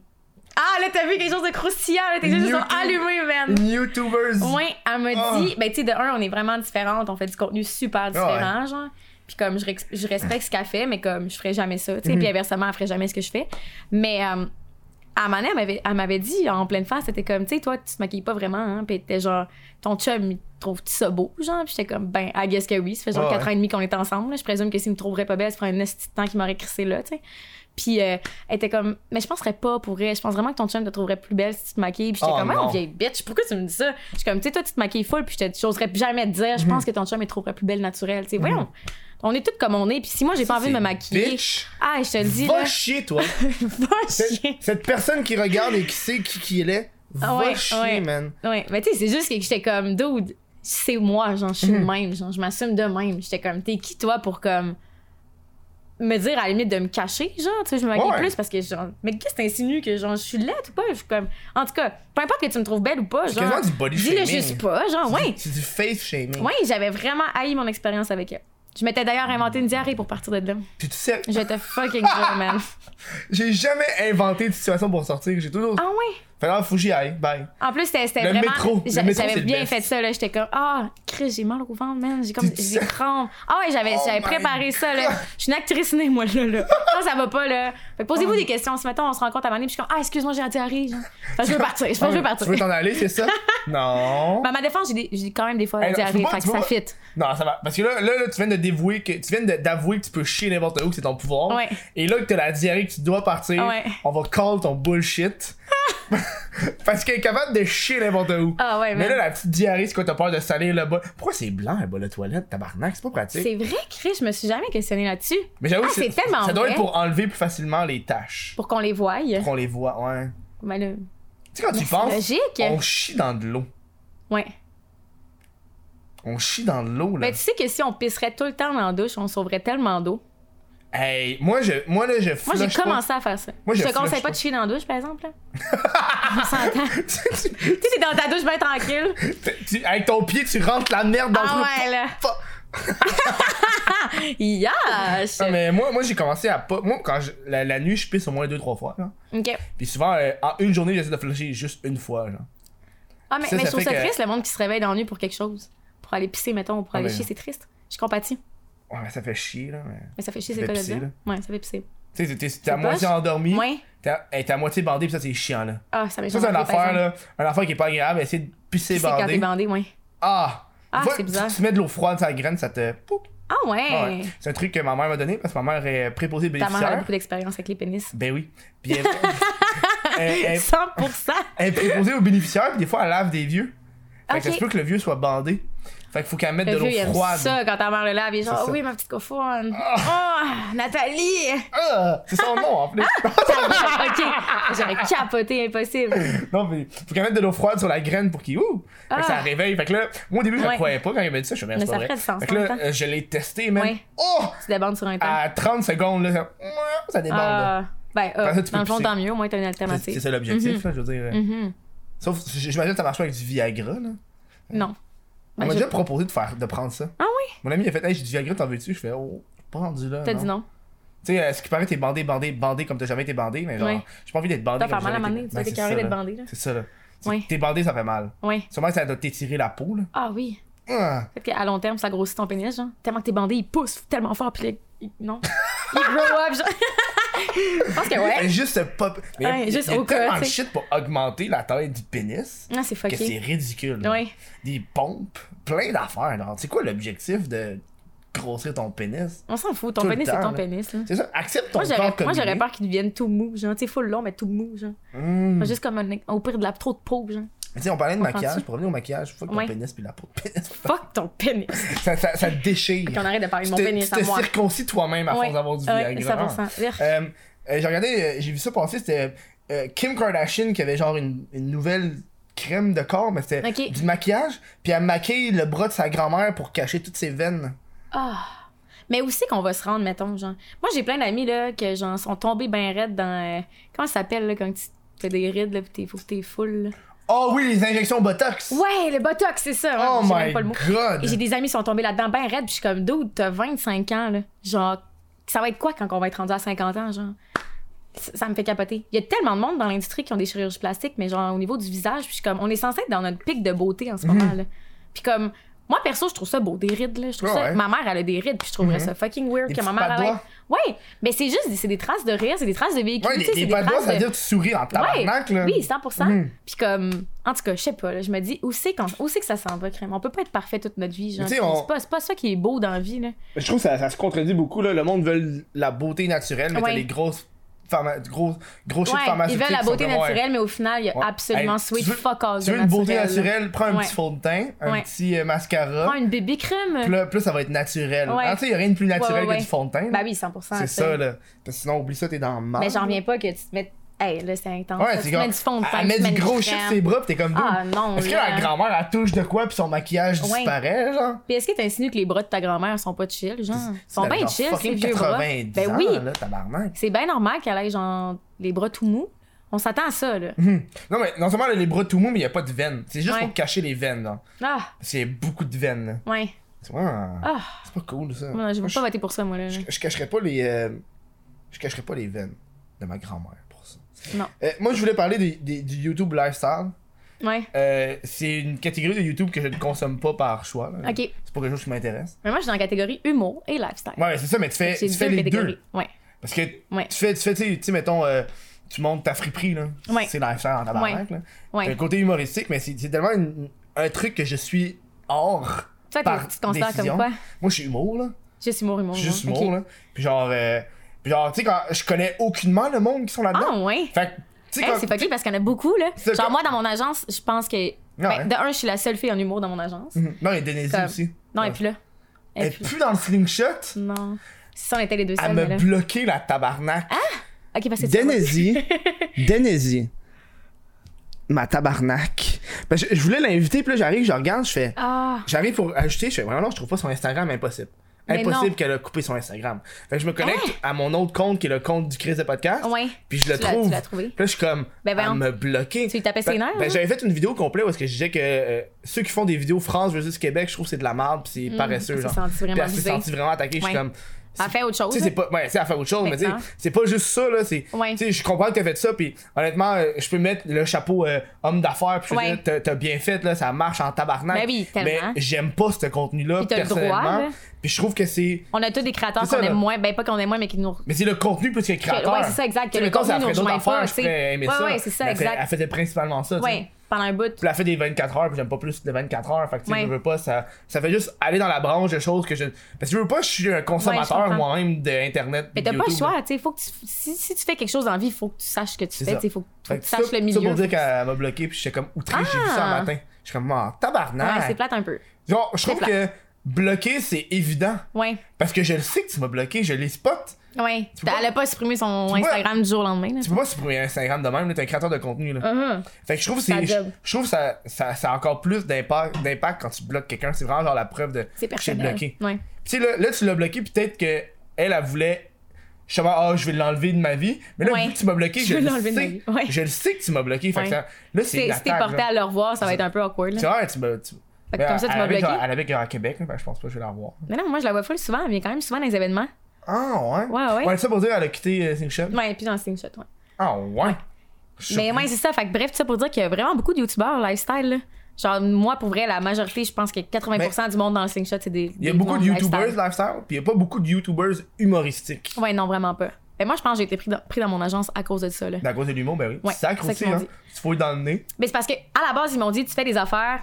Ah, là, t'as vu quelque chose de croustillant, là. T'es juste YouTube. allumé, man. Une YouTubeuse. Ouais, elle m'a Ah. dit. Ben, tu sais, de un, on est vraiment différentes. On fait du contenu super différent, genre. Puis, comme, je, rex- Mhm. je respecte ce qu'elle fait, mais comme, je ferais jamais ça. Tu sais, puis inversement, elle ferait jamais ce que je fais. Mais. euh, à un moment donné, elle m'avait- elle m'avait dit en pleine face, c'était comme, tu sais, toi, tu te maquilles pas vraiment, hein. Puis elle était genre, ton chum, il trouve-tu ça beau, genre? Puis j'étais comme, ben, I guess que oui. Ça fait genre Ah Ouais, 4 ans et demi qu'on est ensemble. là. Je présume que s'il me trouverait pas belle, ça ferait un esti de temps qu'il m'aurait crissé là, tu sais. Puis euh, elle était comme, mais je penserais pas pour elle. Je pense vraiment que ton chum te trouverait plus belle si tu te maquilles. Puis j'étais Oh comme, non. ah, vieille bitch, pourquoi tu me dis ça? Je suis comme, tu sais, toi, tu te maquilles full. Puis je te- j'oserais jamais te dire, je Mhm. pense que ton chum, il te trouverait plus belle naturelle. Tu sais, voyons. On est toutes comme on est. Puis si moi, j'ai pas envie de me C'est maquiller. Bitch, Ah, je te le dis, va là, chier, toi. (laughs) va chier. cette, cette personne qui regarde et qui sait qui, qui elle est, va Ouais, chier, ouais. man. Ouais, mais tu sais, c'est juste que j'étais comme, dude, c'est moi, genre, je suis Mhm. de même, genre, je m'assume de même. J'étais comme, t'es qui toi pour comme me dire à la limite de me cacher, genre, tu sais, je me maquille Ouais. plus parce que genre, mais qu'est-ce que t'insinues que genre, je suis laide ou pas? Je suis comme, en tout cas, peu importe que tu me trouves belle ou pas, C'est quasiment genre, du body dis-le shaming. juste pas, genre, Ah, ouais. C'est du face shaming. Ouais, j'avais vraiment haï mon expérience avec elle. Je m'étais d'ailleurs inventé une diarrhée pour partir de là. Puis tu sais, (laughs) J'étais fucking drôle, man. j'ai jamais inventé de situation pour sortir. J'ai toujours. Ah ouais? Fait là, faut que j'y aille. Bye. En plus, c'était c'était Le vraiment. métro. Le j'a- métro, c'est J'avais le bien best. fait ça, là. J'étais comme, ah, Chris, j'ai mal au ventre, man. J'ai comme, T'es j'ai ça? crampes. Ah ouais, j'avais Oh j'avais my préparé ça, là. God. Je suis une actrice née, moi, là, là. Non, ça va pas, là. Fait que Oh. posez-vous des questions. Ce matin, on se rencontre à Mané, puis je suis comme, ah, excuse-moi, j'ai la diarrhée, genre. Fait que je veux partir. Je pense que je veux Ah, partir. Tu veux t'en aller, c'est (laughs) ça? non. Mais à ma défense, j'ai des- j'ai quand même des fois la Hey, non, tu diarrhée, vois, fait tu que ça vois- fit. Non, ça va. Parce que là, là, là, tu viens de dévouer que tu viens de- d'avouer que tu peux chier n'importe où, que c'est ton pouvoir. Ouais. Et là que t'as la diarrhée que tu dois partir, Ouais. on va call ton (laughs) bullshit. Parce qu'elle est capable de chier n'importe où. Ah ouais, Mais man. là, la petite diarrhée, c'est quoi, t'as peur de salir le bas. Pourquoi c'est blanc, le bas de la toilette, tabarnak? C'est pas pratique. C'est vrai, Chris, je me suis jamais questionnée là-dessus. Mais j'avoue Ah, que c'est tellement ça doit vrai. être pour enlever plus facilement les taches. Pour qu'on les voie. Pour qu'on les voit, ouais. Mais là, Tu sais, quand tu y c'est penses, logique. on chie dans de l'eau. Ouais. On chie dans de l'eau, là. Mais tu sais que si on pisserait tout le temps dans la douche, on sauverait tellement d'eau. Hey, moi, je, moi, là, je Moi, j'ai flush pas. commencé à faire ça. Moi, je je te flush conseille pas. pas de chier dans la douche, par exemple. là. On s'entend. (laughs) tu Tu- sais, t'es dans ta douche bien tranquille. tu- tu- avec ton pied, tu rentres la merde dans le ah (laughs) ouais, là. Fuck. Yash! Non, Ah, mais moi, moi j'ai commencé à pas. Moi, quand je- la, la nuit, je pisse au moins deux, trois fois. Là. OK. Puis souvent, euh, en une journée, j'essaie de flusher juste une fois. Genre. Ah, mais, Ça, mais ça je trouve fait ça que- triste, le monde qui se réveille dans la nuit pour quelque chose. Pour aller pisser, mettons, ou pour Ah, aller mais- chier, c'est triste. Je compatis. Ouais, mais ça fait chier. là. mais- Mais ça fait chier, Ça c'est fait quoi le pisser, dire? là. Ouais, ça fait pisser. Tu sais, t'es- t'es- t'es à C'est moitié poche. endormi. Ouais. T'es à, hey, t'es à moitié bandé, puis ça, c'est chiant. là. Ah, ça m'est Ça, c'est une jamais arrivé, par affaire, exemple. là. Une affaire qui est pas agréable, essayer de pisser Pisser quand t'es bandé. bandé, ouais. Ah! Ah, Faut- c'est bizarre. Tu, tu mets de l'eau froide sur la graine, ça te. Poup. Ah, Ah ouais! ouais. C'est un truc que ma mère m'a donné parce que ma mère est préposée Ta mère a bénéficiaire. beaucoup d'expérience avec les pénis. Ben oui. Puis elle, (laughs) elle- elle- 100%! elle est préposée aux bénéficiaires, puis des fois, elle lave des vieux. Fait que ça Ok. se peut que le vieux soit bandé. Fait qu'il faut qu'elle mette Le de vieux, il l'eau aime froide. ça quand ta mère le lave. Il est genre, C'est Ah ça. oui, ma petite cofourne. Oh, Nathalie! Ah, c'est son nom en plus. Ah! ok, j'aurais capoté impossible. (laughs) non, mais faut qu'elle mette de l'eau froide sur la graine pour qu'il. Ouh! Fait que Ah. ça réveille. Fait que là, moi au début, je ne Ouais. croyais pas quand il m'a dit ça. Je me Mais c'est pas ça vrai. ferait du sens, Fait que là, en même temps. euh, je l'ai testé, même. Ouais. Oh! Tu débordes sur un temps. À 30 secondes, là, ça, ça déborde. là. Ah, ben, ah, Après ça, tu peux dans le fond, pisser. tant mieux, au moins t'as une c'est alternative. c'est ça l'objectif, là, je veux dire. Mhm. Sauf, j- j'imagine que ça marche pas avec du Viagra, là. Non. On m'a Ben, je- déjà proposé de, faire, de prendre ça. Ah oui? Mon ami, il a fait, hey, j'ai du Viagra, t'en veux-tu? Je fais, oh, pas rendu là. T'as dit non. Tu sais, à ce qui paraît, t'es bandé, bandé, bandé comme t'as jamais été bandé, mais genre, Ouais. j'ai pas envie d'être bandé. T'as comme fait mal à un j'ai moment jamais donné, été- tu vas Ben, c'est t'écarrer ça, d'être là. bandé, là. C'est ça, là. Tu- Ouais. T'es bandé, ça fait mal. Ouais. Sûrement, ça doit t'étirer la peau, là. Ah oui. Ah. Peut-être qu'à long terme, ça grossit ton pénis, genre. Tellement que t'es bandé, il pousse tellement fort, puis là, il- non. (laughs) Il grow up, genre. Je pense que ouais. Et Juste ce pop. Mais Ouais, il y a- juste il y a au cas, tellement de tu sais. shit pour augmenter la taille du pénis Ah, c'est que c'est fucké. ridicule. là. Ouais. Des pompes, plein d'affaires. genre. C'est quoi l'objectif de grossir ton pénis? On s'en fout, ton Tout le pénis, temps, c'est ton là. pénis, là. C'est ça, accepte ton Moi, j'aurais corps comme moi, il j'aurais est. peur qu'il devienne tout mou, genre. Tu sais, full long, mais tout mou, genre. Mm. Juste comme un- au pire de la trop de peau, genre. Tu sais, on parlait de Comprends-tu? maquillage, pour revenir au maquillage, faut que ton Ouais. pénis puis la peau de pénis, Fuck ton pénis. ça, ça, ça te déchire. Qu'on arrête de parler de mon Tu te- pénis tu à te moi. circoncis toi-même à force Ouais, d'avoir du ouais, Viagra. 100%. Urgh. Euh, euh, j'ai regardé, euh, j'ai vu ça passer, c'était euh, Kim Kardashian qui avait genre une, une nouvelle crème de corps, mais c'était Ok. du maquillage, puis elle maquille le bras de sa grand-mère pour cacher toutes ses veines. Ah. Mais où c'est qu'on va se rendre, mettons, genre? Moi, j'ai plein d'amis, là, que, genre, sont tombés ben raides dans... euh, Comment ça s'appelle, là, quand tu t'as des rides, là, pis t'es, faut que t'es full, là? Oh oui, les injections Botox! Ouais, le Botox, c'est ça! Oh Ouais, j'ai my même pas le mot. god! Et j'ai des amis qui sont tombés là-dedans ben raides, pis je suis comme, dude, t'as 25 ans, là. Genre, ça va être quoi quand on va être rendu à 50 ans, genre? Ça, ça me fait capoter. Il y a tellement de monde dans l'industrie qui ont des chirurgies Mhm. plastiques, mais genre, au niveau du visage, pis je suis comme, on est censé être dans notre pic de beauté en ce moment, là. Puis comme, Moi, perso, je trouve ça beau, des rides, là. Je trouve Ah ouais. Mhm. ça. Ma mère, elle a des rides, puis je trouverais ça fucking weird Des que ma petites mère. pattes elle ait- d'oie. Ouais, mais c'est juste, des- c'est des traces de rire, c'est des traces de véhicule. Ouais, tu les, sais, c'est les des pas de doigts, traces ça veut de- dire que tu souris en tabarnak, Ouais, là. Oui, 100%. Mhm. Puis comme, en tout cas, je sais pas, là, je me dis, où c'est, qu'on- où c'est que ça s'en va, crème? On peut pas être parfait toute notre vie, genre. Mais tu sais, C'est on- pas, c'est pas ça qui est beau dans la vie, là. Je trouve que ça, ça se contredit beaucoup, là. Le monde veut la beauté naturelle, mais t'as Ouais. les grosses. Pharma... Gros, gros chiffres Ouais, ils pharmaceutiques. veulent la qui sont beauté comme, ouais. naturelle, mais au final, il y a Ouais. absolument Hey, sweet tu veux- fuck all Tu de veux une beauté là. naturelle, prends un Ouais. petit fond de teint, un Ouais. petit euh, mascara. Prends une bébé crème. Puis là, plus ça va être naturel. Ouais. Ah, tu sais, il a rien de plus naturel Ouais, ouais, que du ouais. fond de teint. Bah oui, 100%. c'est tu sais. ça, là. Parce que sinon, oublie ça, t'es dans le mal. Mais j'en reviens pas que tu te mettes. Hey, là, c'est intense. Ouais, là, tu c'est te comme. mets du fond de teint. elle tu met te mets du une gros crème. shit sur ses bras, pis t'es comme. Ah dude, non. Est-ce que là. la grand-mère, elle touche de quoi, pis son maquillage Ouais. disparaît, genre? Puis est-ce que t'insinues que les bras de ta grand-mère sont pas chill, genre? Ils sont C'est bien genre chill, ces fucking vieux bras. 90 Ben ans, oui. là, tabarnak. C'est bien normal qu'elle ait, genre, les bras tout mous. On s'attend à ça, là. Hum. Non, mais non seulement elle a les bras tout mous, mais il a pas de veines. C'est juste Ouais. pour cacher les veines, là. Ah, Parce qu'il y a beaucoup de veines, là. ouais. C'est vraiment- Ah, c'est pas cool, ça. moi, je Moi, vais je- pas voter pour ça, moi, là. Je, je cacherais pas les. euh, je cacherais pas les veines de ma grand-mère pour ça. Non. Euh, moi, je voulais parler des- des- du YouTube lifestyle. Ouais. Euh, c'est une catégorie de YouTube que je ne consomme pas par choix. là. Ok. C'est pas quelque chose qui m'intéresse. Mais moi, je suis dans la catégorie humour et lifestyle. Ouais, c'est ça, mais tu fais, J'ai tu fais les catégories. deux. Ouais. Parce que Ouais. tu fais, tu fais, tu sais, tu sais, mettons, euh, tu montes ta friperie, là. Ouais. C'est lifestyle en tabarnak, là. T'as Ouais. un côté humoristique, mais c'est c'est tellement une- un truc que je suis hors. Toi, par t'es- tu te considères décision. comme quoi? Moi, je suis humour, là. Juste humour, humour. Je suis juste humour. humour, Mmh, Ok. là. Puis genre, euh, puis genre tu sais, quand je connais aucunement le monde qui sont là-dedans. Ah, ouais. Fait que, tu sais, Hey, quand- c'est pas cool parce qu'il y en a beaucoup, là. C'est hein. Genre, comme- moi, dans mon agence, je pense que. ben, ouais. De un, je suis la seule fille en humour dans mon agence. Mhm. Non, il y a Denise Comme- aussi. Non, Ouais. et puis là. Ah. Elle Et est puis plus dans le slingshot. Non. Si ça, on était les deux Elle seuls, m'a mais là. Ah, bloqué la tabarnak. Ok, parce que tu- Denezi, (laughs) Denezi, ma tabarnak. Ben, je, je voulais l'inviter, puis là, j'arrive, je regarde, je fais. Ah. J'arrive pour ajouter, je fais vraiment non, je trouve pas son Instagram impossible. Mais Impossible non. Hein? qu'elle a coupé son Instagram. Fait que je me connecte à mon autre compte qui est le compte du Chris de podcast. Ouais. Puis je le Tu l'as- tu trouve. l'as trouvé. Puis Là, je suis comme, Ben, voyons. elle me bloquer. Tu lui tapais ses nerfs, hein? j'avais fait une vidéo complète où est-ce que je disais que euh, ceux qui font des vidéos France versus Québec, je trouve que c'est de la merde, puis c'est paresseux. Mm, elle s'est genre. sentie vraiment Puis elle s'est visée. sentie vraiment attaquée. Je suis Ouais. comme, Elle fait autre chose. tu sais, c'est pas. Ouais, c'est à faire autre chose, mais tu sais, Exactement. c'est pas juste ça, là. C'est. Ouais. Tu sais, je comprends que t'as fait ça, puis honnêtement, euh, je peux mettre le chapeau euh, homme d'affaires, puis je veux Ouais. dire, t'as- t'as bien fait, là, ça marche en tabarnak. Ben oui, mais tellement. j'aime pas ce contenu-là, Puis t'as le droit, personnellement. là. Puis je trouve que c'est. On a tous des créateurs C'est ça, qu'on aime là. moins. Ben, pas qu'on aime moins, mais qui nous. Mais c'est le contenu plus que le créateur. ouais, c'est ça, exact, Tu sais, que le mettons, si contenu elle ferait nous d'autres rejoint pas, affaires, je tu sais. pourrais aimer Ouais, ça. ouais, c'est ça, Mais elle fait- exact. Elle faisait principalement ça, tu sais. Ouais. Pendant un bout. Puis elle fait des 24 heures, puis j'aime pas plus les 24 heures. Fait que tu sais, Ouais. je veux pas, ça, ça fait juste aller dans la branche de choses que je. Parce que je veux pas, je suis un Ouais, je consommateur comprends. moi-même d'Internet. Mais t'as pas le YouTube, là. choix, tu sais. Faut que tu... si, si tu fais quelque chose dans la vie, faut que tu saches ce que tu C'est fais, ça. tu sais. Faut, que- faut Fait que que tu saches ça, le Ça milieu. pour dire qu'elle m'a bloqué, puis j'étais comme outré, j'ai vu ça Ah. un matin. Je suis comme, oh, Ouais, tabarnak. c'est plate un peu. Genre, je trouve c'est que bloquer, c'est évident. Ouais. Parce que je le sais que tu m'as bloqué, je les spot. Ouais. Tu peux Elle a pas supprimé son tu peux pas- Instagram du jour au lendemain, là. Tu peux pas supprimer Instagram de même, là, t'es un créateur de contenu. Là. Mhm. Fait que je trouve que Ta c'est. job. Je, je trouve que ça, ça, ça a encore plus d'impact d'impact quand tu bloques quelqu'un. C'est vraiment genre la preuve de. C'est Je suis personnel. bloqué. Ouais. Tu sais, là, là, tu l'as bloqué, puis peut-être que elle, elle voulait. Justement, ah, je vais l'enlever de ma vie. Mais là, Ouais. vu que tu m'as bloqué, Je je, vais le l'enlever de ma sais. vie. Ouais. Je le sais que tu m'as bloqué. Fait que Ouais. ça- là, c'est. une Si si t'es attaque, porté là. à le revoir, ça va C'est être un peu awkward, Tu là. vois, tu m'as. tu- Fait que Mais comme ça, tu elle m'as habite- bloqué. Elle habite à Québec, là, ben, je pense pas que je vais la revoir. Mais non, moi, je la vois full souvent. Elle vient quand même souvent dans les événements. Ah ouais? Ouais, ouais. Ouais, ça pour dire, elle a quitté euh, Sing Shop. Ouais, puis dans le Slingshot, ouais. Ah ouais? Je suis Mais surpris. ouais, c'est ça. Fait que bref, tout ça pour dire qu'il y a vraiment beaucoup de youtubeurs lifestyle, là. Genre, moi, pour vrai, la majorité, je pense que 80% du monde dans le Slingshot, c'est des. Il y a des beaucoup monde de YouTubers lifestyle. lifestyle, puis il y a pas beaucoup de YouTubers humoristiques. Ouais, non, vraiment pas. Mais moi, je pense que j'ai été pris dans, pris dans mon agence à cause de ça, là. À cause de l'humour, ben oui. Ouais, Sacre c'est ça aussi, qu'ils m'ont hein. Tu fouilles dans le nez. Mais c'est parce que, à la base, ils m'ont dit, tu fais des affaires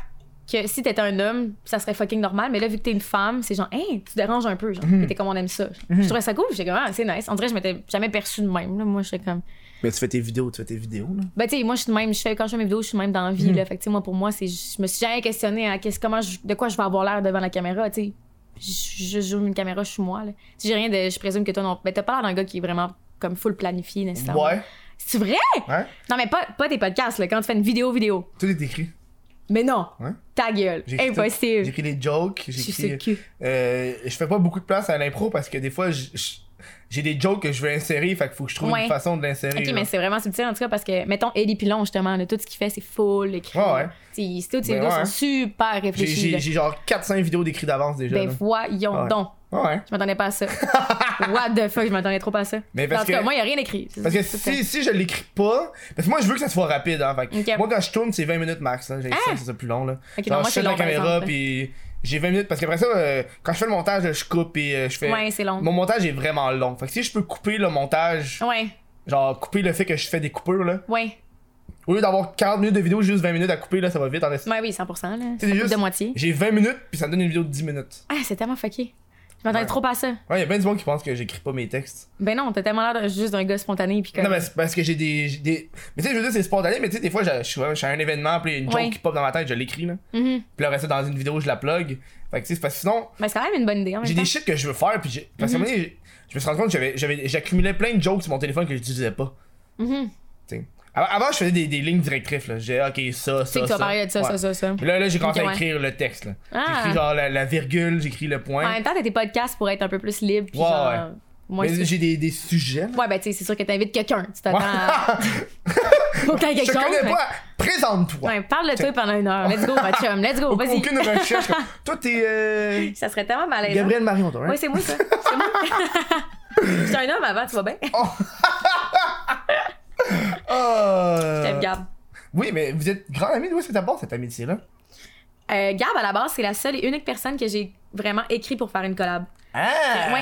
que si t'étais un homme, ça serait fucking normal. Mais là, vu que t'es une femme, c'est genre, hein, tu déranges un peu. Genre, Puis t'es comme, on aime ça. Je trouvais ça cool. J'étais comme, ah, c'est nice. On dirait, que je m'étais jamais perçue de même, là. Moi, j'étais comme. Mais tu fais tes vidéos, tu fais tes vidéos, là. Ben, tu sais, moi, je suis de même, je fais, quand je fais mes vidéos, je suis de même dans la vie, là. Fait que, tu sais, moi, pour moi, c'est, je me suis jamais questionnée à qu'est-ce, comment je- de quoi je vais avoir l'air devant la caméra, tu sais. Je- Je joue une caméra, je suis moi, là. Tu sais, j'ai rien de, je présume que toi, non. Ben, t'as pas l'air d'un gars qui est vraiment comme full planifié, nécessairement. Ouais. C'est vrai? Ouais. Non, mais pas, pas tes podcasts, là. Quand tu fais une vidéo, vidéo. Tout est écrit. Mais non! Ouais. Ta gueule! J'ai écrit tout. J'ai Impossible! écrit des jokes, Je suis j'ai sur le écrit. cul. Euh, je fais pas beaucoup de place à l'impro parce que des fois, je- je- j'ai des jokes que je veux insérer, fait qu'il faut que je trouve Ouais. une façon de l'insérer. Ok, là. mais c'est vraiment subtil en tout cas parce que, mettons, Ellie Pilon, justement, là, tout ce qu'il fait, c'est full écrit. Ouais, ouais. Tu sais, tous ces Ben gars ouais. sont super J'ai- réfléchis. J'ai là. j'ai genre 4-5 vidéos d'écrits d'avance déjà. Ben là. voyons Ouais. donc! Ouais. Je m'attendais pas (laughs) à ça. What the fuck, je m'attendais trop pas à ça. Mais parce en tout cas, que- moi, il a rien écrit. Parce que C'est ça. si, si je l'écris pas, parce que moi je veux que ça soit rapide. Hein, fait que Ok. Ah! Moi quand je tourne, c'est 20 minutes max. Hein, j'ai ça, c'est ça plus long. Là. Ok, Genre, non, moi, je fais c'est de la long, par caméra, exemple. puis j'ai 20 minutes parce qu'après ça, euh, quand je fais le montage, là, je coupe et euh, je fais. Ouais, c'est long. Mon montage est vraiment long. Fait que si je peux couper le montage, Ouais, genre couper le fait que je fais des coupures, là, ouais. au lieu d'avoir 40 minutes de vidéo, juste 20 minutes à couper, là, ça va vite en esti. Ouais, oui, 100 là. Ça C'est coupe juste- de moitié. J'ai 20 minutes, puis ça me donne une vidéo de 10 minutes. Ah, c'est tellement fucké. Je m'attendais Ouais. trop à ça. Ouais, y a bien du monde qui pense que j'écris pas mes textes. Ben non, t'as tellement l'air de- juste d'un gars spontané. Puis comme... Non, mais c'est parce que j'ai des, j'ai des. Mais tu sais, je veux dire, c'est spontané, mais tu sais, des fois, je je suis je suis à un événement, puis il y a une joke Ouais. qui pop dans ma tête, je l'écris, là. Mhm. Puis le reste, dans une vidéo, je la plug. Fait que tu sais, c'est parce que sinon, Mais c'est quand même une bonne idée en même j'ai temps. Mhm. des shit que je veux faire, puis j'ai. Parce que à un moment donné, je je me suis rendu compte que j'avais- j'avais- j'accumulais plein de jokes sur mon téléphone que je disais pas. Mhm. tu sais. Avant, avant, je faisais des, des lignes directrices, là. J'ai, ok, ça, ça. Tu sais que tu vas parler de ça, Ouais. ça, ça, ça. Puis là, là j'ai commencé Ok, à ouais. écrire le texte, là. Ah. J'écris genre la, la virgule, j'écris le En point. même temps, t'as tes podcasts pour être un peu plus libre. Puis Hein? Ouais, genre, euh, ouais. moins mais scripté. j'ai des, des sujets, là. Ouais, ben tu sais, c'est sûr que t'invites quelqu'un. Tu t'attends Ouais. (laughs) à... pour qu'il y ait Je quelque chose. connais mais- pas, présente-toi. Ouais, parle de toi pendant une heure. Let's go, ma chum. Let's go, Auc- vas-y. Aucune (laughs) recherche. comme, Toi, t'es euh, Ça serait tellement malaisant. Gabriel Marion, toi, hein? Ouais, c'est moi, ça. (laughs) C'est moi. J'étais un homme avant, tu vois bien. Oh. Ah. Je t'aime, Gab. Oui, mais vous êtes grand ami, d'où est-ce que ça part cette amitié-là? Euh, Gab, à la base, c'est la seule et unique personne que j'ai vraiment écrit pour faire une collab. Ah! Ouais.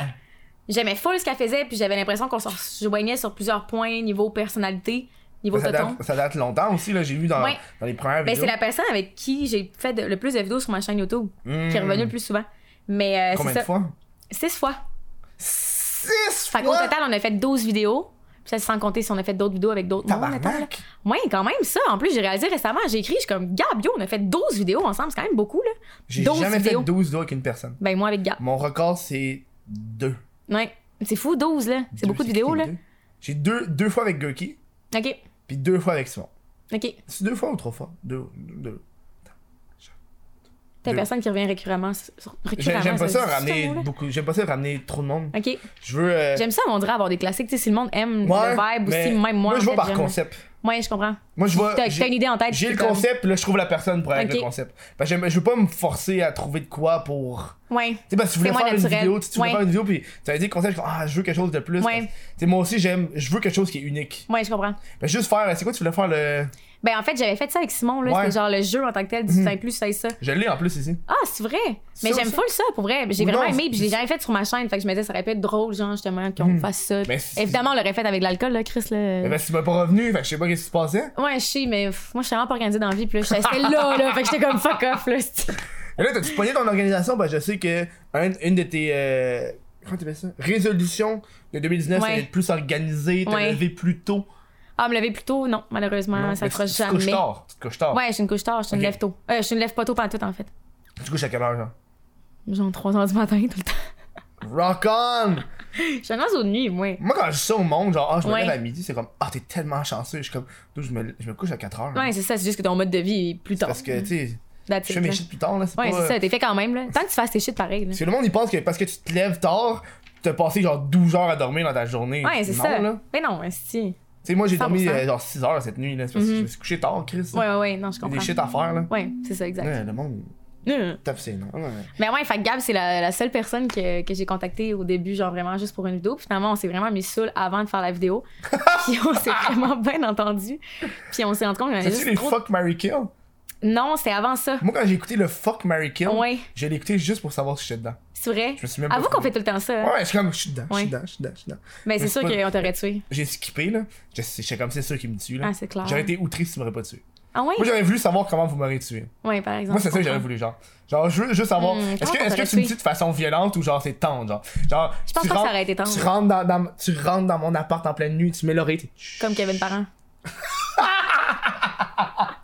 J'aimais full ce qu'elle faisait, puis j'avais l'impression qu'on se rejoignait sur plusieurs points, niveau personnalité, niveau Ça tonton. date, ça date longtemps aussi, là, j'ai vu dans, Ouais. dans les premières Ben, vidéos. c'est la personne avec qui j'ai fait de- le plus de vidéos sur ma chaîne YouTube, Hmm. qui est revenue le plus souvent. Mais euh, Combien de c'est ça. fois? Six fois. Six Fait qu'au fois! total, on a fait 12 vidéos. Puis ça, c'est sans compter si on a fait d'autres vidéos avec d'autres mondes, mettons, là. Tabarnak! Ouais, quand même, ça. En plus, j'ai réalisé récemment, j'ai écrit, je suis comme, Gab, yo, on a fait 12 vidéos ensemble, c'est quand même beaucoup, là. J'ai 12 jamais vidéos. fait 12 vidéos avec une personne. Ben, moi avec Gab. Mon record, c'est 2. Ouais. C'est fou, 12, là. C'est beaucoup de vidéos, là. J'ai deux, deux fois avec Gurky, OK. puis deux fois avec Simon. OK. C'est deux fois ou trois fois? Deux. deux. T'as Deux. personne qui revient récurremment. sur- J'ai- récurremment, J'aime pas ça dit ramener ce mot-là? beaucoup. J'aime pas ça ramener trop de monde. OK. Je veux. euh, J'aime ça, on dirait avoir des classiques. Tu sais, si le monde aime ouais, le mais vibe aussi, même moi. Moi, en je vois fait, par j'aime. concept. Ouais, je comprends. Moi, je vois. T'as j'ai- t'as une idée en tête. J'ai puis le comme- concept, puis là, je trouve la personne pour aller avec Ok. le concept. Parce que j'aime- je veux pas me forcer à trouver de quoi pour. Ouais. Tu sais, parce que tu voulais C'est moins faire une naturel. vidéo, tu tu voulais Ouais. faire une vidéo, puis tu avais dit le concept, je dis, ah, je veux quelque chose de plus. Ouais. Parce- Tu sais, moi aussi, j'aime, je veux quelque chose qui est unique. Ouais, je comprends. Mais juste faire, c'est quoi, tu voulais faire le. Ben, en fait, j'avais fait ça avec Simon, là. Ouais. C'était genre le jeu en tant que tel, du plus, ça et ça. Je l'ai en plus ici. Ah, c'est vrai! C'est Mais ça, j'aime ça. full ça, pour vrai. J'ai Oui, vraiment non, aimé, puis je c'est- l'ai Mhm. jamais fait sur ma chaîne. Fait que je me disais, ça aurait pu être drôle, genre, justement, qu'on fasse ça. Mais c'est- Évidemment, on l'aurait fait avec l'alcool, là, Chris, là. Mais ben- parce que tu m'as pas revenu, fait que je sais pas qu'est-ce qui se passait. Ouais, je sais, mais pff, moi, je suis vraiment pas organisée dans la vie, puis là, j'étais là, là. Fait que j'étais comme fuck off, là. c'est- Mais là, t'as-tu pogné ton organisation? Parce que je sais que un- une de tes. euh, Comment t'appelles ça? Résolution de 2019, Ouais. c'est d'être plus organisé, te Ouais. lever plus tôt. Ah, me lever plus tôt, non, malheureusement, Non, ça mais fera tu- Tu te couches jamais. tard. Tu te couches tard. Ouais, je suis une couche tard, je suis une Ok. lève tôt. Euh, je suis une lève pas tôt pantoute, en fait. Tu te couches à quelle heure, genre? Genre 3 heures du matin, tout le temps. (laughs) Rock on! Je suis un oiseau de nuit, moi. Moi, quand je dis ça au monde, genre, ah, je me Ouais. lève à midi, c'est comme, ah, t'es tellement chanceux. Je suis comme, Dude, je me, je me couche à 4 heures. là. Ouais, c'est ça, c'est juste que ton mode de vie est plus tard. Ah. parce que, tu sais, That's je it, fais mes là. shit plus tard, là. C'est Ouais, pas. c'est ça, t'es fait quand même, là. Tant que tu fasses tes shit pareil, là. Parce que le monde, il pense que parce que tu te lèves tard, t'as passé genre 12 heures à dormir dans ta journée. Ouais, c'est Non, ça. là. Mais non, si. Tu sais, moi, j'ai dormi 100%. euh, genre 6 heures cette nuit, là. C'est parce que je me suis couché tard, Chris. Ouais, ouais, ouais, non, je J'ai comprends. des shit à faire, là. Ouais, c'est ça, exact. Ouais, le monde Euh. tape ses noms. Ouais. Mais ouais, fait que Gab, c'est la, la seule personne que, que j'ai contactée au début, genre vraiment juste pour une vidéo. Puis finalement, on s'est vraiment mis saoul avant de faire la vidéo. (laughs) Puis on s'est vraiment bien entendu. Puis on s'est rendu compte qu'on avait C'est-tu juste les trop... fuck Mary Kill? Non, c'était avant ça. Moi, quand j'ai écouté le fuck Mary Kill, Ouais. je l'ai écouté juste pour savoir si j'étais dedans. C'est vrai. Je me suis même pas Avoue qu'on trouvé. fait tout le temps ça. hein. Ouais, je suis comme, je suis dedans, je suis Ouais. dedans, je suis dedans, je suis dedans. Mais c'est Mais c'est sûr pas- qu'on t'aurait tué. J'ai skippé, là. Je- J'étais comme, c'est sûr qui me tue, là. Ah, c'est clair. J'aurais été outré si tu m'aurais pas tué. Ah ouais? Moi, j'aurais voulu savoir comment vous m'aurez tué. Ouais, par exemple. Moi, c'est ça que je j'aurais comprends. voulu, genre. Genre, je veux juste savoir. Ah, Hmm, est-ce comment que, ça est-ce que t'aurait tu me tué? tues de façon violente ou genre c'est tendre, genre. Genre, Je pense tu pas que ça rentres- aurait été tendre. Tu rentres dans, dans- tu rentres dans mon appart en pleine nuit, tu mets l'oreille, t'es. Comme (laughs) Kevin Parent. (laughs)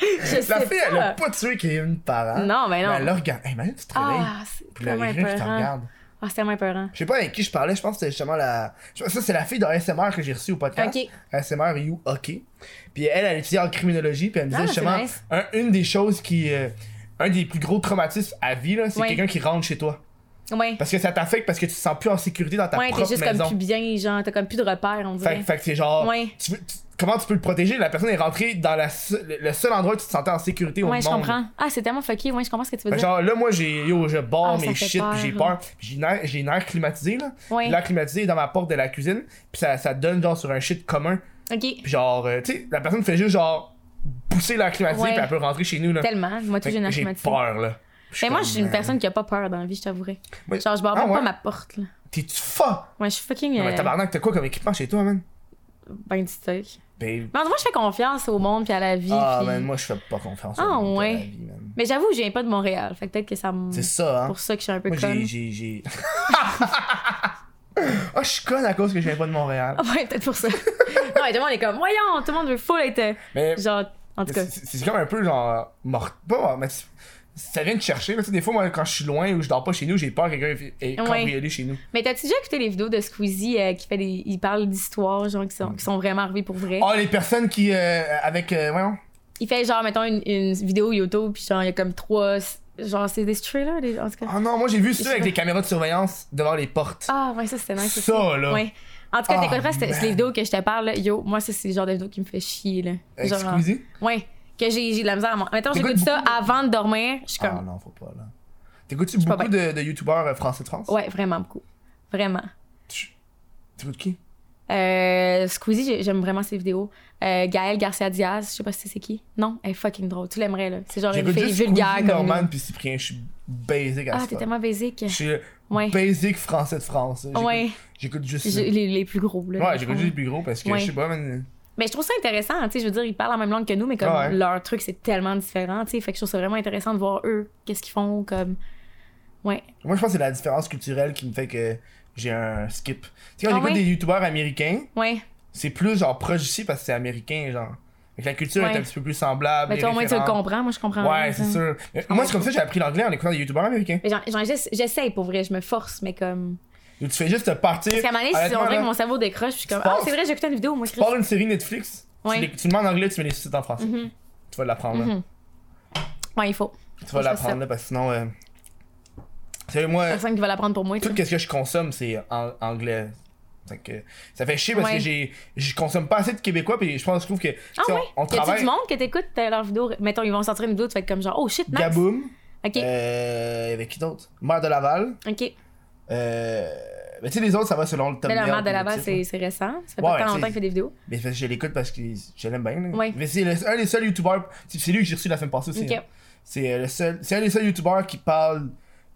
je La sais fille, elle a pas. pas tué Kevin Parent. Non, mais non. Mais elle le regarde. Hey, imagine, tu te réveilles. Ah, c'est Puis là, il y tellement a quelqu'un qui te épeurant. regarde. Ah, c'est tellement épeurant. Je sais pas avec qui je parlais, je pense que c'était justement la. je pense que Ça, c'est la fille de ASMR que j'ai reçue au podcast. Ok. ASMR You OK. Puis elle, elle étudiait en criminologie, puis elle me disait Ah, justement, c'est nice. un- une des choses qui. euh, un des plus gros traumatismes à vie, là, c'est Ouais. quelqu'un qui rentre chez toi. Ouais. Parce que ça t'affecte parce que tu te sens plus en sécurité dans ta Ouais, t'es propre juste maison. comme plus bien, genre, t'as comme plus de repères, on Fait, dirait. que- fait que c'est genre. Ouais. tu veux- tu- comment tu peux le protéger La personne est rentrée dans la se- le le seul endroit où tu te sentais en sécurité au ouais, monde. je comprends. Ah, c'est tellement fucké, ouais, je comprends ce que tu veux Fait que dire. genre là, moi, j'ai. Yo, je barre Ah, ça mes fait shit, peur, puis j'ai hein. peur. Puis j'ai une aire- j'ai une aire climatisée, là. Ouais. L'air climatisé est dans ma porte de la cuisine, puis ça, ça donne genre sur un shit commun. Ok. Puis genre, euh, tu sais, la personne fait juste genre pousser l'air climatisé, Ouais. puis elle peut rentrer chez nous, là. Tellement. Moi, tout, Fait j'ai une que J'ai asthmatique. peur, là. Je Mais moi, comme, je suis une euh, personne qui a pas peur dans la vie, je t'avouerai. Ouais. Genre, je barre Ah, pas ouais? ma porte, là. T'es-tu fa? Moi, je suis fucking. Non, mais euh, tabarnak, t'as quoi comme équipement chez toi, man? ben du stock. Ben, Mais en tout cas, je fais confiance au monde puis à la vie. ah, puis- man, moi, je fais pas confiance au Ah, monde de la ouais. vie, man. Mais j'avoue, je viens pas de Montréal. Fait que peut-être que ça me. C'est ça, hein? pour ça que je suis un peu Moi, conne. j'ai. j'ai- j'ai- (laughs) Ah, je suis conne à cause que je viens pas de Montréal. Ah (laughs) ouais, peut-être pour ça. (laughs) non, mais tout le monde est comme, voyons, tout le monde veut full être. euh, Mais Genre, en tout cas. c'est c'est comme un peu genre. Mort. Pas mort, mais c'est- ça vient de chercher. Mais tu sais, des fois, moi, quand je suis loin ou je dors pas chez nous, j'ai peur que quelqu'un ait ait Ouais. cambriolé chez nous. Mais t'as-tu déjà écouté les vidéos de Squeezie euh, qui fait des. Il parle d'histoires, genre, qui sont, qui sont vraiment arrivées pour vrai? Mm. Ah, les personnes qui. euh, avec. euh, voyons. Il fait genre, mettons, une, une vidéo YouTube, puis genre, il y a comme trois. Genre, c'est des trailers, des- en tout cas. Ah non, moi, j'ai vu ça sais avec pas. des caméras de surveillance devant les portes. Ah, ouais, ça c'était nice. aussi. ça, là. Ouais. En tout cas, Ah, t'écouteras cette- man. les vidéos que je te parle, là. Yo, moi, ça, c'est le genre de vidéo qui me fait chier, là. Genre, Excusez. ouais. Que j'ai j'ai de la misère à mon. Mettons, T'écoutes j'écoute ça avant de dormir, je suis Ah comme. non, faut pas, là. T'écoutes-tu beaucoup pas de, de youtubeurs euh, français de France ouais, vraiment beaucoup. Vraiment. Tu- T'écoutes qui Euh, Squeezie, j'ai- j'aime vraiment ses vidéos. Euh, Gaël Garcia Diaz, je sais pas si c'est qui. Non, elle est fucking drôle. Tu l'aimerais, là. C'est genre une J'écoute fille juste vulgaire Squeezie, comme Norman nous. puis Cyprien, je suis basic à Ah, ce t'es fuck. tellement basic. Je suis Ouais. basic français de France. J'écoute- Ouais, J'écoute juste ça. Je- les, les plus gros, là. Ouais, j'écoute Ouais. juste les plus gros parce que Ouais. je sais pas, man. Mais je trouve ça intéressant, tu sais, je veux dire, ils parlent la même langue que nous, mais comme Ah, Ouais. leur truc, c'est tellement différent, tu sais, fait que je trouve ça vraiment intéressant de voir eux, qu'est-ce qu'ils font, comme... Ouais. Moi, je pense que c'est la différence culturelle qui me fait que j'ai un skip. Tu sais, quand Ah j'écoute ouais? des youtubeurs américains, Ouais. c'est plus genre proche ici parce que c'est américain, genre. Fait que la culture est Ouais. un petit peu plus semblable. Mais les toi, au moins, tu le références. comprends, moi, je comprends. rien, Ouais, c'est ça. sûr. Mais Moi, c'est comme ça que j'ai appris l'anglais en écoutant des youtubeurs américains. Mais genre, genre, j'essa- j'essaye pour vrai, je me force, mais comme... Où tu fais juste te partir. Parce qu'à un moment donné, si Honnêtement, on dirait là, que mon cerveau décroche, puis je suis comme, Tu ah, passes- c'est vrai, j'ai écouté une vidéo, moi, Chris. Tu parles une série Netflix, Ouais. tu, l'é- tu le mets en anglais, tu mets les sous-titres en français. Mhm. Tu vas l'apprendre. là. Mhm. Ouais, il faut. Tu vas Je fais ça. l'apprendre là parce que sinon. Euh... Sérieux, moi, Personne qui va l'apprendre pour moi, tu tout sais. ce que je consomme, c'est en- anglais. Fait que ça fait chier parce Ouais. que j'ai je consomme pas assez de québécois puis je pense je trouve que Ah tu sais, ouais? on, on Y a-tu travaille du monde que t'écoutes euh, leurs vidéos? Mettons, ils vont sortir une vidéo, tu fais comme genre, oh shit, Max! Gaboum Ok, euh, avec qui d'autre Mère de Laval ok. euh... mais tu sais les autres ça va selon le Mais la thumbnail Ben mère de puis le Laval, titre, c'est là. c'est récent. Ça fait hein. Ouais, pas c'est- tant longtemps qu'il fait des vidéos. mais parce que je l'écoute parce que je l'aime bien là. Ouais. mais c'est le- un des seuls youtubeurs c'est c'est lui que j'ai reçu la semaine passée aussi Ok. hein. c'est euh, le seul c'est un des seuls youtubeurs qui parle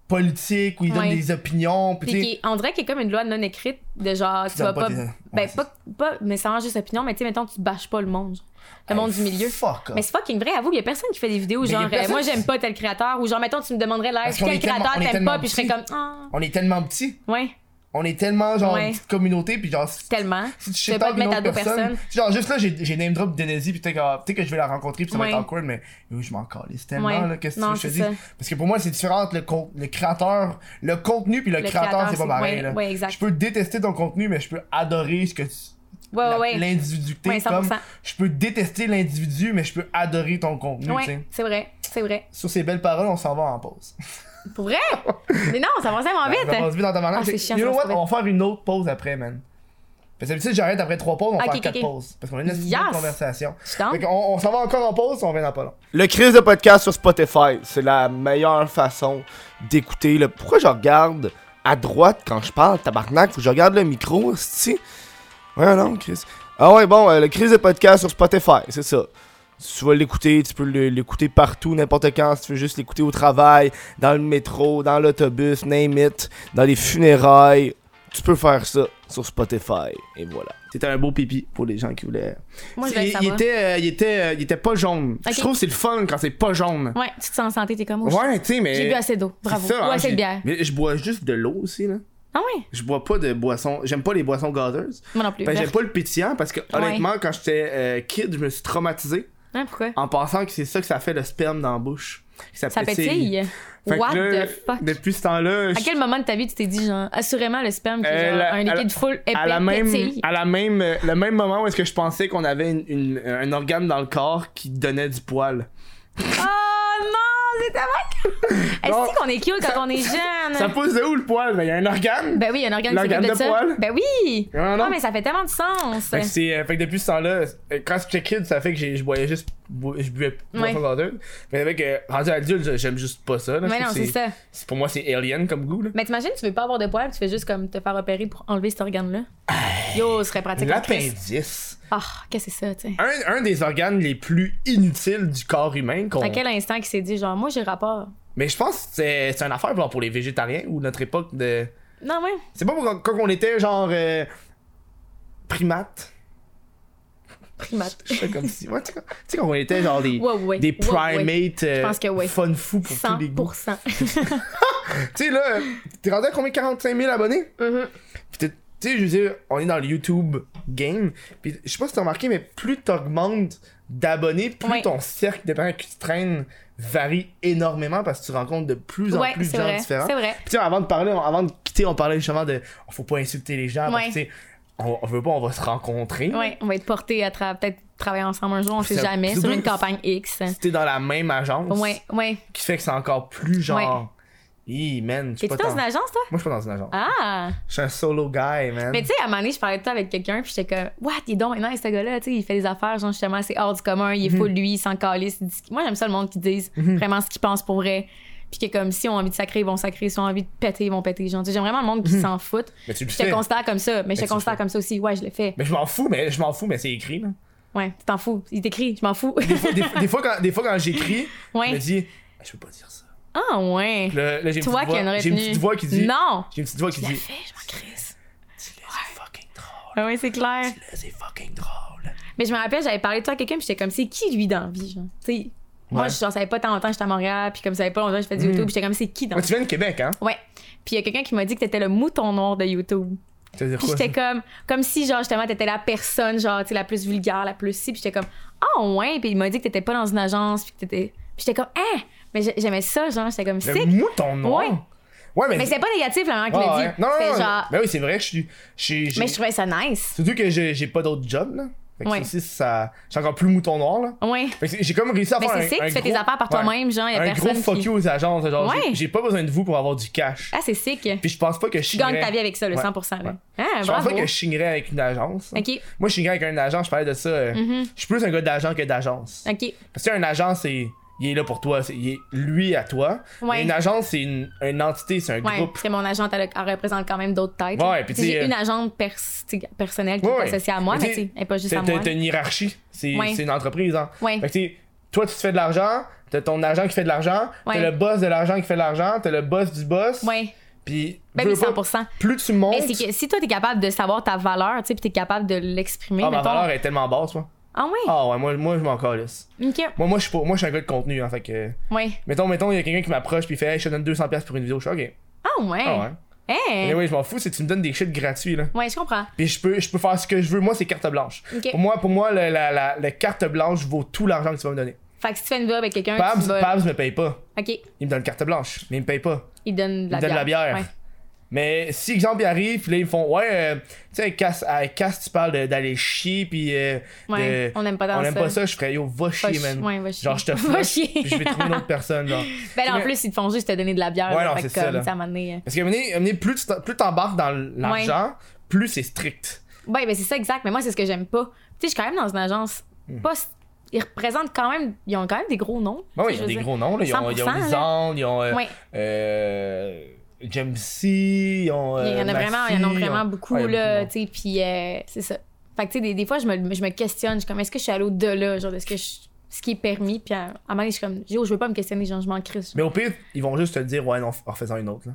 politique où il donne Ouais. des opinions puis Puis tu sais qui, on dirait qu'il y a comme une loi non écrite de genre, tu donnes vas pas. tes- Ouais, Ben, c'est- pas, pas nécessairement juste opinion, mais tu sais, mettons, tu bâches pas le monde. genre. Le Hey, monde du milieu. fuck off. Mais c'est fucking vrai, avoue, il y a personne qui fait des vidéos Mais y a genre, euh, personne moi qui- j'aime pas tel créateur, ou genre, mettons, tu me demanderais l'air, Parce qu'on est quel tellement- créateur on est t'aimes tellement pas, puis je serais comme, ah, on est tellement petit ouais, on est tellement genre Ouais. une petite communauté puis genre si- tellement. si tu Je vais shit pas out te une mettre autre à dos personne, personne. genre juste là j'ai j'ai name drop Denezi puis peut-être que, peut-être que je vais la rencontrer puis ça Ouais. va être awkward mais yo, je m'en calisse tellement Ouais. là qu'est-ce que tu Non, veux que je te c'est dise parce que pour moi c'est différent entre le, con- le créateur le contenu puis le, Le créateur, c'est pas pareil ouais, là. Ouais, je exact. peux détester ton contenu mais je peux adorer ce que tu Ouais, la- Ah, ouais, ouais. l'individuité Ouais, comme 100%. je peux détester l'individu mais je peux adorer ton contenu tu sais Ouais, c'est vrai, c'est vrai. sur ces belles paroles on s'en va en pause Pour vrai? Mais non, ça va tellement Ben, ça passe vite. vite en tabarnak. Ah, c'est J'ai- chiant, You ça know passe what? vite. On va faire une autre pause après, man. Parce que d'habitude, j'arrête après trois pauses, on va Ok, faire ok, quatre ok. pauses. Parce qu'on a une petite Yes! conversation. Je suis down. Fait qu'on- on, s'en va encore en pause, on revient dans pas long. Le crise de podcast sur Spotify, c'est la meilleure façon d'écouter. le Pourquoi je regarde à droite quand je parle, tabarnak, faut que je regarde le micro, si Ouais, non, Chris. Ah ouais, bon, euh, le crise de podcast sur Spotify, c'est ça. Tu vas l'écouter, tu peux le- l'écouter partout, n'importe quand, si tu veux juste l'écouter au travail, dans le métro, dans l'autobus, name it, dans les funérailles. Tu peux faire ça sur Spotify, et voilà. C'était un beau pipi pour les gens qui voulaient. Moi, je il, vais il savoir. était, euh, il, était, euh, il était pas jaune. Ok. Je trouve que c'est le fun quand c'est pas jaune. Ouais, tu te sens en santé, t'es comme, oh, Ouais, tu sais, mais. j'ai bu assez d'eau. C'est Bravo. ça, hein, Ou assez j'ai- de bière. Mais je bois juste de l'eau aussi, là. Ah ouais? Je bois pas de boissons. J'aime pas les boissons gazeuses. Moi non plus. Ben, j'aime Vert. pas le pétillant parce que, honnêtement, quand j'étais euh, kid, je me suis traumatisé Hein, pourquoi? en pensant que c'est ça que ça fait le sperme dans la bouche. Que Ça pétille. Fait que What là, the fuck? Depuis ce temps-là, À je- quel moment de ta vie tu t'es dit, genre, assurément, le sperme, qui est Euh, genre la- un à la- liquide full épais, à la même, pétille? à la même, euh, le même moment où est-ce que je pensais qu'on avait une- une- un organe dans le corps qui donnait du poil. Oh non, c'est tellement Non. (laughs) Est-ce qu'on est cute quand on est jeune? Ça pousse de où le poil Mais il y a un organe. Ben oui, il y a un organe qui L'organe de s'occupe de, ça. poil? Ben oui! Ah, non. mais ça fait tellement de sens. Fait que, c'est, euh, fait que depuis ce temps-là, euh, quand j'étais kid, ça fait que j'ai- je boyais juste, bo- je buvais Ouais. boisson gazeuse. Mais avec euh, rendu adulte, je- j'aime juste pas ça. là. Mais Je non, trouve c'est que ça. c'est- Pour moi, c'est alien comme goût. Là. Mais t'imagines, tu veux pas avoir de poils, tu fais juste comme te faire opérer pour enlever cet organe-là. Yo, ce serait pratique. en crise. L'appendice. Ah, qu'est-ce que c'est ça, tu sais? Un, un des organes les plus inutiles du corps humain. qu'on- À quel instant qu'il s'est dit, genre, moi j'ai rapport. Mais je pense que c'est c'est une affaire genre, pour les végétariens ou notre époque de. Non, ouais. C'est pas pour quand, quand on était genre. euh, primates. Primate. Je fais comme si. Ouais, tu sais, quand- tu sais, quand on était genre des. Ouais, ouais, Des ouais, ouais. primates. euh, Je pense que ouais. Fun fou pour tous les goûts. 100%. Tu sais, là, t'es rendu à combien 45 000 abonnés? Mhm. Puis t'es- tu sais, je veux dire, on est dans le YouTube game. Puis je sais pas si t'as remarqué, mais plus t'augmentes d'abonnés, plus Ouais. ton cercle de parents qui te traînent varie énormément parce que tu rencontres de plus en Ouais, plus de c'est gens vrai. C'est différents. vrai. Puis tu sais, avant de parler, on- avant de quitter, on parlait justement de on faut pas insulter les gens parce Ouais. que tu sais, on, on veut pas, on va se rencontrer. (laughs) Ouais, on va être porté à tra- peut-être travailler ensemble un jour, on sait Ça- jamais, sur double- une campagne X. Si T'es dans la même agence, Ouais, ouais. qui fait que c'est encore plus genre. Hi, man, je suis T'es-tu pas dans tant- une agence, toi? Moi, je suis pas dans une agence. Ah! Je suis un solo guy, man. Mais tu sais, à un moment donné, je parlais de ça avec quelqu'un, puis j'étais comme, What, il est donc maintenant, ce gars-là, tu sais, il fait des affaires, genre, justement, c'est hors du commun, Mhm. il est fou de lui, il s'en calisse. il dit- Moi, j'aime ça le monde qui dise vraiment ce qu'il pense pour vrai. Puis que comme, si on a envie de sacrer, ils vont sacrer, si on a envie de péter, ils vont péter. Genre, tu sais, j'aime vraiment le monde Mhm. qui s'en fout. Mais tu le Je te fais. considère comme ça, mais je Mais te tu le considère fais. comme ça aussi. Ouais, je le fais. Mais je m'en fous, mais je m'en fous, mais c'est écrit, là. Ouais, tu t'en fous. Il t'écrit, je m'en fous. des fois, des, des fois quand, des fois, quand j'écris, Ouais. je me dis, je peux pas dire ça. (laughs) ah, ouais. Puis Là, là, j'ai une Toi petite qui as une voix- j'ai retenue. une petite voix qui dit. Non! J'ai une petite voix qui Je le dit. fais, je m'en crisse. Dis-le, c'est fucking drôle. Ah ouais, c'est clair. Dis-le, c'est fucking drôle. Mais je me rappelle, j'avais parlé de toi à quelqu'un, puis j'étais comme, c'est qui lui dans la vie, genre? Tu sais, moi, Ouais. je genre, ça savais pas tant longtemps, j'étais à Montréal, puis comme ça savais pas longtemps, je fais du Mm. YouTube, puis j'étais comme, c'est qui dans Ouais, tu viens de Québec, hein? Ouais. Puis il y a quelqu'un qui m'a dit que t'étais le mouton noir de YouTube. Tu veux dire Puis quoi? j'étais comme, comme si, genre, justement, t'étais la personne, genre, tu sais, la plus vulgaire, la plus si. Puis j'étais comme, ah ouais. Puis il m'a dit que t'étais pas dans une agence, puis que t'étais. Puis j'étais comme, hein. Mais j'ai- j'aimais ça, genre, j'étais comme, Le sick. mouton noir. Ouais. Ouais, mais. Mais c'est pas négatif, la manière qu'il Ouais, l'a ouais. dit. Non, non, C'était non, genre, Ben oui, c'est vrai que je suis. je suis- j'ai- mais je trouvais ça nice. Surtout que j'ai j'ai pas d'autres jobs, là. Fait que Ouais. ça aussi, ça. J'ai encore plus mouton noir, là. Ouais. Fait que c'est- J'ai comme réussi à Mais faire un. Ben, c'est sick, un tu fais tes gros- affaires par ouais. toi-même, genre, y a Un personne. gros fuck qui- you aux agences. Genre, j'ai- Ouais. j'ai pas besoin de vous pour avoir du cash. Ah, c'est sick. Puis je pense pas que je Tu gagnes signerais- ta vie avec ça, le Ouais. 100%. là. Ah, Je pense bravo. pas que je signerais avec une agence. là. Ok. Mm-hmm. Moi, je signerais avec un agent, je parlais de ça. euh, Je suis plus un gars d'agent que d'agence. Ok. Parce qu'un agent, c'est. Il est là pour toi, c'est il est lui à toi. Ouais. Mais Une agence, c'est une, une entité, c'est un Ouais, groupe. c'est mon agente, elle, elle représente quand même d'autres têtes. Ouais, là. puis Tu sais, t'sais, J'ai euh, une agente pers- t'sais, personnelle qui Ouais, est ouais. associée à moi, Mais mais t'sais, t'sais, elle n'est pas juste T'as à moi. t'as- t'as une hiérarchie, c'est Ouais. c'est une entreprise. Hein. Ouais. Fait que t'sais, toi, tu te fais de l'argent, t'as ton agent qui fait de l'argent, Ouais. t'as le boss de l'argent qui fait de l'argent, t'as le boss du boss. Ouais. Puis, Ben veux oui, pas, 100%. plus tu montes, Mais c'est que si toi, t'es capable de savoir ta valeur, tu sais, puis t'es capable de l'exprimer, ah, ma mettons. valeur est tellement basse, moi. Ah ouais? Ah ouais, moi, moi je m'en calisse. Ok. Moi, moi, je suis pas- moi, je suis un gars de contenu, hein, fait que. Ouais. Mettons, mettons, il y a quelqu'un qui m'approche puis il fait, hey, je te donne 200$ piastres pour une vidéo. Je suis ok. Ah ouais? Ah ouais. Hey! Mais oui, je m'en fous, c'est que tu me donnes des shit gratuits, là. Ouais, je comprends. Puis je peux, je peux faire ce que je veux. Moi, c'est carte blanche. Ok. Pour moi, pour moi le- la, la- la carte blanche vaut tout l'argent que tu vas me donner. Fait que si tu fais une vidéo avec quelqu'un, tu Pabs, vas- Pabs me paye pas. Ok. Il me donne carte blanche, mais il me paye pas. Il donne de Il la me donne de bière. la bière. Ouais. Mais si, exemple, ils arrivent, puis là, ils me font, ouais, euh, tu sais, Cass, à Cass, tu parles de- d'aller chier, puis. euh, Ouais, de- on n'aime pas tant On aime ça. pas ça, je ferais, yo, va chier, chi- man. ouais, va chier. Genre, je te (laughs) Va flush, chier. puis je vais trouver une autre personne, (laughs) genre. Ben là, en plus, ils te font juste te donner de la bière. Ouais, là, non, fait c'est que ça, comme, là. tu sais, à un moment donné, euh, Parce qu'à un moment donné- à un moment donné, plus tu t'en- plus t'embarques dans l'argent, plus c'est strict. Ouais, ben c'est ça exact, mais moi c'est ce que j'aime pas. Tu sais, je suis quand même dans une agence Hmm. pas ils représentent quand même ils ont quand même des gros noms. Bah oui, Tu ils sais, ont des je veux gros noms, là. Ils ont, ils ont 100%, les là. Andes, ils ont. euh, dire. Ouais, euh, James C, ils ont. il y en a euh, vraiment, il Massy, y en a ils vraiment ont- beaucoup Ouais, il y a là, beaucoup tu sais, puis euh, c'est ça. Fait que tu sais des, des fois je me, je me questionne, je suis comme est-ce que je suis allée au-delà genre de ce que je- ce qui est permis puis à, à un moment donné, je suis comme Yo, je veux pas me questionner, genre je m'en crisse. Mais au pire, ils vont juste te dire, ouais, non, en faisant une autre, là.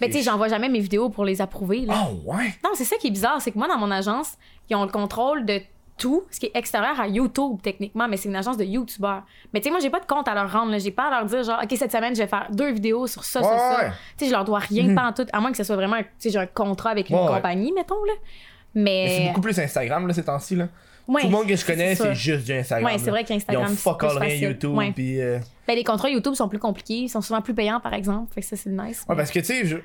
Mais Ben, tu sais, j'envoie jamais mes vidéos pour les approuver là. Oh, ouais! Non, c'est ça qui est bizarre, c'est que moi, dans mon agence, ils ont le contrôle de tout ce qui est extérieur à YouTube, techniquement, mais c'est une agence de YouTubeurs. Mais tu sais, moi, j'ai pas de compte à leur rendre, là. J'ai pas à leur dire, genre, OK, cette semaine, je vais faire deux vidéos sur ça, Ouais, ça, ça. ouais. Tu sais, je leur dois (laughs) rien, pas en tout, à moins que ce soit vraiment, un- tu sais, j'ai un contrat avec une Ouais, ouais. compagnie, mettons, là. Mais c'est Mais. beaucoup plus Instagram, là, ces temps-ci, là. Euh, Ouais, Tout le monde que je connais, ça. c'est juste du Instagram. Ouais, c'est là. vrai qu'Instagram, Ils ont fuck c'est all plus rien facile. YouTube, Ouais. puis. euh, Ben, les contrats YouTube sont plus compliqués, ils sont souvent plus payants, par exemple. Fait que ça, c'est nice. Ouais, parce que, tu sais, je.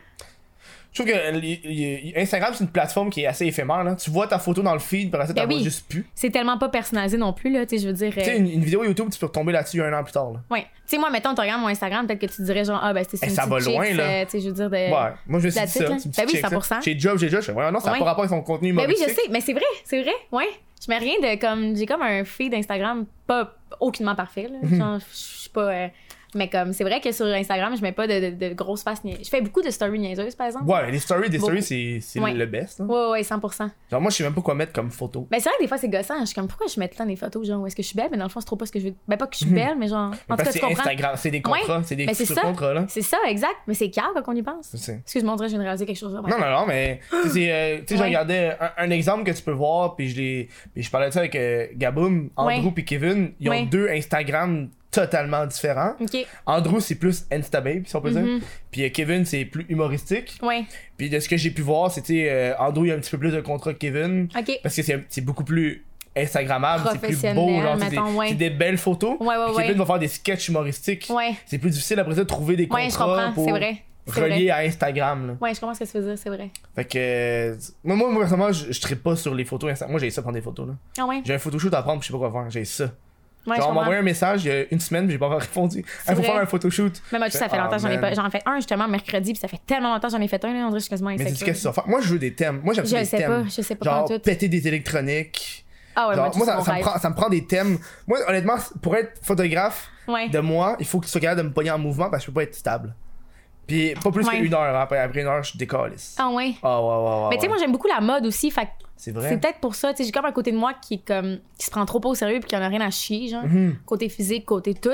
Je trouve que euh, il- il- Instagram, c'est une plateforme qui est assez éphémère. Là. Tu vois ta photo dans le feed, puis après ça, Ben t'en vois oui. juste plus. C'est tellement pas personnalisé non plus, là, tu sais, je veux dire. Tu sais, euh, une, une vidéo YouTube, tu peux retomber là-dessus un an plus tard. Là. Ouais. Tu sais, moi, mettons, tu regardes mon Instagram, peut-être que tu dirais, genre, ah, ben, c'était sur Eh, une ça petite va loin, chicks, là. euh, tu sais, je veux dire, de. Ouais, moi je me suis La dit titre, ça. là. Tu me Ben dis, oui, check ça. 100%. J'ai job, j'ai job. Je fais, ouais, non, ça n'a Ouais. pas rapport avec son contenu. Ben oui, je humoristique. sais, mais c'est vrai, c'est vrai, ouais. Je mets Mhm. rien de comme. J'ai comme un feed d'Instagram pas aucunement parfait, là. Genre, je suis pas. euh, Mais comme, c'est vrai que sur Instagram, je mets pas de, de- de grosses faces niaiseuses. Je fais beaucoup de stories niaiseuses, par exemple. Ouais, les stories, des Bon. stories, c'est c'est Ouais. le best. hein. Ouais, ouais, 100%. Genre, moi, je sais même pas quoi mettre comme photo. Mais c'est vrai que des fois, c'est gossant. Je suis comme, pourquoi je mets tout le temps des photos, genre, où est-ce que je suis belle? Mais dans le fond, c'est trop pas ce que je veux. Ben, pas que je suis belle, mais genre, en tout Mhm. Parce cas, que tu c'est comprends. Instagram, c'est des contrats, c'est des mais c'est petits ça. contrats, là. C'est ça, exact. Mais c'est calme quand on y pense. Je sais. Excuse-moi, on dirait que je viens de réaliser quelque chose. Non, non, non, mais tu sais, euh, tu sais, je Ouais. regardais un, un exemple que tu peux voir, puis je, l'ai- puis je parlais de ça avec euh, Gaboum, Andrew Ouais. puis Kevin. Ils ont Ouais. deux Instagram totalement différents. Ok. Andrew, c'est plus Instababe, si on peut Mhm. dire. Puis euh, Kevin, c'est plus humoristique. Ouais. Puis de ce que j'ai pu voir, c'était euh, Andrew, il a un petit peu plus de contrat que Kevin. Ok. Parce que c'est c'est beaucoup plus Instagrammable, c'est plus beau, Professionnel, genre, c'est des, mettons, ouais. c'est des belles photos. Ouais, ouais, Puis ouais. Kevin va faire des sketchs humoristiques. Ouais. C'est plus difficile après ça de trouver des Ouais, je contrats comprends. pour C'est vrai. C'est relier vrai. à Instagram. là. Ouais, je comprends ce que tu veux dire, c'est vrai. Fait que. euh, Moi, moi, moi, personnellement, je, je trippe pas sur les photos Insta. Moi, j'ai ça prendre des photos, là. Ah ouais. J'ai un photoshoot à prendre, puis je sais pas quoi faire. J'ai ça. genre, Ouais, je on m'a comprends. envoyé un message il y a une semaine, puis j'ai pas encore répondu. Il faut vrai. faire un photoshoot. Mais moi, tu sais, ça fait Ah, longtemps que j'en ai man. pas. J'en fais un justement mercredi, puis ça fait tellement longtemps que j'en ai fait un, là, on dirait que je suis quasiment Mais c'est insécure. qu'est-ce que tu vas faire? Moi, je veux des thèmes. Moi, j'aime Je ça, des sais thèmes. pas, je sais pas Genre, pantoute. péter des électroniques. Ah ouais, Genre, moi, moi, ça, ça, ça me prend, ça me prend des thèmes. Moi, honnêtement, c- pour être photographe Ouais. de moi, il faut que tu sois capable de me pogner en mouvement parce que je peux pas être stable. Puis, pas plus Ouais. qu'une heure. hein. Après, après une heure, je décalisse. Ah ouais. Ah, ouais, ouais, ouais. Mais tu sais, ouais. moi, j'aime beaucoup la mode aussi, fait que c'est c'est vrai. peut-être pour ça. Tu sais, j'ai comme un côté de moi qui, est comme, qui se prend trop pas au sérieux, puis qui en a rien à chier, genre. Mhm. Côté physique, côté tout.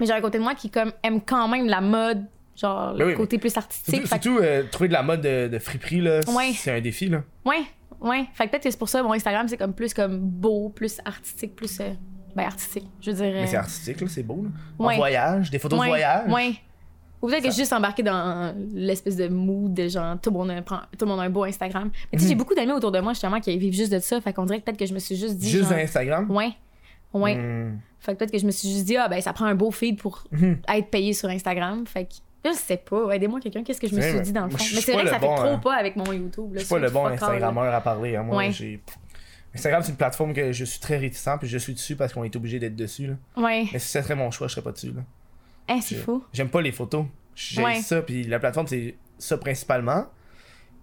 Mais j'ai un côté de moi qui, comme, aime quand même la mode, genre, Ben le oui, mais- côté plus artistique. Surtout, fait que- surtout, euh, trouver de la mode de, de friperie, là, c- Ouais. c'est un défi, là. Ouais, ouais. Fait que peut-être que c'est pour ça, mon Instagram, c'est comme plus comme beau, plus artistique, plus. euh, ben, artistique, je veux dire. Mais c'est euh, artistique, là, c'est beau, là. En Ouais. voyage, des photos ouais, de voyage. Ouais. Ou peut-être que j'ai juste embarqué dans l'espèce de mood de genre, tout le monde, prend- tout le monde a un beau Instagram. Mais Mhm. tu sais, j'ai beaucoup d'amis autour de moi, justement, qui vivent juste de ça. Fait qu'on dirait que peut-être que je me suis juste dit. Juste genre, Instagram. Ouais. Ouais. Hmm. Fait que peut-être que je me suis juste dit, ah, ben, ça prend un beau feed pour Mhm. être payé sur Instagram. Fait que. Je sais pas, aidez-moi quelqu'un, qu'est-ce que je me C'est vrai, suis mais dit dans le moi, fond. je Mais suis c'est pas vrai le que ça fait bon, trop hein. pas avec mon YouTube. Je là, suis pas ça, le bon fuck all, là. Instagrammeur à parler. hein. Moi, Ouais. j'ai. Instagram, c'est une plateforme que je suis très réticent, puis je suis dessus parce qu'on est obligé d'être dessus, là. Ouais. Mais si ça serait mon choix, je serais pas dessus, là. Hein, c'est Je- fou. J'aime pas les photos. J'aime Ouais. ça, puis la plateforme, c'est ça principalement.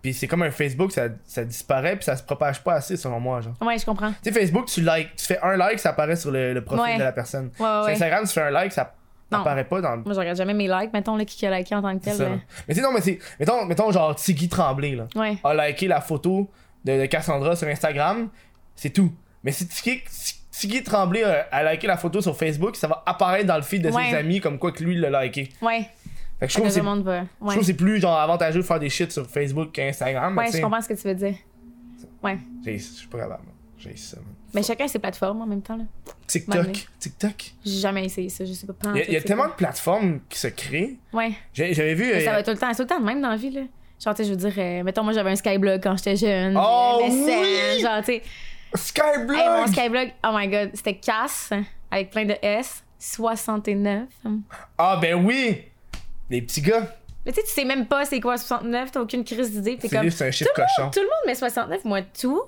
Puis c'est comme un Facebook, ça, ça disparaît, puis ça se propage pas assez, selon moi, genre. Ouais, je comprends. Tu sais, Facebook, tu likes, tu fais un like, ça apparaît sur le, le profil Ouais. de la personne. Ouais, Ah ouais, Sur ouais. Instagram, tu fais un like, ça Non. apparaît pas dans Moi, je regarde jamais mes likes, mettons, là, qui a liké en tant que C'est tel. ça, là. Mais tu sais, non, mais c'est. Mettons, mettons genre Tiggy Tremblay, là, mais- Ouais. a liké la photo de, de Cassandra sur Instagram, c'est tout. Mais si Tiggy, Tiggy Tremblay a, a liké la photo sur Facebook, ça va apparaître dans le feed de Ouais. ses amis comme quoi que lui l'a liké. Ouais. Fait que je Fait que trouve que c'est. tout le monde va. Je Ouais. trouve que c'est plus genre avantageux de faire des shit sur Facebook qu'Instagram. mais Ouais, tu je sais, comprends ce que tu veux dire. Ouais. j'ai- Je suis pas capable. man. J'ai ça. man. Mais chacun ses plateformes en même temps, là. Ouais. TikTok. TikTok. J'ai jamais essayé ça, je sais pas. Il y a, il y a tellement de plateformes qui se créent. Ouais. J'ai- J'avais vu. Mais ça euh, va tout le temps. C'est tout le temps de même dans la vie, là. Genre, tu sais, je veux dire, euh, mettons, moi, j'avais un Skyblog quand j'étais jeune. euh, Oh, j'avais MSN, oui! Genre, tu sais. Skyblog! Hey, mon Skyblog, oh my god, c'était casse, hein, avec plein de S, 69. Ah ben oui! Les petits gars. Mais tu sais, tu sais même pas c'est quoi 69, t'as aucune crise d'idée, pis t'es C'est comme. juste un chiffre tout le cochon. monde- Tout le monde met 69, moi, tout.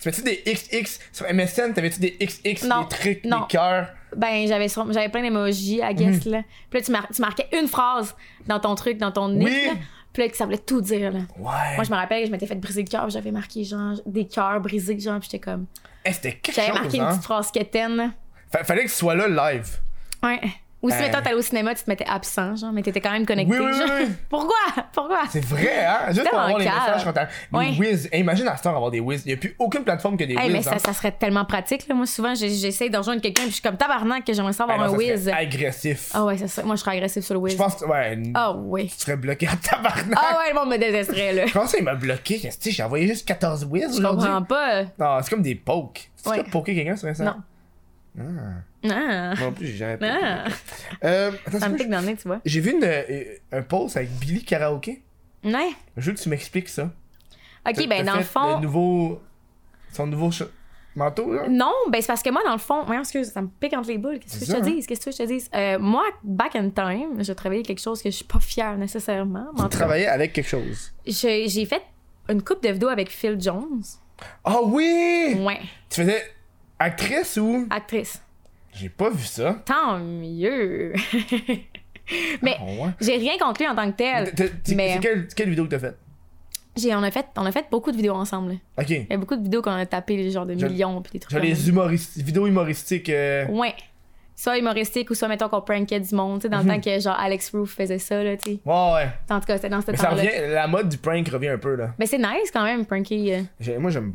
Tu mets-tu des XX sur MSN? T'avais-tu des XX, Non, des trucs, non. des cœurs? Ben, j'avais sur- j'avais plein d'émojis, I guess, Mhm. là. Puis là, tu, mar- tu marquais une phrase dans ton truc, dans ton nid, Oui. là. Puis là, que ça voulait tout dire, là. Ouais. Moi, je me rappelle, je m'étais fait briser le cœur, puis j'avais marqué, genre, des cœurs brisés, genre, puis j'étais comme... Hey, Eh, C'était quelque J'avais marqué chose, une hein? petite phrase quétaine, là. Fa- Fallait que tu sois là live. Ouais. Ou si, Hey. mettons, t'allais au cinéma, tu te mettais absent, genre, mais t'étais quand même connecté, Oui, oui, genre. oui, oui. (laughs) Pourquoi? Pourquoi? C'est vrai, hein? Juste pour Tellement avoir les calme. messages quand t'as. Ouais. Les whiz. Hey, imagine à ce temps avoir des whiz. Il a plus aucune plateforme que des Hey, whiz. mais ça, hein. ça serait tellement pratique, là. Moi, souvent, j'ai- j'essaie de rejoindre quelqu'un, puis je suis comme tabarnak que j'aimerais ça Hey, avoir Ben non, un ça serait whiz. agressif. Ah ouais, ça serait... Moi, je serais agressive sur le Je whiz. pense que ouais, Ah ouais. tu serais bloqué à tabarnak. Ah ouais, le monde me détesterait, là. Je pense qu'il m'a bloqué. Qu'est-ce que c'est? J'ai envoyé juste 14 whiz (laughs) Je aujourd'hui. comprends pas. Non, c'est comme des pokes. Tu Ouais. peux poker quelqu'un sur Instagram? Non. Ah. Moi non plus, j'ai jamais poké. Ah, Euh, attends, ça me c'est pique quoi, dans le nez, tu vois. j'ai vu une, euh, un post avec Billy Karaoke. Ouais. Je veux que tu m'expliques ça. OK, T'as- t'as ben dans le fait le fond... nouveau... Son nouveau ch- manteau, là? Non, ben c'est parce que moi, dans le fond... Voyons, excuse, ça me pique entre les boules. Qu'est-ce que C'est je ça, te hein? dis? Qu'est-ce que je te dis? moi, back in time, j'ai travaillé quelque chose que je suis pas fière nécessairement. mais Tu en tout cas, travaillais avec quelque chose. J'ai j'ai fait une coupe de vidéos avec Phil Jones. Ah oui! Ouais, Tu faisais actrice ou... actrice. J'ai pas vu ça. Tant mieux. (laughs) Mais Ah, ouais. j'ai rien contre lui en tant que T'as- tel. t'as- C'est Eh, mais- c'est quelle, quelle vidéo que t'as faite? J'ai- On a, fait, on a fait beaucoup de vidéos ensemble. là. Ok. Il y a beaucoup de vidéos qu'on a tapées, genre de Je- millions, puis des trucs Genre comme les humorist- vidéos humoristiques... euh, Ouais. soit humoristique ou soit, mettons, qu'on prankait du monde, tu sais, dans Mhm. le temps que, genre, Alex Roof faisait ça, là, tu sais. Ouais, ouais. En tout cas, c'était dans ce Mais ça temps-là. revient, la mode du prank revient un peu, là. Mais c'est nice quand même, pranky. euh. J'ai- Moi, j'aime.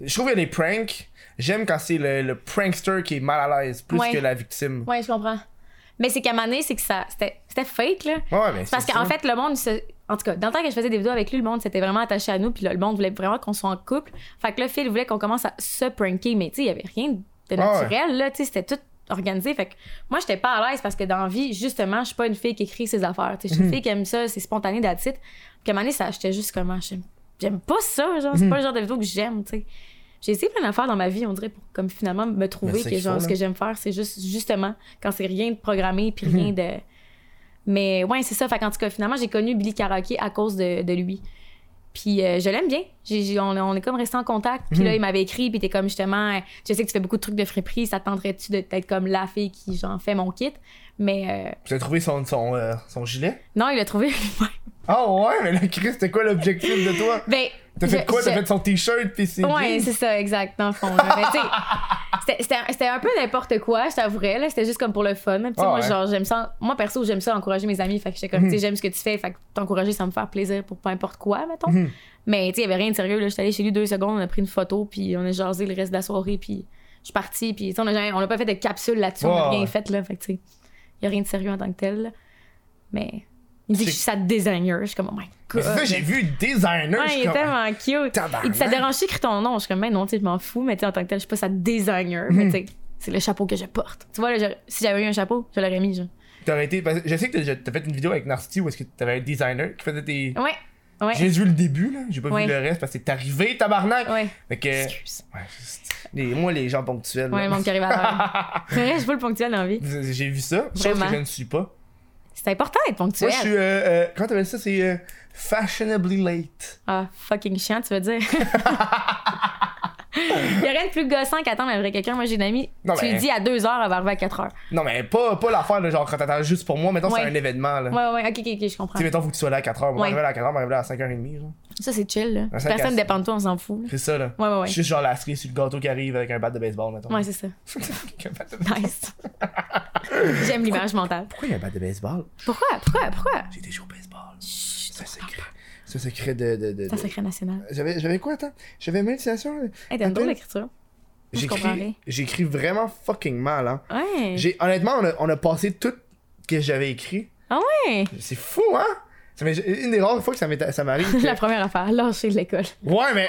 Je trouve qu'il y a des pranks. J'aime quand c'est le, le prankster qui est mal à l'aise, plus Ouais. que la victime. Ouais, je comprends. Mais c'est qu'à un moment donné, c'est que ça. C'était c'était fake, là. Ouais, ouais, mais Parce Ben, c'est qu'en ça. fait, le monde. se- En tout cas, dans le temps que je faisais des vidéos avec lui, le monde s'était vraiment attaché à nous, puis là, le monde voulait vraiment qu'on soit en couple. Fait que là, Phil voulait qu'on commence à se pranker, mais tu sais, il y avait rien Ah de naturel, là, tu sais, c'était tout organisé. Fait que moi, j'étais pas à l'aise parce que dans la vie, justement, je suis pas une fille qui écrit ses affaires. Tu sais, je suis Mhm. une fille qui aime ça, c'est spontané d'attitude. Puis à un moment donné, ça, j'étais juste comment, j'aime j'aime pas ça, genre, c'est Mhm. pas le genre de vidéo que j'aime, tu sais. J'ai essayé plein d'affaires dans ma vie, on dirait, pour comme finalement me Mais trouver, c'est puis qu'il genre, faut, ce là. que j'aime faire, c'est juste, justement, quand c'est rien de programmé, puis rien Mhm. de. Mais ouais, c'est ça. Fait qu'en tout cas, finalement, j'ai connu Billy Karaoke à cause de, de lui. Puis euh, je l'aime bien. J'ai- j'ai- on, on est comme resté en contact. Puis Hmm. là, il m'avait écrit, puis t'es comme justement, euh, je sais que tu fais beaucoup de trucs de friperie, ça te tenterait-tu de- d'être comme la fille qui, genre, fait mon kit? Mais euh, Tu as trouvé son, son, euh, son gilet? non, il l'a trouvé (laughs) lui-même. Ah ouais, mais là, Chris, c'était quoi l'objectif de toi? Ben, T'as fait je- quoi? T'as je- fait son t-shirt pis ses Ouais, jeans? c'est ça, exact, dans le fond. là. Mais tu sais, (laughs) c'était- c'était un- C'était un peu n'importe quoi, je t'avouerais. là. C'était juste comme pour le fun. là. Puis tu sais, Ah moi, ouais. Mhm. genre, j'aime ça. Moi, perso, j'aime ça, encourager mes amis. Fait que j'étais comme, tu sais, j'aime ce que tu fais. Fait que t'encourager, ça me faire plaisir pour peu importe quoi, mettons. Mhm. Mais tu sais, il y avait rien de sérieux. là. J'étais allée chez lui deux secondes, on a pris une photo, puis on a jasé le reste de la soirée, puis je suis partie. Puis tu sais, on a jamais- on n'a pas fait de capsule là-dessus, on n'a Ouais, ouais. rien fait, là. Fait que tu sais, il y a rien de sérieux en tant que tel. là. Mais il me dit que je suis sa designer. Je suis comme, oh my Mais god. c'est ça, j'ai vu designer. Ouais, je suis il est comme- tellement cute. Tabarnak. Il dit, ça te dérange-tu d'écrire ton nom? Je suis comme, ben non, tu sais, je m'en fous, mais tu sais, en tant que tel, je suis pas sa designer, Mhm. mais tu sais, c'est le chapeau que je porte. Tu vois, là, j'aurais- si j'avais eu un chapeau, je l'aurais mis, genre. T'aurais été. parce que Je sais que t'as t'as fait une vidéo avec Nasty où est-ce que t'avais un designer qui faisait tes. Ouais, ouais, J'ai vu le début, là. J'ai pas Ouais. vu le reste parce que t'es arrivé, tabarnak. ouais. Fait que. Ouais, Excuse. c'est- les- moi, les gens ponctuels. Ouais, là. le (laughs) monde qui arrive à l'heure. C'est vrai, je veux le ponctuel dans la vie. J'ai vu ça, chose Vraiment. que je ne suis pas. C'est important d'être ponctuel. Moi, je suis. Euh, euh, comment t'appelles ça C'est euh, fashionably late. Ah, fucking chiant, tu (laughs) veux dire. Il y a rien de plus gossant qu'attendre après quelqu'un. Moi, j'ai une amie, Non, ben. tu lui mais- dis à 2 heures, elle va arriver à 4 heures. Non, mais pas, pas l'affaire, là, genre quand t'attends juste pour moi. Mettons, Ouais. c'est un événement, là. Ouais, ouais, ouais, ok, ok, ok, je Tu comprends. sais, mettons, faut que tu sois là à 4h. Moi, Ouais. arriver à 4h, on va arriver là à 5h30, genre. Ça, c'est chill, là. Un sac à Personne six. dépend de toi, on s'en fout. là. C'est ça, là. Ouais, ouais, ouais. Juste genre la cerise sur le gâteau qui arrive avec un bat de baseball, mettons. Ouais, c'est ça. Avec (laughs) un bat de- (laughs) Nice. J'aime l'image mentale. Pourquoi il y a un bat de baseball Pourquoi? Pourquoi? Pourquoi? J'ai déjà joué au baseball. C'est un secret. C'est un secret de. de, de, C'est un de- secret national. J'avais, j'avais quoi, attends J'avais une hallucination. là. Hey, t'as une drôle Appelle- d'écriture. je comprends rien. J'écris, j'écris vraiment fucking mal, hein. Ouais. J'ai, honnêtement, on a, on a passé tout ce que j'avais écrit. Ah ouais! (laughs) C'est fou, hein Ça m'est- une des rares fois que ça, m'est- ça (laughs) m'arrive. que- La première affaire, lâcher de l'école. Ouais, mais.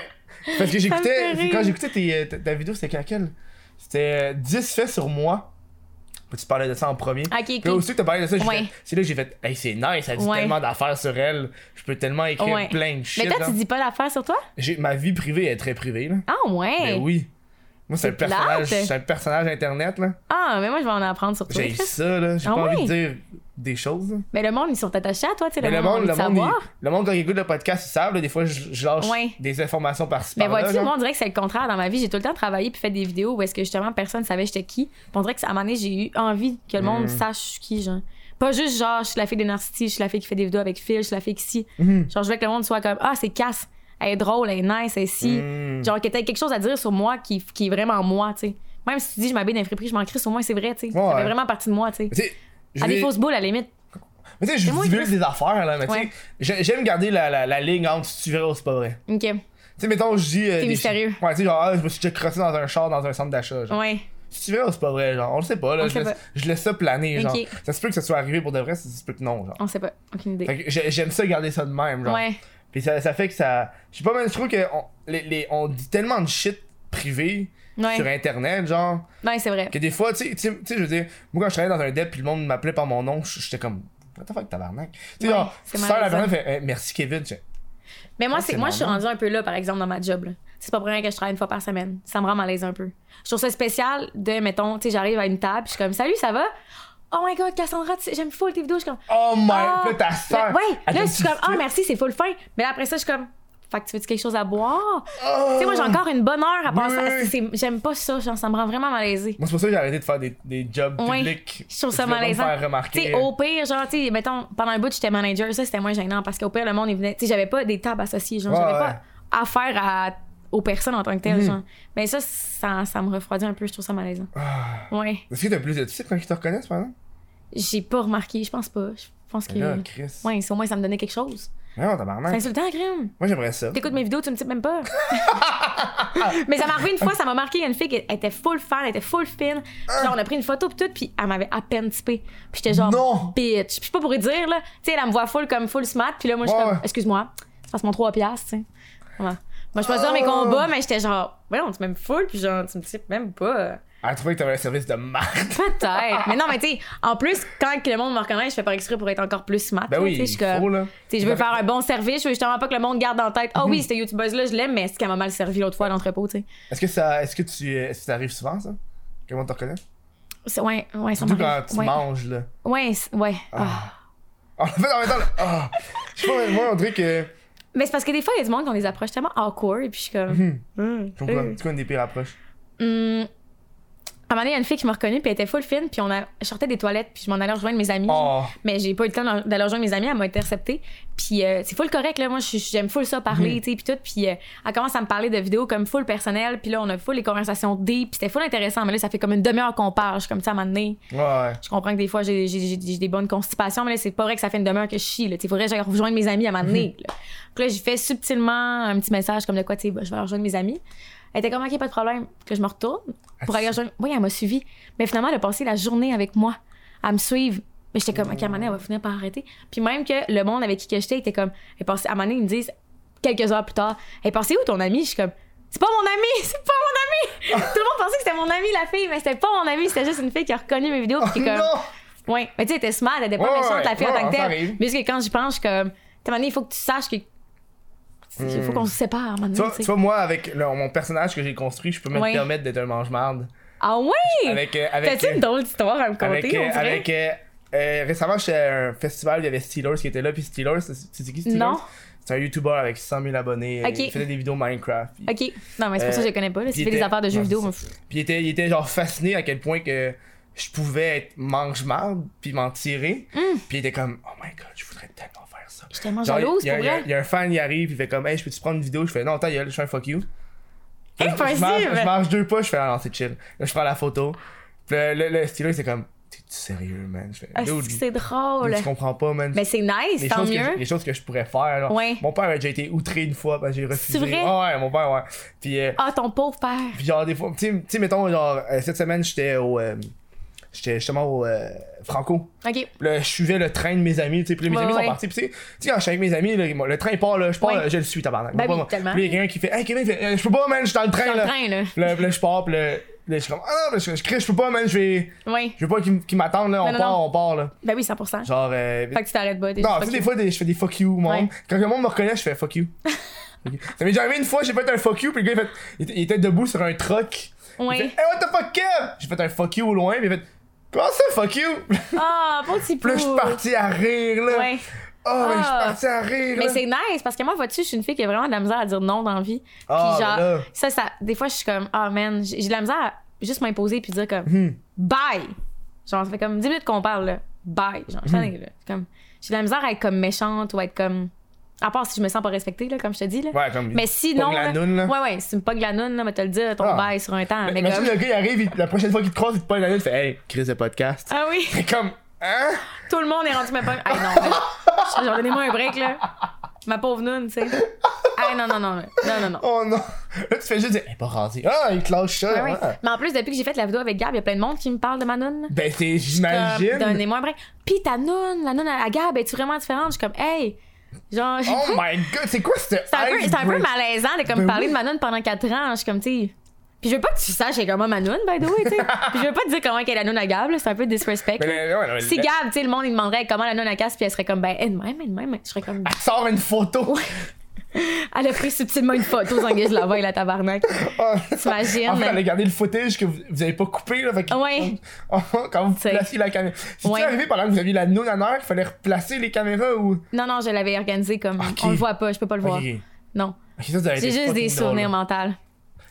Parce que fait j'écoutais. rire. Quand j'écoutais tes- euh, ta, ta vidéo, c'était laquelle C'était euh, 10 faits sur moi. Puis tu parlais de ça en premier. Ok, ok. Puis aussi, t'as parlé de ça. j'ai Ouais. fait- C'est là que j'ai fait. Hey, c'est nice, elle dit Ouais. tellement d'affaires sur elle. Je peux tellement écrire Ouais. plein de shit. Mais toi, là. tu dis pas l'affaire sur toi? J'ai- Ma vie privée est très privée, là. Ah Mais ouais! Ben oui. Moi, c'est un C'est plate. personnage. C'est un personnage internet, là. Ah, mais moi, je vais en apprendre sur toi. J'ai ça, là. J'ai Ah pas ouais. envie de dire des choses, là. Mais le monde, ils sont attachés à toi, tu sais. Mais Le monde, ils le monde, savoir. il- le monde, quand il écoute le podcast, ils savent, là. Des fois, je, je lâche Ouais. des informations par-ci. Mais par-là, Ben, vois-tu, genre. moi, on dirait que c'est le contraire dans ma vie. J'ai tout le temps travaillé puis fait des vidéos où est-ce que justement personne savait j'étais qui. Puis on dirait que à un moment donné, j'ai eu envie Mm. que le monde sache je suis qui, genre. Pas juste genre, je suis la fille des narcissies, je suis la fille qui fait des vidéos avec Phil, je suis la fille qui si. Mm. Genre, je veux que le monde soit comme, ah, c'est casse, elle est drôle, elle est nice, elle est si. Mm. Genre, que t'aies quelque chose à dire sur moi qui, qui est vraiment moi, tu sais. Même si tu dis je m'habille d'un friperie, je m'en crie sur moi, c'est vrai, tu sais. Ouais. Ça fait vraiment partie de moi, tu sais. Mais tu sais, je À des vais- fausses boules, à la limite. Mais tu sais, je Mais moi, divulgue des affaires, là, mais tu sais, Ouais. j'ai- j'aime garder la, la, la ligne entre si tu verras ou c'est pas vrai. Ok. Tu sais, mettons, je dis. euh, T'es des- mystérieux. Ouais, tu sais, genre, ah, je me suis déjà crossé dans un char, dans un centre d'achat. genre. Ouais. Si tu verras ou c'est pas vrai, genre, on le sait pas, là. On je, sait laisse, pas. je laisse ça planer, genre. Ok. Ça se peut que ça soit arrivé pour de vrai, ça se peut que non, genre. On sait pas. Aucune idée. Fait que j'ai- j'aime ça garder ça de même, genre. Ouais. Puis ça, ça fait que ça. Je sais pas, même, je trouve qu'on les, les- on dit tellement de shit privé Ouais. sur internet, genre, Ouais, c'est vrai. que des fois, tu sais- tu sais, tu sais, je veux dire, moi quand je travaillais dans un dep puis le monde m'appelait par mon nom, j- j'étais comme, what the fuck, tabarnak. Tu sais, Ouais, genre, c'est tu sors la malaisant. personne, fait, Hey, merci Kevin. Je fais, Mais moi, Ah, c'est, c'est moi, je suis normal. rendue un peu là, par exemple, dans ma job. là. C'est pas pour rien que je travaille une fois par semaine. Ça me rend malaise un peu. Je trouve ça spécial de, mettons, tu sais, j'arrive à une table, puis je suis comme, salut, ça va? Oh my god, Cassandra, tu sais, j'aime full tes vidéos. Je suis comme, Oh my, Ah! putain ta soeur. Là, ouais, là, je suis comme, ah merci, c'est full fin. Mais là, après ça, je suis comme, fait que tu veux quelque chose à boire? Tu sais, moi, j'ai encore une bonne heure à passer. Oh! oui, oui. C'est- J'aime pas ça, genre, ça me rend vraiment malaisée. Moi, c'est pour ça que j'ai arrêté de faire des, des jobs ah! Ouais, publics. je trouve ça voulais pas me malaisant. faire Tu remarquer. sais, au pire, genre, tu sais, mettons, pendant un bout, j'étais manager, ça, c'était moins gênant parce qu'au pire, le monde, il venait. Tu sais, j'avais pas des tables associées, genre, Ouais, j'avais ouais. pas affaire à aux personnes en tant que telles, Mhm. genre. Ben ça, ça, ça me refroidit un peu, je trouve ça malaisant. Ah. Ouais. Est-ce que t'as plus de types quand ils te reconnaissent, par exemple? J'ai pas remarqué, je pense pas. Je pense que. Là, Chris. Ouais, c'est au moins ça me donnait quelque chose. Non, C'est tabarnak. insultant, crème. Moi, j'aimerais ça. T'écoutes mes vidéos, tu me types même (laughs) pas. mais ça m'est arrivé une fois, ça m'a marqué. Il y a une fille qui était full fan, elle était full Ah. fine. Puis genre, on a pris une photo, pis tout, puis elle m'avait à peine typé. Puis j'étais genre, Non! bitch. Puis je pas pour lui dire, là. Tu sais, elle me voit full comme full smart, puis là, moi, je suis Ouais, comme, ouais. excuse-moi, c'est parce que mon 3 piastres, tu sais. Ouais. Moi, je passe dans mes Ah. combats, mais j'étais genre, ouais, on même full, puis genre, tu me types même pas. Elle trouvait que t'avais un service de marque. (laughs) Peut-être. mais non, mais tu sais, en plus, quand que le monde me reconnaît, je fais par exprès pour être encore plus smart. Ben là, oui, tu sais, je suis il faut, comme- là. Mhm. tu sais, je veux faire un bon service, je veux justement pas que le monde garde en tête. Ah oui, cette youtubeuse-là, je l'aime, mais c'est qu'elle m'a mal servi l'autre fois à l'entrepôt, tu sais. Est-ce que ça, est-ce que tu, est-ce que ça arrive souvent, ça? Que le monde te reconnaisse? C'est- Ouais, ouais, ça Surtout quand m'arrive. tu ouais. manges, là. Oh, Ouais, c'est- ouais. Ah. En (laughs) fait, en même temps, là, ah, je sais pas, moi, on dirait que. Mais c'est parce que des fois, il y a du monde qui ont des approches tellement awkward, et puis je suis comme. Hum, Mhm. Je comprends. euh. C'est quoi une des pires approches? Hum. À un moment donné, il y a une fille qui m'a reconnue, puis elle était full fine, puis on a... je sortais des toilettes, puis je m'en allais rejoindre mes amis. Oh! Mais j'ai pas eu le temps d'en- d'aller rejoindre mes amis, elle m'a interceptée. Puis euh, c'est full correct, là. Moi, je- j'aime full ça parler, tu sais, puis tout. Puis euh, elle commence à me parler de vidéos comme full personnelles. Puis là, on a full les conversations deep. Puis c'était full intéressant. Mais là, ça fait comme une demi-heure qu'on parle. Je suis comme ça, à un moment donné, Ouais, ouais. je comprends que des fois, j'ai j'ai- j'ai- j'ai des bonnes constipations. Mais là, c'est pas vrai que ça fait une demi-heure que je chie, là. Tu sais, faudrait que j'aille rejoindre mes amis à un moment donné. là. Puis là, j'ai fait subtilement un petit message comme de quoi, tu sais, bah, je vais aller rejoindre mes amis. Elle était comme, OK, pas de problème. Que je me retourne pour aller rejoindre. Oui, elle m'a suivi. Mais finalement, elle a passé la journée avec moi à me suivre. Mais j'étais comme, OK, à un moment donné, elle va finir par arrêter. Puis même que le monde avec qui que j'étais était comme, elle est passée- à un moment donné, ils me disent, quelques heures plus tard, elle est passée où ton ami? Je suis comme, c'est pas mon ami, (laughs) c'est pas mon ami! Tout le monde pensait que c'était mon ami, la fille, mais c'était pas mon ami, c'était juste une fille qui a reconnu mes vidéos. Puis qui est comme, Oh, Non! Ouais, mais tu sais, elle était smart, elle était pas Ouais, méchante, la fille ouais, en tant que ça telle. arrive. Mais juste que quand j'y pense, je suis comme, t'as il faut que tu saches que. Il faut qu'on se sépare Tu maintenant. vois, tu tu sais. vois, moi, avec le- mon personnage que j'ai construit, je peux me Ouais. permettre d'être un mange-marde. Ah oui! Avec, euh, avec, T'as-tu euh, une drôle d'histoire à me avec, conter? euh, on dirait? avec, euh, euh, récemment, j'étais à un festival, il y avait Steelers qui était là, puis Steelers, c'est c'est qui Steelers? Non. C'est un YouTuber avec 100 000 abonnés, euh, Ok. il faisait des vidéos Minecraft. puis- Ok. Non, mais c'est pour ça que je les connais pas. là. Euh, puis C'est il fait des était- affaires de jeux Ouais, vidéo. c'est moi. ça. Puis il était, il était genre fasciné à quel point que je pouvais être mange-marde, puis m'en tirer. Puis il était comme, oh my god, je voudrais tellement faire ça. Hmm. Je suis tellement Genre, jalouse il y, a- pour il y a- vrai. il y a un fan, il arrive, il fait comme, hey, je peux-tu prendre une vidéo? Je fais, non, attends, il y a- je fais un fuck you. Je marche, Impossible! je marche deux pas, je fais, ah non, c'est chill. Là, je prends la photo. Puis le, le, le stylo, c'est comme, t'es-tu sérieux, man? Je fais, Ah, dude, c'est- c'est dude, drôle. tu comprends pas, man. Mais c'est nice, les, tant choses que mieux. je, les choses que je pourrais faire. genre. Ouais. Mon père a déjà été outré une fois, parce que j'ai refusé. vrai? Ouais, ouais, mon père, ouais. Puis, euh, Ah, ton pauvre père. puis genre, des fois, tu sais- tu sais, mettons, genre, euh, cette semaine, j'étais au. euh, J'étais justement au euh, Franco. Ok. Puis Là, je suivais le train de mes amis. tu sais, Puis là, mes Ouais, amis ouais. sont partis. Puis tu sais, tu sais, quand je suis avec mes amis, là, moi, le train il part, là, je pars, Ouais. là, je le suis, tabarnak. Ben Moi, oui, moi. tellement. Puis là, il y a quelqu'un qui fait Hey Kevin, il fait, Euh, je peux pas, man, je suis dans le train. Dans le là. train, là. Puis là, puis là, je pars, puis là, là, je suis comme, ah non, là, je, je crie, je peux pas, man, je vais. Oui. Je veux pas qu'ils qu'ils m'attendent, là, on Non, non, part, non. on part, là. Ben oui, 100%. Genre, euh, Fait que tu t'arrêtes pas. t'es Non, tu sais, juste fuck des you. fois, des- je fais des fuck you, au monde. Ouais. Quand le monde me reconnaît, je fais fuck (laughs) you. Fuck you. Ça m'est déjà arrivé une fois, j'ai fait un fuck you, puis le gars, il, fait, il était- il était debout sur un truck. Il fait, Ouais. hey, what the fuck, Kev? J'ai fait un fuck you au loin, puis il fait, comment ça, fuck you? (laughs) Ah, bon petit Puis là, je suis pouls. parti à rire, là. Ouais. Oh, mais je suis Ah. parti à rire, Mais là. c'est nice parce que moi, vois-tu, je suis une fille qui a vraiment de la misère à dire non dans la vie. Puis Ah, genre, ben là. ça, ça, des fois, je suis comme, ah man, j'ai j'ai de la misère à juste m'imposer puis dire comme, Hmm. bye. Genre, ça fait comme 10 minutes qu'on parle, là. Bye. Genre, Hmm. je suis allée, là. Comme, j'ai de la misère à être comme méchante ou à être comme. À part si je me sens pas respectée, là, comme je te dis, là. Ouais, comme. Mais sinon. Pogne la là- noune, là. Ouais, ouais, si tu me pognes la noune, là, mais te le dire, ton Ah. bye sur un temps. Mais, Imagine comme. le gars, il arrive, il- la prochaine fois qu'il te croise, il te pointe la nuit, il fait, hey, crise de podcast. Ah oui, (laughs) C'est comme, hein? tout le monde est rendu ma pogne. Ah non, là. genre, donnez-moi un break, là. Ma pauvre noune, tu sais. Ah non, non, non, là. non, non, non. Oh non! (laughs) Là, tu fais juste dire, hey, pas rasé. Ah, il te lâche ça. Ouais, ouais. hein. Mais en plus, depuis que j'ai fait la vidéo avec Gab, il y a plein de monde qui me parle de ma noune. Ben, c'est, Comme, j'imagine. Donnez-moi un break. Pis ta noune, la noune à à Gab, es-tu vraiment différente? Je suis comme, hey, genre. Oh my god, c'est quoi ce. (laughs) C'est un, peu, c'est un peu icebreaker? malaisant de comme Oh, Ben parler oui. de Manon pendant 4 ans. Je suis comme, tu sais. Puis je veux pas que tu saches c'est comment Manon, by the (laughs) way, tu sais. Puis je veux pas te dire comment qu'elle est la nonne à Gab, là, c'est un peu disrespect. Ben, là. ouais, ouais, ouais, si la- Gab, tu sais, le monde, il demanderait comment la nonne à casse, puis elle serait comme, ben, elle-même, elle-même. Je (laughs) serais comme, Elle sort une photo. elle a pris subtilement une photo, sans que je la voie, la tabarnak. (laughs) Ah. T'imagines? En fait, elle a gardé le footage que vous, vous avez pas coupé, là. Fait que- Oh, Ouais. quand vous C'est- placez la caméra. C'est-tu Ouais. arrivé pendant que vous aviez la non en heure qu'il fallait replacer les caméras ou. Non, non, je l'avais organisé comme, Ok. on le voit pas, je peux pas le voir. Ok, ok. Non. Ok, ça, ça aurait J'ai été juste des fucking drôle, souvenirs là. mentaux.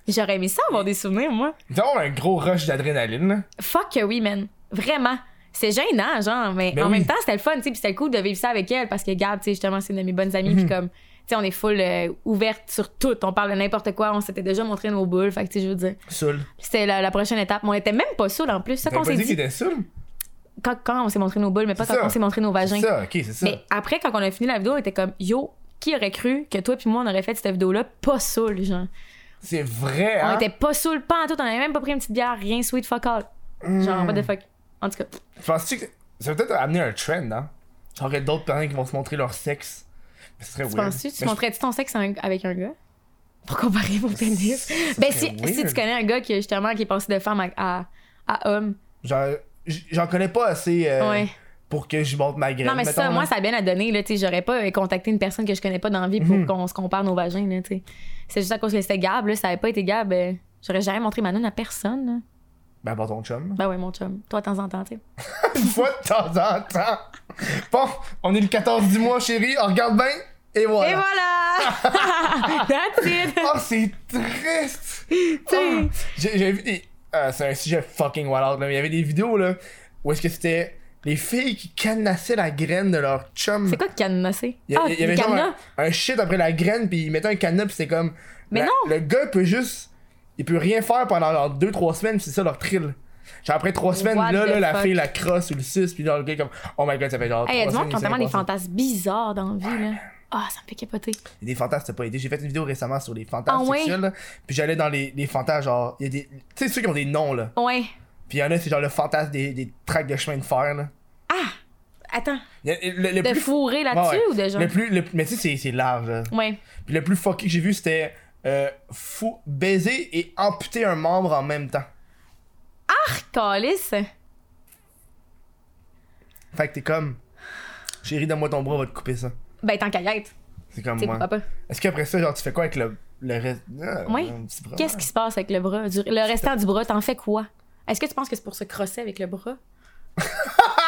J'aurais aimé ça avoir des souvenirs, moi. Nous avons un gros rush d'adrénaline, là. Fuck que oui, man. Vraiment. C'est gênant, genre, mais Ben en oui. Mhm. même temps, c'était le fun, tu sais, puis c'était le cool de vivre ça avec elle parce que Gab, tu sais, justement, c'est une de mes bonnes amies, puis comme, sais, on est full euh, ouverte sur tout. On parle de n'importe quoi. On s'était déjà montré nos boules. Fait que, tu sais, je veux dire. Soul. C'était la, la prochaine étape. Mais On était même pas saoul en plus. Ça T'as qu'on pas s'est dit qu'il dit. était saoul? Quand, quand on s'est montré nos boules, mais pas Ben, C'est quand ça. on s'est montré nos C'est vagins. ça, ok, c'est ça. Mais après, quand on a fini la vidéo, on était comme Yo, qui aurait cru que toi puis moi, on aurait fait cette vidéo-là pas saoul, genre. C'est vrai, On hein? était pas saoul, pas en tout. On avait même pas pris une petite bière, rien sweet, fuck all. Hmm. Genre, what the fuck. En tout cas, Penses-tu que ça va peut-être amener un trend, hein? Genre qu'il y a d'autres personnes qui vont se montrer leur sexe. Mais ce serait tu weird. penses-tu, tu Mais hein. Ben, je- montrais-tu ton sexe à un- avec un gars? Pour comparer mon (laughs) pénis. Ben, si, serait si tu weird. connais un gars qui, justement, qui est passé de femme à, à, à homme. Genre, j- j'en connais pas assez euh, hein. Ouais. pour que j'y monte ma graine. Non, mais c'est ça, mettons, moi, là. ça a bien à donner. Là, tu sais, j'aurais pas euh, contacté une personne que je connais pas dans la vie Mhm. pour qu'on se compare nos vagins. Là, tu sais. c'est juste à cause que c'était Gab. Là, ça avait pas été Gab. euh, j'aurais jamais montré ma nonne à personne. là. Ben, pas ton chum. (laughs) Ben ouais, mon chum. Toi, de temps en temps, tu sais. Une fois de temps en temps. Bon, on est le 14 du mois, chérie. On regarde bien. Et voilà. Et voilà! (laughs) (laughs) That's it! Oh, c'est triste! Tu sais. Oh, J'ai j'ai vu des. euh, c'est un sujet fucking wild, là. mais Il y avait des vidéos, là, où est-ce que c'était les filles qui canassaient la graine de leur chum. C'est quoi le cadenas, c'est? Il y, a- Ah, il y avait le genre cadenas? Un, un shit après la graine, puis ils mettaient un cadenas, puis c'était comme. Mais la- non! Le gars peut juste. Il peut rien faire pendant genre 2-3 semaines, c'est ça leur thrill. Genre après 3 semaines, What là, the là la fuck? fille la crosse ou le suce, puis genre le gars est comme. Oh my god, ça fait genre. Hey, il y a trois du monde qui ont semaines, tellement il des s'est rien passé. fantasmes bizarres dans la vie, là. Ah, ça me fait capoter. Il y a des fantasmes, t'as pas aidé. J'ai fait une vidéo récemment sur les fantasmes Ah ouais? sexuels, là, puis j'allais dans les, les fantasmes, genre. Il y a des. Tu sais, ceux qui ont des noms, là. Ouais. Puis il y en a, c'est genre le fantasme des, des tracts de chemin de fer, là. Attends, Il y a- Le, le de plus... fourrer là-dessus Ouais, ouais. ou de genre? Le plus, le- Mais tu sais, c'est- c'est large, là. Ouais. Puis le plus fucké que j'ai vu, c'était euh, fou baiser et amputer un membre en même temps. Calice. Fait que t'es comme, chérie, donne-moi ton bras, on va te couper ça. Ben, tant qu'à y être. C'est comme Tu sais, moi. pourquoi pas? Est-ce qu'après ça, genre, tu fais quoi avec le, le reste Ah, Oui. un petit bras. Qu'est-ce qui se passe avec le bras? Du- Le restant du bras, t'en fais quoi? Est-ce que tu penses que c'est pour se crosser avec (laughs) le bras?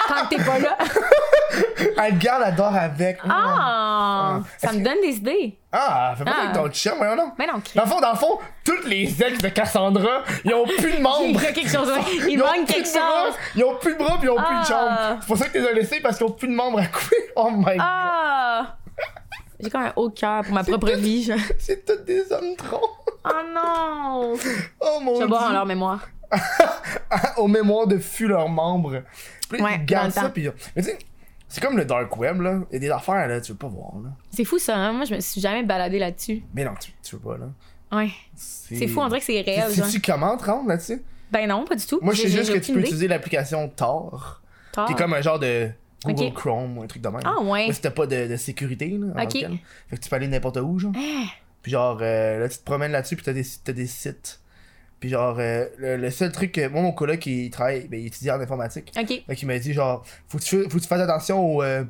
Quand t'es pas là. Elle Ah, garde, elle dort avec. Ah! Ça Est-ce me donne des idées. Ah, fais pas ça Ah. avec ton chien, voyons non. Mais non, Dans Chris. le fond, dans le fond, toutes les ex de Cassandra, ils ont (laughs) plus de Il membres. manque quelque chose. ouais. Il Ils ont manque plus quelque de bras, chose. Ils ont plus de bras, puis ils ont plus de Ah. jambes. C'est pour ça que t'es laissé parce qu'ils ont plus de membres à couper. Oh my god. Ah! J'ai quand même un haut cœur pour ma propre vie. je- C'est tous des hommes troncs. Oh non! Oh mon Je dieu. vais boire en leur mémoire. (laughs) aux mémoires de fut leurs membres. Puis là, Ouais, ils gardent dans le ça, temps. puis euh, Mais tu sais, c'est comme le dark web, là. Il y a des affaires, là, tu veux pas voir, là. C'est fou ça, hein? moi je me suis jamais baladée là-dessus. Mais non, tu, tu veux pas, là. Ouais. C'est fou, on dirait que c'est réel. genre. Sais-tu comment te rendre là-dessus? Ben non, pas du tout. Moi, je sais J'ai- juste j'ai que tu aucune peux idée. utiliser l'application Tor, Tard. qui est comme un genre de Google Ok. Chrome ou un truc de même. Ah ouais. Mais c'était pas de, de sécurité, là. en tant Ok. que tel. Fait que tu peux aller n'importe où, genre. Hein. Puis genre, euh, là, tu te promènes là-dessus, puis t'as des, t'as des sites. Puis genre, euh, le, le seul truc que... Moi, mon coloc, il travaille... Ben, il étudie en informatique. Ah. Ok. Fait qu'il m'a dit genre, faut que tu, faut que tu fasses attention au, euh,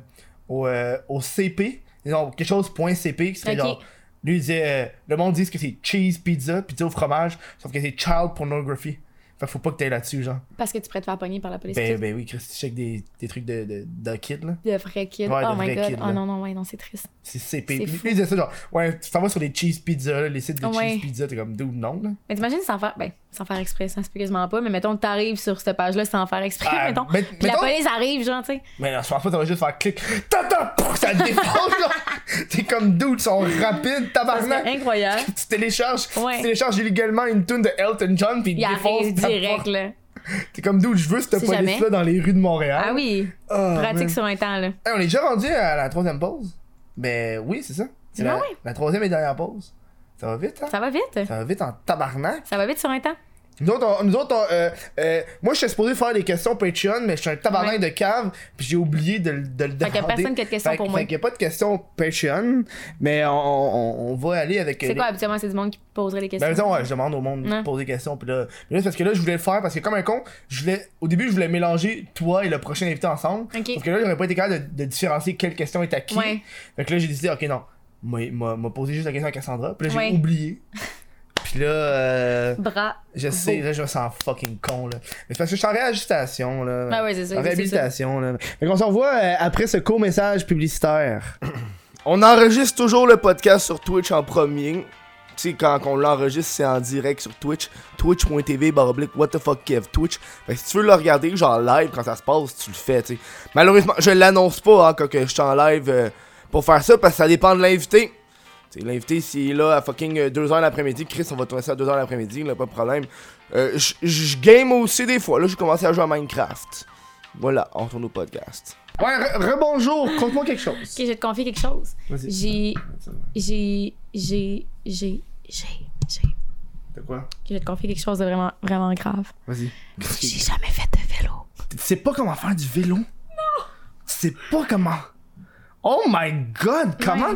au, euh, au CP, genre quelque chose point .cp qui serait Ok. genre, lui il disait, euh, le monde dit que c'est cheese pizza, pizza au fromage, sauf que c'est child pornography. Fait que faut pas que t'ailles là-dessus genre. Parce que tu pourrais te faire pogner par la police. Ben, tu ben oui, Chris, tu check des, des trucs de, de, de kid là. sais. De vrai kid. Ouais, de oh my vrai god. kid, oh là. non, non, ouais, non, c'est triste. C'est CP. C'est Lui, fou. il disait ça genre, ouais, tu t'en vas sur les cheese pizza, là, les sites de Ouais. cheese pizza, t'es comme d'où non (laughs) là. Mais t'imagines sans faire. Ben, sans faire exprès, ça se peut quasiment pas. Mais mettons que t'arrives sur cette page-là sans faire exprès, Ah, mettons. mais- Puis la mettons- police arrive, genre, tu sais. Mais non, je pense pas, t'aurais juste faire clic, tata, pouf, ça te défonce là. (laughs) T'es comme d'où, ils sont rapides, Ça serait tabarnak. (laughs) incroyable. tu télécharges, Ouais. tu télécharges illégalement une tune de Elton John puis Il défonce arrive ta direct, porte. là. T'es comme d'où je veux cette Si police là jamais. dans les rues de Montréal. Ah oui. Ah, man. Pratique sur un temps, là. Hey, on est déjà rendu à la troisième pause. Ben oui, c'est ça. C'est Ah la, ouais. la troisième et dernière pause. Ça va vite, hein? Ça va vite? Ça va vite en tabarnak. Ça va vite sur un temps? Nous autres, on- nous autres on- euh, euh, moi, je suis supposé faire des questions Patreon, mais je suis un tabarnak Ouais. de cave, puis j'ai oublié de, le- de le Fait demander. qu'il y a personne qui a de questions Fait que- pour moi. Fait qu'il y a pas de questions Patreon, mais on, on- on va aller avec... C'est les- quoi, habituellement, c'est du monde qui poserait les questions? Ben, mettons, ouais, je demande au monde de Ouais. poser des questions. Puis là, mais là, c'est parce que là, je voulais le faire parce que, comme un con, je voulais, au début, je voulais mélanger toi et le prochain invité ensemble. Ok. Parce que là, j'aurais pas été capable de, de différencier quelle question est à qui. Ouais. Fait que là, j'ai décidé, ok, non, moi, moi, m'a posé juste la question à Cassandra. Puis là, j'ai Ouais. (laughs) oublié. Puis là, euh, Bras. je sais, Beau. là, je me sens fucking con, là. Mais c'est parce que je suis en réajustation, là. Ah ouais, c'est ça, En c'est ça, réhabilitation, là. Fait qu'on se revoit euh, après ce court message publicitaire. (clears throat) On enregistre toujours le podcast sur Twitch en premier. Tu sais, quand on l'enregistre, c'est en direct sur Twitch. Twitch.tv, baroblique, what the fuck, Kev, Twitch. Fait que si tu veux le regarder, genre live, quand ça se passe, tu le fais, tu sais. Malheureusement, je l'annonce pas, hein, quand que je suis en live euh, pour faire ça, parce que ça dépend de l'invité. T'sais, L'invité, s'il est là à fucking 2h l'après-midi, Chris, on va tourner ça à 2h l'après-midi, là, pas de problème. Euh, j- j- je game aussi des fois. Là, j'ai commencé à jouer à Minecraft. Voilà, on retourne au podcast. Ouais, re- rebonjour, conte-moi quelque chose. Ok, je vais te confier quelque chose. Vas-y. J'ai. J'ai. J'ai. J'ai. J'ai. J'ai. Ok, De quoi Je vais te confier quelque chose de vraiment, vraiment grave. Vas-y. J'ai jamais fait de vélo. Tu sais pas comment faire du vélo Non Tu sais pas comment. Oh my god, comment Ouais.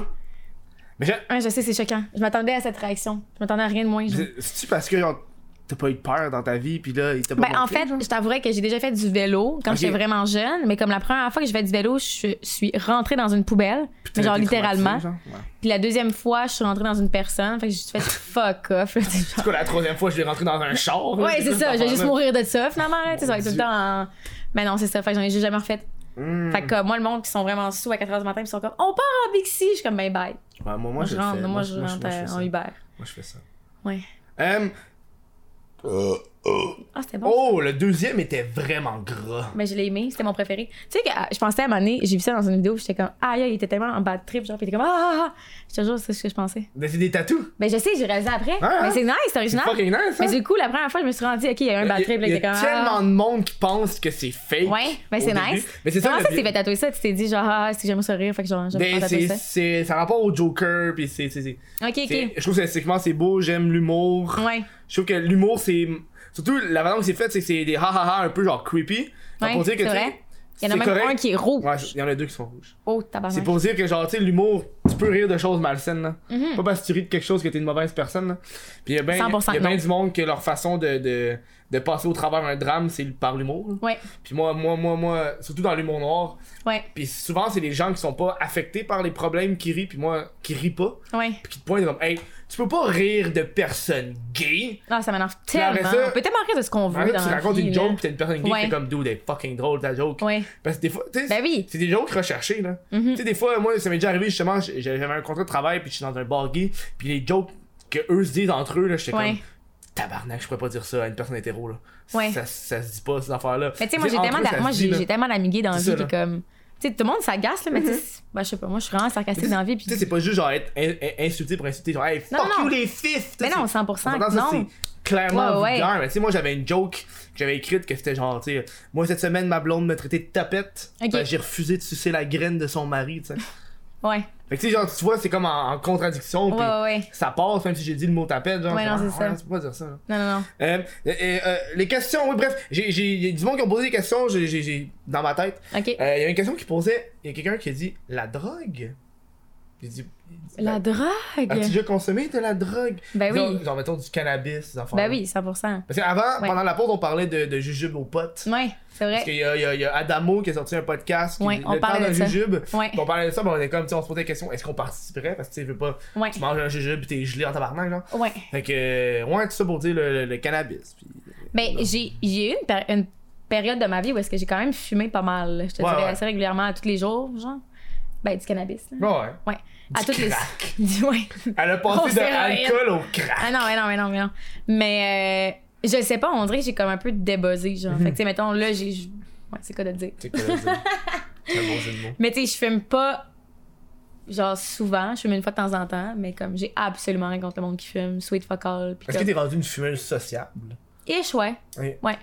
Mais je- Ouais, je sais, c'est choquant. Je m'attendais à cette réaction. Je m'attendais à rien de moins. genre. c'est- c'est-tu parce que genre, t'as pas eu peur dans ta vie, puis là, il t'a pas Ben, en montré, fait, genre? je t'avouerais que j'ai déjà fait du vélo quand Ok. j'étais vraiment jeune, mais comme la première fois que je fais du vélo, je suis rentrée dans une poubelle, mais genre T'as été littéralement. traumatisé, genre? Ouais. Puis la deuxième fois, je suis rentrée dans une personne, fait que (laughs) j'ai juste fait fuck off. là, tu sais, C'est genre. quoi, la troisième fois, je vais rentrer dans un char là, Ouais, c'est ça, je vais cette juste affaire-là. mourir de ça finalement, là, tu sais, ça va être tout le Dieu. temps en- Mais non, c'est ça, fait que j'en ai juste jamais refait. Hmm. Fait que comme, moi, le monde qui sont vraiment sous à 4h du matin, puis ils sont comme, on part en Bixi, je suis comme, ben bye. Ouais, moi, moi, Moi, je je le rentre, fais. moi, je moi, rentre moi, je fais euh, en ça. Uber. Moi, je fais ça. Ouais. Euh, Ah, c'était bon. oh, le deuxième était vraiment gras. Mais je l'ai aimé, c'était mon préféré. Tu sais que ah, je pensais à un moment donné, j'ai vu ça dans une vidéo, puis j'étais comme ah il était tellement en bad trip genre, puis il était comme ah, ah, ah. je te jure c'est ce que je pensais. Mais C'est des tatous. Ben je sais, j'ai réalisé après. Ah, ah. mais c'est nice, c'est C'est original. fucking nice, Mais hein? du coup la première fois je me suis rendu ok il y a eu un bad trip, là, Il il y était comme a ah. tellement de monde qui pense que c'est fake. Ouais, ben c'est au début. nice. Mais c'est ça. Comment le ça tu t'es bien- fait tatouer ça Tu t'es dit genre ah est-ce que j'aime sourire fait que genre j'aime Ben, pas c'est, tatouer ça. c'est, ça rapporte au Joker, puis c'est, c'est, c'est- Ok c'est- ok. je trouve que esthétiquement c'est beau, j'aime l'humour. Ouais. Je trouve que l'humour c'est, surtout la manière où c'est fait, c'est que c'est des ha ha ha un peu genre creepy. Donc, Ouais, pour dire que, c'est tu sais, vrai. Il y en a c'est même correct. un qui est rouge. Ouais, il y en a deux qui sont rouges. Oh C'est tabarnak. pour dire que genre, tu sais, l'humour, tu peux rire de choses malsaines, là. Mhm. Pas parce que tu ris de quelque chose que t'es une mauvaise personne, là. Puis il y a bien, 100% y a bien non. ben du monde que leur façon de, de, de passer au travers un drame, c'est par l'humour. là. Ouais Puis moi, moi, moi, moi, surtout dans l'humour noir, ouais puis souvent c'est des gens qui sont pas affectés par les problèmes qui rient, puis moi, qui rit pas, ouais. puis qui te pointent comme, hey, tu peux pas rire de personnes gays. Ah ça m'énerve après tellement. ça- On peut tellement rire de ce qu'on veut En fait, dans tu la racontes vie, une là. joke, pis t'as une personne gay Ouais. qui fait comme, dude, elle est fucking drôle ta joke. Ouais. Parce que des fois, tu sais, Ben oui. Mhm. c'est des jokes recherchés, là. Tu sais, des fois, moi, ça m'est déjà arrivé, justement, j- j'avais un contrat de travail, puis je suis dans un bar gay, puis les jokes que eux se disent entre eux, là, j'étais Ouais. comme, tabarnak, je pourrais pas dire ça à une personne hétéro, là. Ouais. Ça, ça se dit pas, ces affaires-là. Mais tu sais, moi, j'ai entre tellement, eux, d'a- ça moi, se dit, j'ai là. j'ai tellement d'amigués dans la C'est vie, ça, puis comme. Tu sais, tout le monde s'agace, là, mais tu sais, ben, je sais pas, moi, je suis vraiment sarcastique dans la vie, puis. Tu sais, c'est pas juste genre être in- in- insulté pour insulter, genre, hey, fuck Non, non. you les fifs! Mais Tu sais, non, c'est- 100%, on s'entend, ça, non. c'est clairement Ouais, ouais. vulgaire, mais tu sais, moi, j'avais une joke que j'avais écrite que c'était genre, tu sais, moi, cette semaine, ma blonde me traitait de tapette. Ok. parce que J'ai refusé de sucer la graine de son mari, tu sais. (laughs) Ouais, Fait que tu sais, genre, tu vois, c'est comme en, en contradiction. ouais, pis ouais, ouais. Ça passe, même si j'ai dit le mot tapette. Genre, Ouais, non, ah, c'est ça. Tu peux pas dire ça. là. Non, non, non. Euh, euh, euh, les questions, oui, bref. J'ai, j'ai, y a du monde qui ont posé des questions j'ai, j'ai, j'ai- dans ma tête. Euh, Ok. Il y a une question qui posait il y a quelqu'un qui a dit la drogue. J'ai dit. ben, La As-tu drogue! déjà consommé de la drogue Ben oui. Genre, genre, mettons du cannabis, ces enfants. Ben oui, 100%. Parce qu'avant, Ouais. pendant la pause, on parlait de, de jujube aux potes. Ouais, c'est Parce vrai. qu'il y a, il y a- il y a Adamo qui a sorti un podcast. Qui, Ouais, le on temps parlait d'un de ça. jujube. Ouais, Puis on parlait de ça, ben on était comme, tu sais, on se posait la question, est-ce qu'on participerait? Parce que tu sais, je veux pas, ouais, tu manges un jujube pis t'es gelé en tabarnak, genre. ouais. Fait que, euh, ouais, tout ça pour dire le, le- le cannabis. Puis, euh, Ben, j'ai j'ai eu une, péri- une période de ma vie où est-ce que j'ai quand même fumé pas mal, là. je te Ouais, dirais ouais. assez régulièrement, à tous les jours, genre. Ben, du cannabis, là. Ouais, ouais. Ouais. À Du toutes les. crack. (laughs) Du- Ouais. Elle a Grosse passé de héroïne. alcool au crack. Ah non, mais non, mais non, mais non. Mais euh, je sais pas, on dirait que j'ai comme un peu débuzzé, Mm-hmm. genre. Fait que, tu sais, mettons, là, j'ai. j- Ouais, c'est quoi de dire? (laughs) C'est quoi le jeu? C'est un bon jeu de mots. Mais tu sais, je fume pas, genre, souvent. Je fume une fois de temps en temps, mais comme j'ai absolument rien contre le monde qui fume. Sweet fuck all. Pis Est-ce que comme... t'es rendu une fumeuse sociable? Mm. Ish, ouais. Oui. Ouais.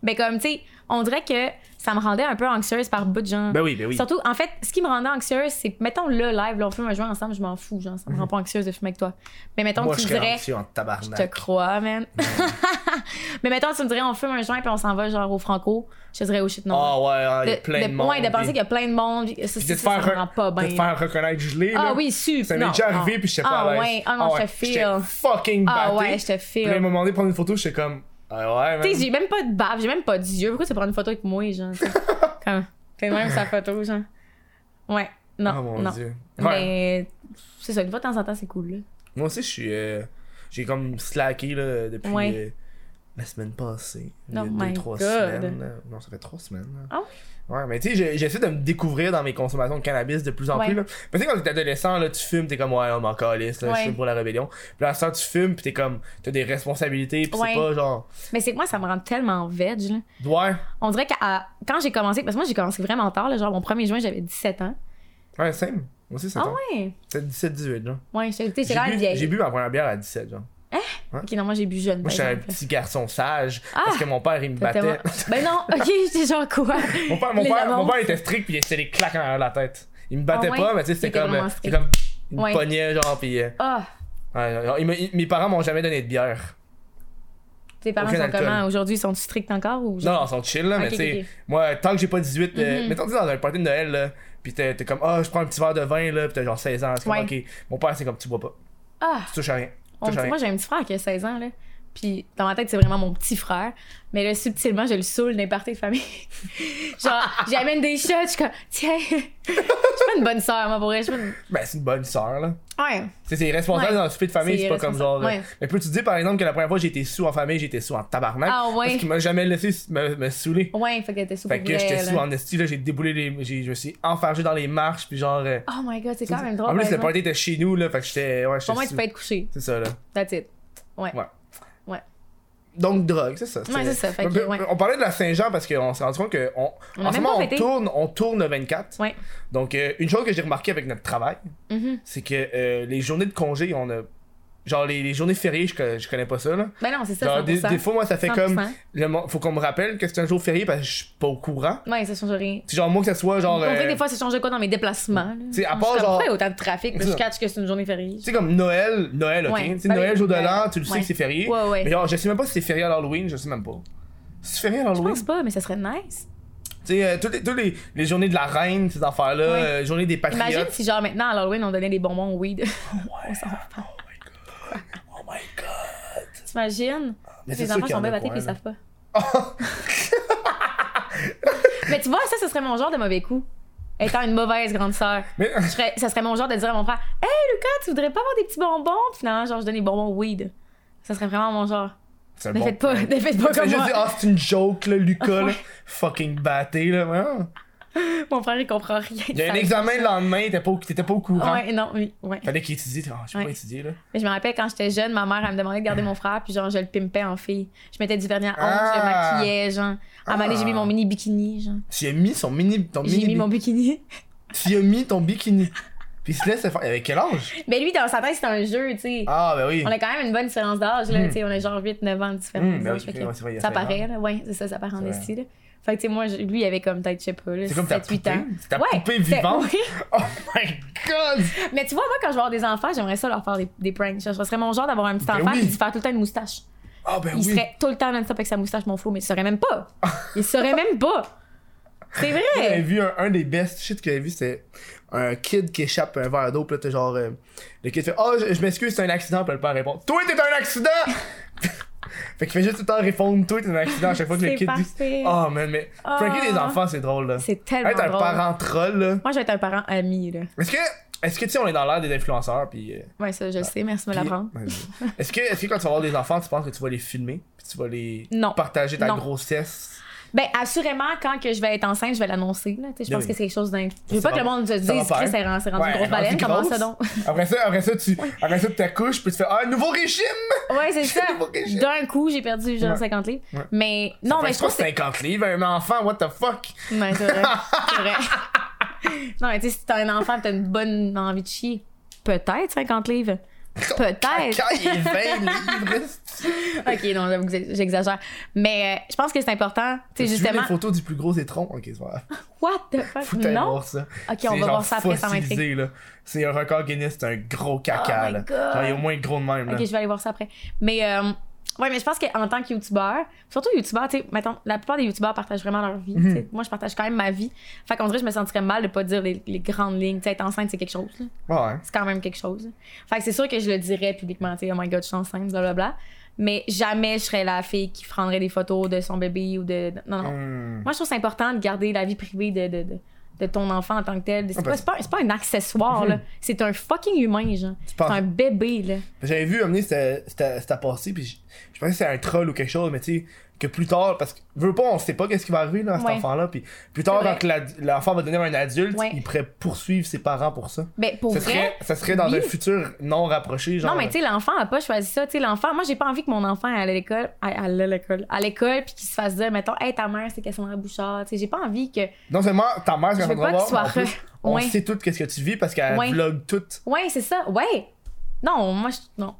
Ben, comme, tu sais, on dirait que ça me rendait un peu anxieuse par bout de gens. Ben oui, ben oui. Surtout, en fait, ce qui me rendait anxieuse, c'est, mettons, le live, là, on fume un joint ensemble, je m'en fous, genre, ça me rend pas anxieuse de fumer avec toi. Mais mettons, Mhm. Moi, que je tu me serais dirais. anxieux en Je te tabarnak. crois, man. (laughs) mais mettons, tu me dirais, on fume un joint puis on s'en va genre au Franco. Je te dirais, oh shit, non. Ah ouais, ouais, il y a De- plein de, de- monde. ouais, de penser qu'il y a plein de monde. puis Ça, Puis ça, de te ça, faire ça me re- rend pas de te bien. faire reconnaître gelé. Ah là. oui, super. Ça m'est non, déjà non. arrivé, puis j'étais pas Ah à l'aise. ouais, ah non, je te j'étais feel. fucking Ah batté. ouais, je te Puis là, ils feel. m'ont demandé de prendre une photo, j'étais comme, ah ouais, man. Tu sais, j'ai même pas de bave, j'ai même pas d'yeux. Pourquoi tu prends une photo avec moi, genre? (laughs) tu sais? Comme, t'es même sa photo, genre. Ouais, non, Ah, mon non. dieu. Ouais. Mais c'est ça, une fois de temps en temps, c'est cool, là. Moi aussi, je suis. euh, j'ai comme slacké là, depuis Ouais. euh, la semaine passée. Il y a Oh deux, my trois God. semaines. là. Non, ça fait trois semaines. là. Ah Ouais, mais tu sais, j'ai- j'essaie de me découvrir dans mes consommations de cannabis de plus en Ouais. plus. Là. Mais tu sais, quand t'es adolescent, là, tu fumes, t'es comme, ouais, on m'en calisse, là, Ouais. je fume pour la rébellion. Puis là, à ce temps, tu fumes, puis t'es comme, t'as des responsabilités, puis Ouais. c'est pas genre, Mais c'est que moi, ça me rend tellement veg, là. ouais, On dirait que quand j'ai commencé, parce que moi j'ai commencé vraiment tard, là, genre mon premier joint j'avais 17 ans. ouais, same. Moi aussi, 7 Ah ans. ouais? C'était 17-18, genre. Ouais, je- tu sais, c'est J'ai quand même bu- J'ai vieille. bu ma première bière à 17, genre. Ok, non, moi j'ai bu jeune. Moi, par j'étais un exemple. petit garçon sage Ah! parce que mon père, il me T'as battait. tellement- Ben non, (laughs) ok, j'étais genre quoi? (laughs) Mon père, mon Les père, mon annonces. père était strict puis il s'était des claques en arrière de la tête. Il me battait Ah ouais? pas, mais tu sais, c'était Il était comme. vraiment euh, strict. C'est comme. Il me Ouais. pognait, genre, pis. euh, Ah, ouais, genre, il me- il- mes parents m'ont jamais donné de bière. tes parents Aucun sont alcool. comment? Aujourd'hui, ils sont stricts encore ou? Non, non, ils sont chill, là, mais Ok, tu sais, ok, Mm-hmm. ok. moi, tant que j'ai pas 18, euh, mettons, tu sais, dans un party de Noël, là, pis t'es t'es comme, ah, je prends un petit verre de vin, là, pis t'as genre 16 ans, c'est comme, Ouais. ok. Mon père, c'est comme, tu bois pas, Ah! tu touches à rien. On Tu touches à me dit- rien. moi, j'ai un petit frère qui a 16 ans, là. Puis, dans ma tête, c'est vraiment mon petit frère. Mais là, subtilement, je le saoule d'un parties de famille. (laughs) Genre, j'amène des shots, je suis comme, tiens, je suis pas une bonne sœur, moi, pour vrai. Je suis pas une... Ben, c'est une bonne sœur, là. Ouais. Tu sais, c'est responsable Ouais. dans le souper de famille, C'est c'est pas comme genre. responsable, euh, ouais. Mais peux-tu dire par exemple que la première fois j'ai été sous en famille, j'ai été sous en tabarnak? Ah ouais. Parce qu'il m'a jamais laissé me, me saouler. Ouais, fait que t'es sous Fait pour que vrai, j'étais sous là. en esti, là, j'ai déboulé les. j'ai- Je me suis enfargé dans les marches, puis genre. euh, Oh my god, c'est quand même drôle. en plus, par le exemple. party était chez nous, là, fait que j'étais. Ouais, Pour j'étais. moi, tu sous. peux être couché. C'est ça, là. That's it. Ouais. Ouais. Ouais. Donc, drogue, c'est ça. c'est ça, fait que, ouais. On parlait de la Saint-Jean parce qu'on s'est rendu compte que on, On en a ce même moment, pas on fêté. tourne, on tourne le 24. Ouais. Donc, euh, une chose que j'ai remarqué avec notre travail, Mhm. c'est que euh, les journées de congé, on a. Genre, les, les journées fériées, je, co- je connais pas ça, là. Ben non, c'est ça, Genre, des, 100%. des fois, moi, ça fait 100%. comme. Le, mo- faut qu'on me rappelle que c'est un jour férié parce que je suis pas au courant. Ouais, ça change rien. C'est genre, moi, que ça soit genre. On dirait euh, des fois, ça change de quoi dans mes déplacements, là. sais, à part Je suis comme, genre- pourquoi il y a autant de trafic, mais C'est je ça. catch que c'est une journée fériée. Tu sais, comme Noël, Noël, ok. Ouais. Tu sais, Ben Noël, oui, jour de ben, l'an, tu le sais ouais. que c'est férié. Ouais, ouais. Mais genre, je sais même pas si c'est férié à Halloween, je sais même pas. C'est férié à Je Halloween. pense pas, mais ça serait nice. Tu sais, euh, toutes, les, toutes les, les journées de la reine, ces affaires-là, Ouais. euh, journée des patriotes. Imagine si, genre, maintenant, à l'Halloween, on donnait des bonbons au weed. (laughs) Ouais. Oh my god. Oh my god. T'imagines? Mais c'est les sûr enfants qu'il y en sont a bien pour battés puis elle, ils (laughs) savent pas. mais tu vois, ça, ce serait mon genre de mauvais coup. Étant une mauvaise grande sœur. Mais (laughs) Je serais- ça serait mon genre de dire à mon frère Hey Lucas, tu voudrais pas avoir des petits bonbons Puis Finalement, genre, je donne des bonbons au weed. Ça serait vraiment mon genre. c'est Ne bon. faites pas, ne faites pas Je comme juste moi. dit, ah, c'est une joke, là, (laughs) Lucas, là. Fucking batté, là. ouais. Mon frère, il comprend rien. Il y a un examen le lendemain, t'étais pas, au- t'étais pas au courant. Ouais, non, oui, ouais. Fallait qu'il étudie. t'es, Ah, j'ai pas Ouais. étudié, là. Mais je me rappelle quand j'étais jeune, ma mère, elle me demandait de garder mon frère, puis genre, je le pimpais en fille. Je mettais du vernis à ongles, je le Ah. maquillais, genre. À un moment donné, j'ai mis mon mini bikini, genre. Tu as mis son mini. Ton J'ai mini mis bi- mon bikini. (laughs) Tu as mis ton bikini. Puis il se laisse faire. Avec quel âge? Mais lui, dans sa tête, c'est un jeu, tu sais. Ah, ben oui. On a quand même une bonne différence d'âge, là. Mm. tu sais, On a genre 8-9 ans de différence. Mm, ben d'âge, oui, fait que c'est vrai, c'est vrai, il y a ça cinq ans. paraît, là. Ouais, c'est ça, ça paraît en C'est vrai. esti, là. Fait que, tu sais, moi, je- lui, il avait comme peut-être, je sais pas, là, C'est comme ta 7-8 ans. poupée. C'est ta (laughs) ouais, poupée c'est- vivante. oui. (laughs) Oh my god! Mais tu vois, moi, quand je vais avoir des enfants, j'aimerais ça leur faire des, des pranks. Je serais mon genre d'avoir un petit Ben enfant oui. et de faire tout le temps une moustache. Ah, ben Il oui. serait tout le temps non-stop avec sa moustache, mon flou, mais il saurait même pas. (laughs) Il saurait même pas. C'est J'avais vrai. vu un, un des best shit que j'avais vu, c'était un kid qui échappe à un verre d'eau, pis là, t'es genre. euh, le kid fait Oh, je, je m'excuse, c'est un accident, pis là, le père répond Toi, t'es un accident! (laughs) fait qu'il fait juste tout le temps répondre Toi, t'es un accident à chaque fois que le C'est kid dit. parfait. Oh, man, mais. Ah. Pranker des enfants, c'est drôle, là. C'est tellement Être un drôle. parent troll, là. Moi, je vais être un parent ami, là. Est-ce que. Est-ce que, tu sais, on est dans l'ère des influenceurs, pis. euh, Ouais, ça, je le sais, merci de me Puis- l'apprendre. Ouais, ouais. (laughs) Est-ce que, est-ce que quand tu vas avoir des enfants, tu penses que tu vas les filmer puis tu vas les Non. partager ta Non. grossesse Ben, assurément, quand que je vais être enceinte, je vais l'annoncer, là. Tu sais, je Ben pense oui. que c'est quelque chose d'un. Je veux Ça pas que va- le monde se ça dise, va faire. Chris, c'est rendu Ouais, une elle grosse est rendue baleine, comment ça grosse. (laughs) donc? Après ça, après ça, tu, après ça, tu t'accouches puis tu fais ah, un nouveau régime. Ouais, c'est (laughs) ça. J'ai pas que j'ai- D'un coup, j'ai perdu genre Ouais. 50 livres. Ouais. Mais non, Enfin, mais je trouve que c'est. 50 livres, un enfant, what the fuck. Ouais, c'est (laughs) vrai. C'est vrai. (laughs) non, mais tu sais, si t'as un enfant et t'as une bonne envie de chier, peut-être 50 livres. Peut-être. Quand il est 20 (laughs) livres, c'est- ok, non, j'avoue que j'exagère. Mais euh, je pense que c'est important. J'ai Tu sais, vu justement. les photos du plus gros étron. Ok, c'est pas grave. What the fuck? Faut aller Non? voir ça. Ok, C'est on va genre voir ça après, ça m'intrigue. fossilisé, là. C'est un record Guinness, c'est un gros caca. Oh my là. God. Genre, il est au moins gros de même. Ok, là. je vais aller voir ça après. Mais euh, ouais, mais je pense qu'en tant que youtubeur, surtout youtubeur, tu sais, mettons, la plupart des youtubeurs partagent vraiment leur vie. tu sais. Mhm. Moi, je partage quand même ma vie. Fait qu'on dirait, que je me sentirais mal de pas dire les, les grandes lignes. Tu sais, être enceinte, c'est quelque chose. là. Ouais. hein. C'est quand même quelque chose. Fait que c'est sûr que je le dirais publiquement, tu sais, oh my god, je suis enceinte, blablabla. Mais jamais je serais la fille qui prendrait des photos de son bébé ou de. Non, non. Hmm. Moi, je trouve c'est important de garder la vie privée de, de, de, de ton enfant en tant que tel. C'est Ah, pas, ben- c'est pas, c'est pas un accessoire, (laughs) là. C'est un fucking humain, genre. C'est penses- un bébé, là. J'avais vu amener c'était c'était- c'était passé puis je, je pensais que c'était un troll ou quelque chose mais tu sais que plus tard parce que veux pas on sait pas qu'est-ce qui va arriver là à cet Ouais. enfant là puis plus tard C'est vrai. quand l'ad- l'enfant va devenir un adulte Ouais. il pourrait poursuivre ses parents pour ça. Ben, pour ça vrai. serait ça serait dans oui. un futur non rapproché genre. Non, mais tu sais, l'enfant a pas choisi ça. Tu sais, l'enfant, moi, j'ai pas envie que mon enfant aille à l'école, aille à l'école, à l'école, puis qu'il se fasse dire, mettons, hey, ta mère, c'est Cassandra Bouchard. Tu sais, j'ai pas envie que. non seulement ta mère c'est Je veux Cassandra pas Bauer, mais qu'il soit en plus, re- on Ouais. sait tout qu'est-ce que tu vis parce qu'elle Ouais. vlog tout. Ouais, c'est ça. Ouais. Non, moi, je. Non.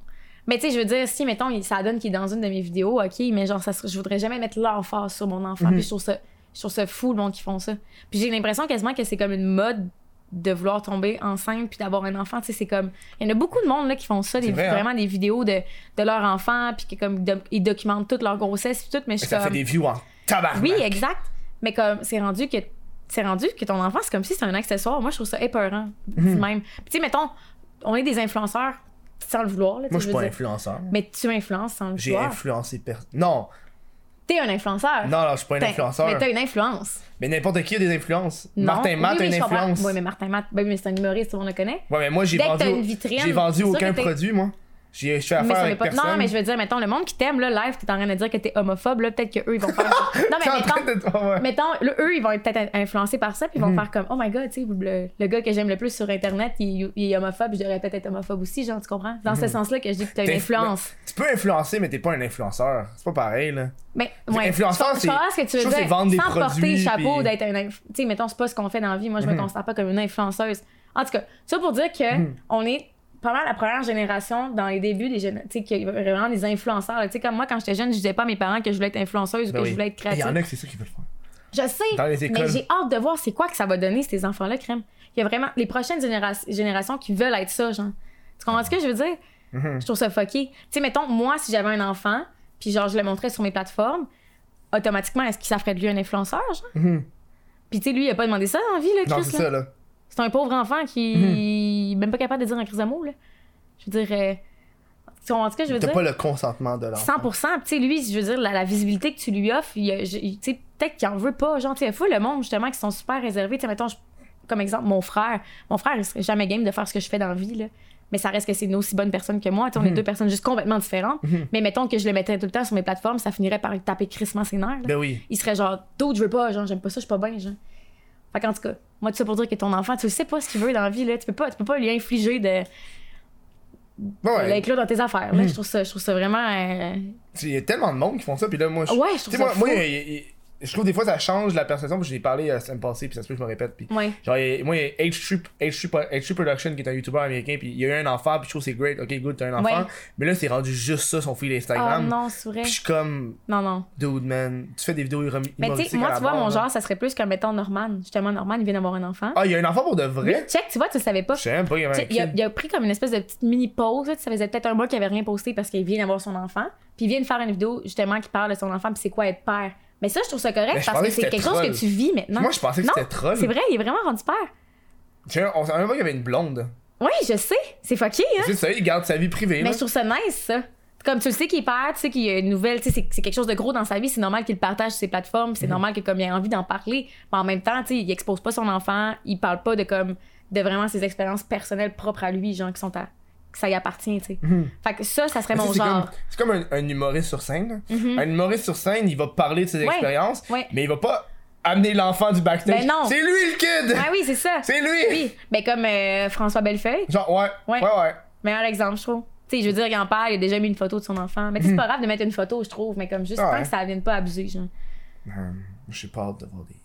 Mais tu sais, je veux dire, si, mettons, il- ça donne qu'il est dans une de mes vidéos, OK, mais genre, ça, serait- je voudrais jamais mettre l'emphase sur mon enfant. Mhm. Puis je trouve ça. Je trouve ça fou, le monde qui font ça. Puis j'ai l'impression quasiment que c'est comme une mode de vouloir tomber enceinte puis d'avoir un enfant. Tu sais, c'est comme. Il y en a beaucoup de monde, là, qui font ça, des, C'est vrai, hein? vraiment des vidéos de, de leur enfant, puis que, comme, do- ils documentent toute leur grossesse, puis tout, mais je suis Ça fait comme. des views en tabarnak. Oui, exact. Mais comme c'est rendu que c'est rendu que ton enfant c'est comme si c'était un accessoire. Moi je trouve ça épeurant du Hmm. même. Puis, Tu sais mettons on est des influenceurs sans le vouloir là, tu Moi, je suis sais, je pas veux dire. influenceur. mais tu influences sans le J'ai vouloir. influencé personne. Non, T'es un influenceur. non, non, je suis pas un T'as- Mais influenceur. t'as une influence. Mais n'importe qui a des influences. Non. Martin Matt oui, a oui, une je comprends. influence. Oui, mais Martin Matt, ben, mais c'est un humoriste, tout le monde le connaît. Ouais, mais moi, j'ai Dès que vendu. t'as une vitrine, J'ai vendu c'est sûr aucun que t'es- produit, moi. J'ai, je fais Mais affaire ça veut avec pas... personne. Non, mais je veux dire, mettons, le monde qui t'aime, là, live, t'es en train de dire que t'es homophobe, là, peut-être qu'eux, (laughs) ils vont faire. non, T'es mais en train mettons, de- Ouais, ouais. Mettons, là, eux, ils vont être peut-être influencés par ça, puis ils Mhm. vont faire comme, oh my god, tu sais, le, le gars que j'aime le plus sur Internet, il, il est homophobe, je devrais peut-être être homophobe aussi, genre, tu comprends? Dans ce sens-là que je dis que t'as une Mhm. T'es- influence. Tu peux influencer, mais t'es pas un influenceur. C'est pas pareil, là. Mais, C'est- ouais. influenceur, je, c'est- je comprends ce que tu je veux trouve que dire. c'est vendre des Sans porter produits, le chapeau puis- Mhm. d'être un. inf- Tu sais, mettons, c'est pas ce qu'on fait dans la vie. Moi, je me considère pas comme une influenceuse. En tout cas, ça pour dire que on est pas mal la première génération dans les débuts des jeunes, tu sais, qu'il y avait vraiment des influenceurs. là. Tu sais, comme moi, quand j'étais jeune, je disais pas à mes parents que je voulais être influenceuse ou que Ben oui. je voulais être Et Il créative. y en a que c'est ça qu'ils veulent faire. Je sais, Dans les écoles. mais j'ai hâte de voir c'est quoi que ça va donner ces enfants-là, crème. Il y a vraiment les prochaines généra- générations qui veulent être ça, genre. Tu comprends ce que je veux dire? Mhm. Je trouve ça fucké. Tu sais, mettons, moi, si j'avais un enfant, puis genre, je le montrais sur mes plateformes, automatiquement, est-ce que ça ferait de lui un influenceur, genre? Mhm. Puis tu sais, lui, il a pas demandé ça dans la vie, là, Non, Chris, c'est là. ça, Mhm. là. C'est un pauvre enfant qui... même pas capable de dire un crise de mots, là. Je veux dire... euh, Tu comprends ce que je veux T'as dire? pas le consentement de l'enfant. 100 tu sais, lui, je veux dire, la, la visibilité que tu lui offres, il a- je- il- tu sais, peut-être qu'il en veut pas. Genre, tu sais, fou le monde, justement, qui sont super réservés. Tu sais, mettons, je- comme exemple, mon frère. Mon frère, il serait jamais game de faire ce que je fais dans la vie, là. Mais ça reste que c'est une aussi bonne personne que moi. Tu sais, on Mhm. est deux personnes juste complètement différentes. Mais mettons que je le mettrais tout le temps sur mes plateformes, ça finirait par lui taper crissement ses nerfs. là. Ben oui. Il serait genre, d'autres, je veux pas, genre, j'aime pas ça, je suis pas bien, genre. Fait qu'en tout cas, moi, tout ça pour dire que ton enfant, tu le sais pas ce qu'il veut dans la vie, là. Tu peux pas, tu peux pas lui infliger de, Ben de ouais. Mhm. l'inclure dans tes affaires, là. Je trouve ça, je trouve ça vraiment. euh, Il y a tellement de monde qui font ça, puis là, moi, je. Ouais, je Tu trouve sais, ça. moi, fou. moi, il- il- il- je trouve des fois ça change la perception, puis j'ai parlé euh, la semaine passée, puis ça se peut que je me répète, puis Ouais. Genre, il- moi, il y a H3, H3, H3 Production, qui est un YouTuber américain, puis il y a eu un enfant, puis je trouve que c'est great, ok, good, t'as un enfant. Ouais. Mais là, c'est rendu juste ça, son fil Ah Instagram. non, c'est vrai. Puis je suis comme, Non, non. dude, man, tu fais des vidéos humor- humoristiques. Mais tu sais, à moi, la tu vois, base, mon là. genre, ça serait plus comme, mettons, Norman. Justement, Norman, il vient d'avoir un enfant. Ah, il y a un enfant pour de Oui, vrai? check, tu vois, tu le savais pas. Je sais même pas, il y avait Tu un sais, Il a, kid. il a pris comme une espèce de petite mini pause. là, tu sais, Ça faisait peut-être un mois qu'il avait rien posté parce qu'il vient d'avoir son enfant. Puis il vient de faire une vidéo justement qui parle de son enfant puis c'est quoi être père. Mais ça, je trouve ça correct Mais je parce pensais que que c'est c'était quelque troll. chose que tu vis maintenant. Moi, je pensais que Non, c'était troll. C'est vrai, il est vraiment rendu père. Tu sais, On savait même pas qu'il y avait une blonde. Oui, je sais. C'est fucké, hein. Tu sais, ça, il garde sa vie privée. Mais là. je trouve ça nice, ça. Comme tu le sais qu'il est père, tu sais qu'il y a une nouvelle, tu sais, c'est c'est quelque chose de gros dans sa vie, c'est normal qu'il le partage sur ses plateformes, Mm-hmm. c'est normal qu'il comme, il ait envie d'en parler. Mais en même temps, tu sais, il expose pas son enfant, il parle pas de comme de vraiment ses expériences personnelles propres à lui, genre qui sont à que ça y appartient, tu sais. Fait que ça, ça serait Mais mon tu sais, Mm-hmm. Ah, c'est genre. Mm-hmm. comme- C'est comme, un, un humoriste sur scène. là. Un humoriste sur scène, il va parler de ses expériences, ouais. mais il va pas amener l'enfant du backstage. Ben non. C'est lui le kid! Ouais, oui, c'est ça. C'est lui! Oui, ben comme euh, François Bellefeuille, Genre, ouais. Ouais, Ouais. ouais. meilleur exemple, je trouve. Tu sais, je veux dire, il en parle, il a déjà mis une photo de son enfant. Mais tu sais, c'est pas grave de mettre une photo, je trouve, mais comme juste Mm-hmm. Ah Ouais. tant que ça vienne pas abuser, genre. Je sais pas hâte de voir des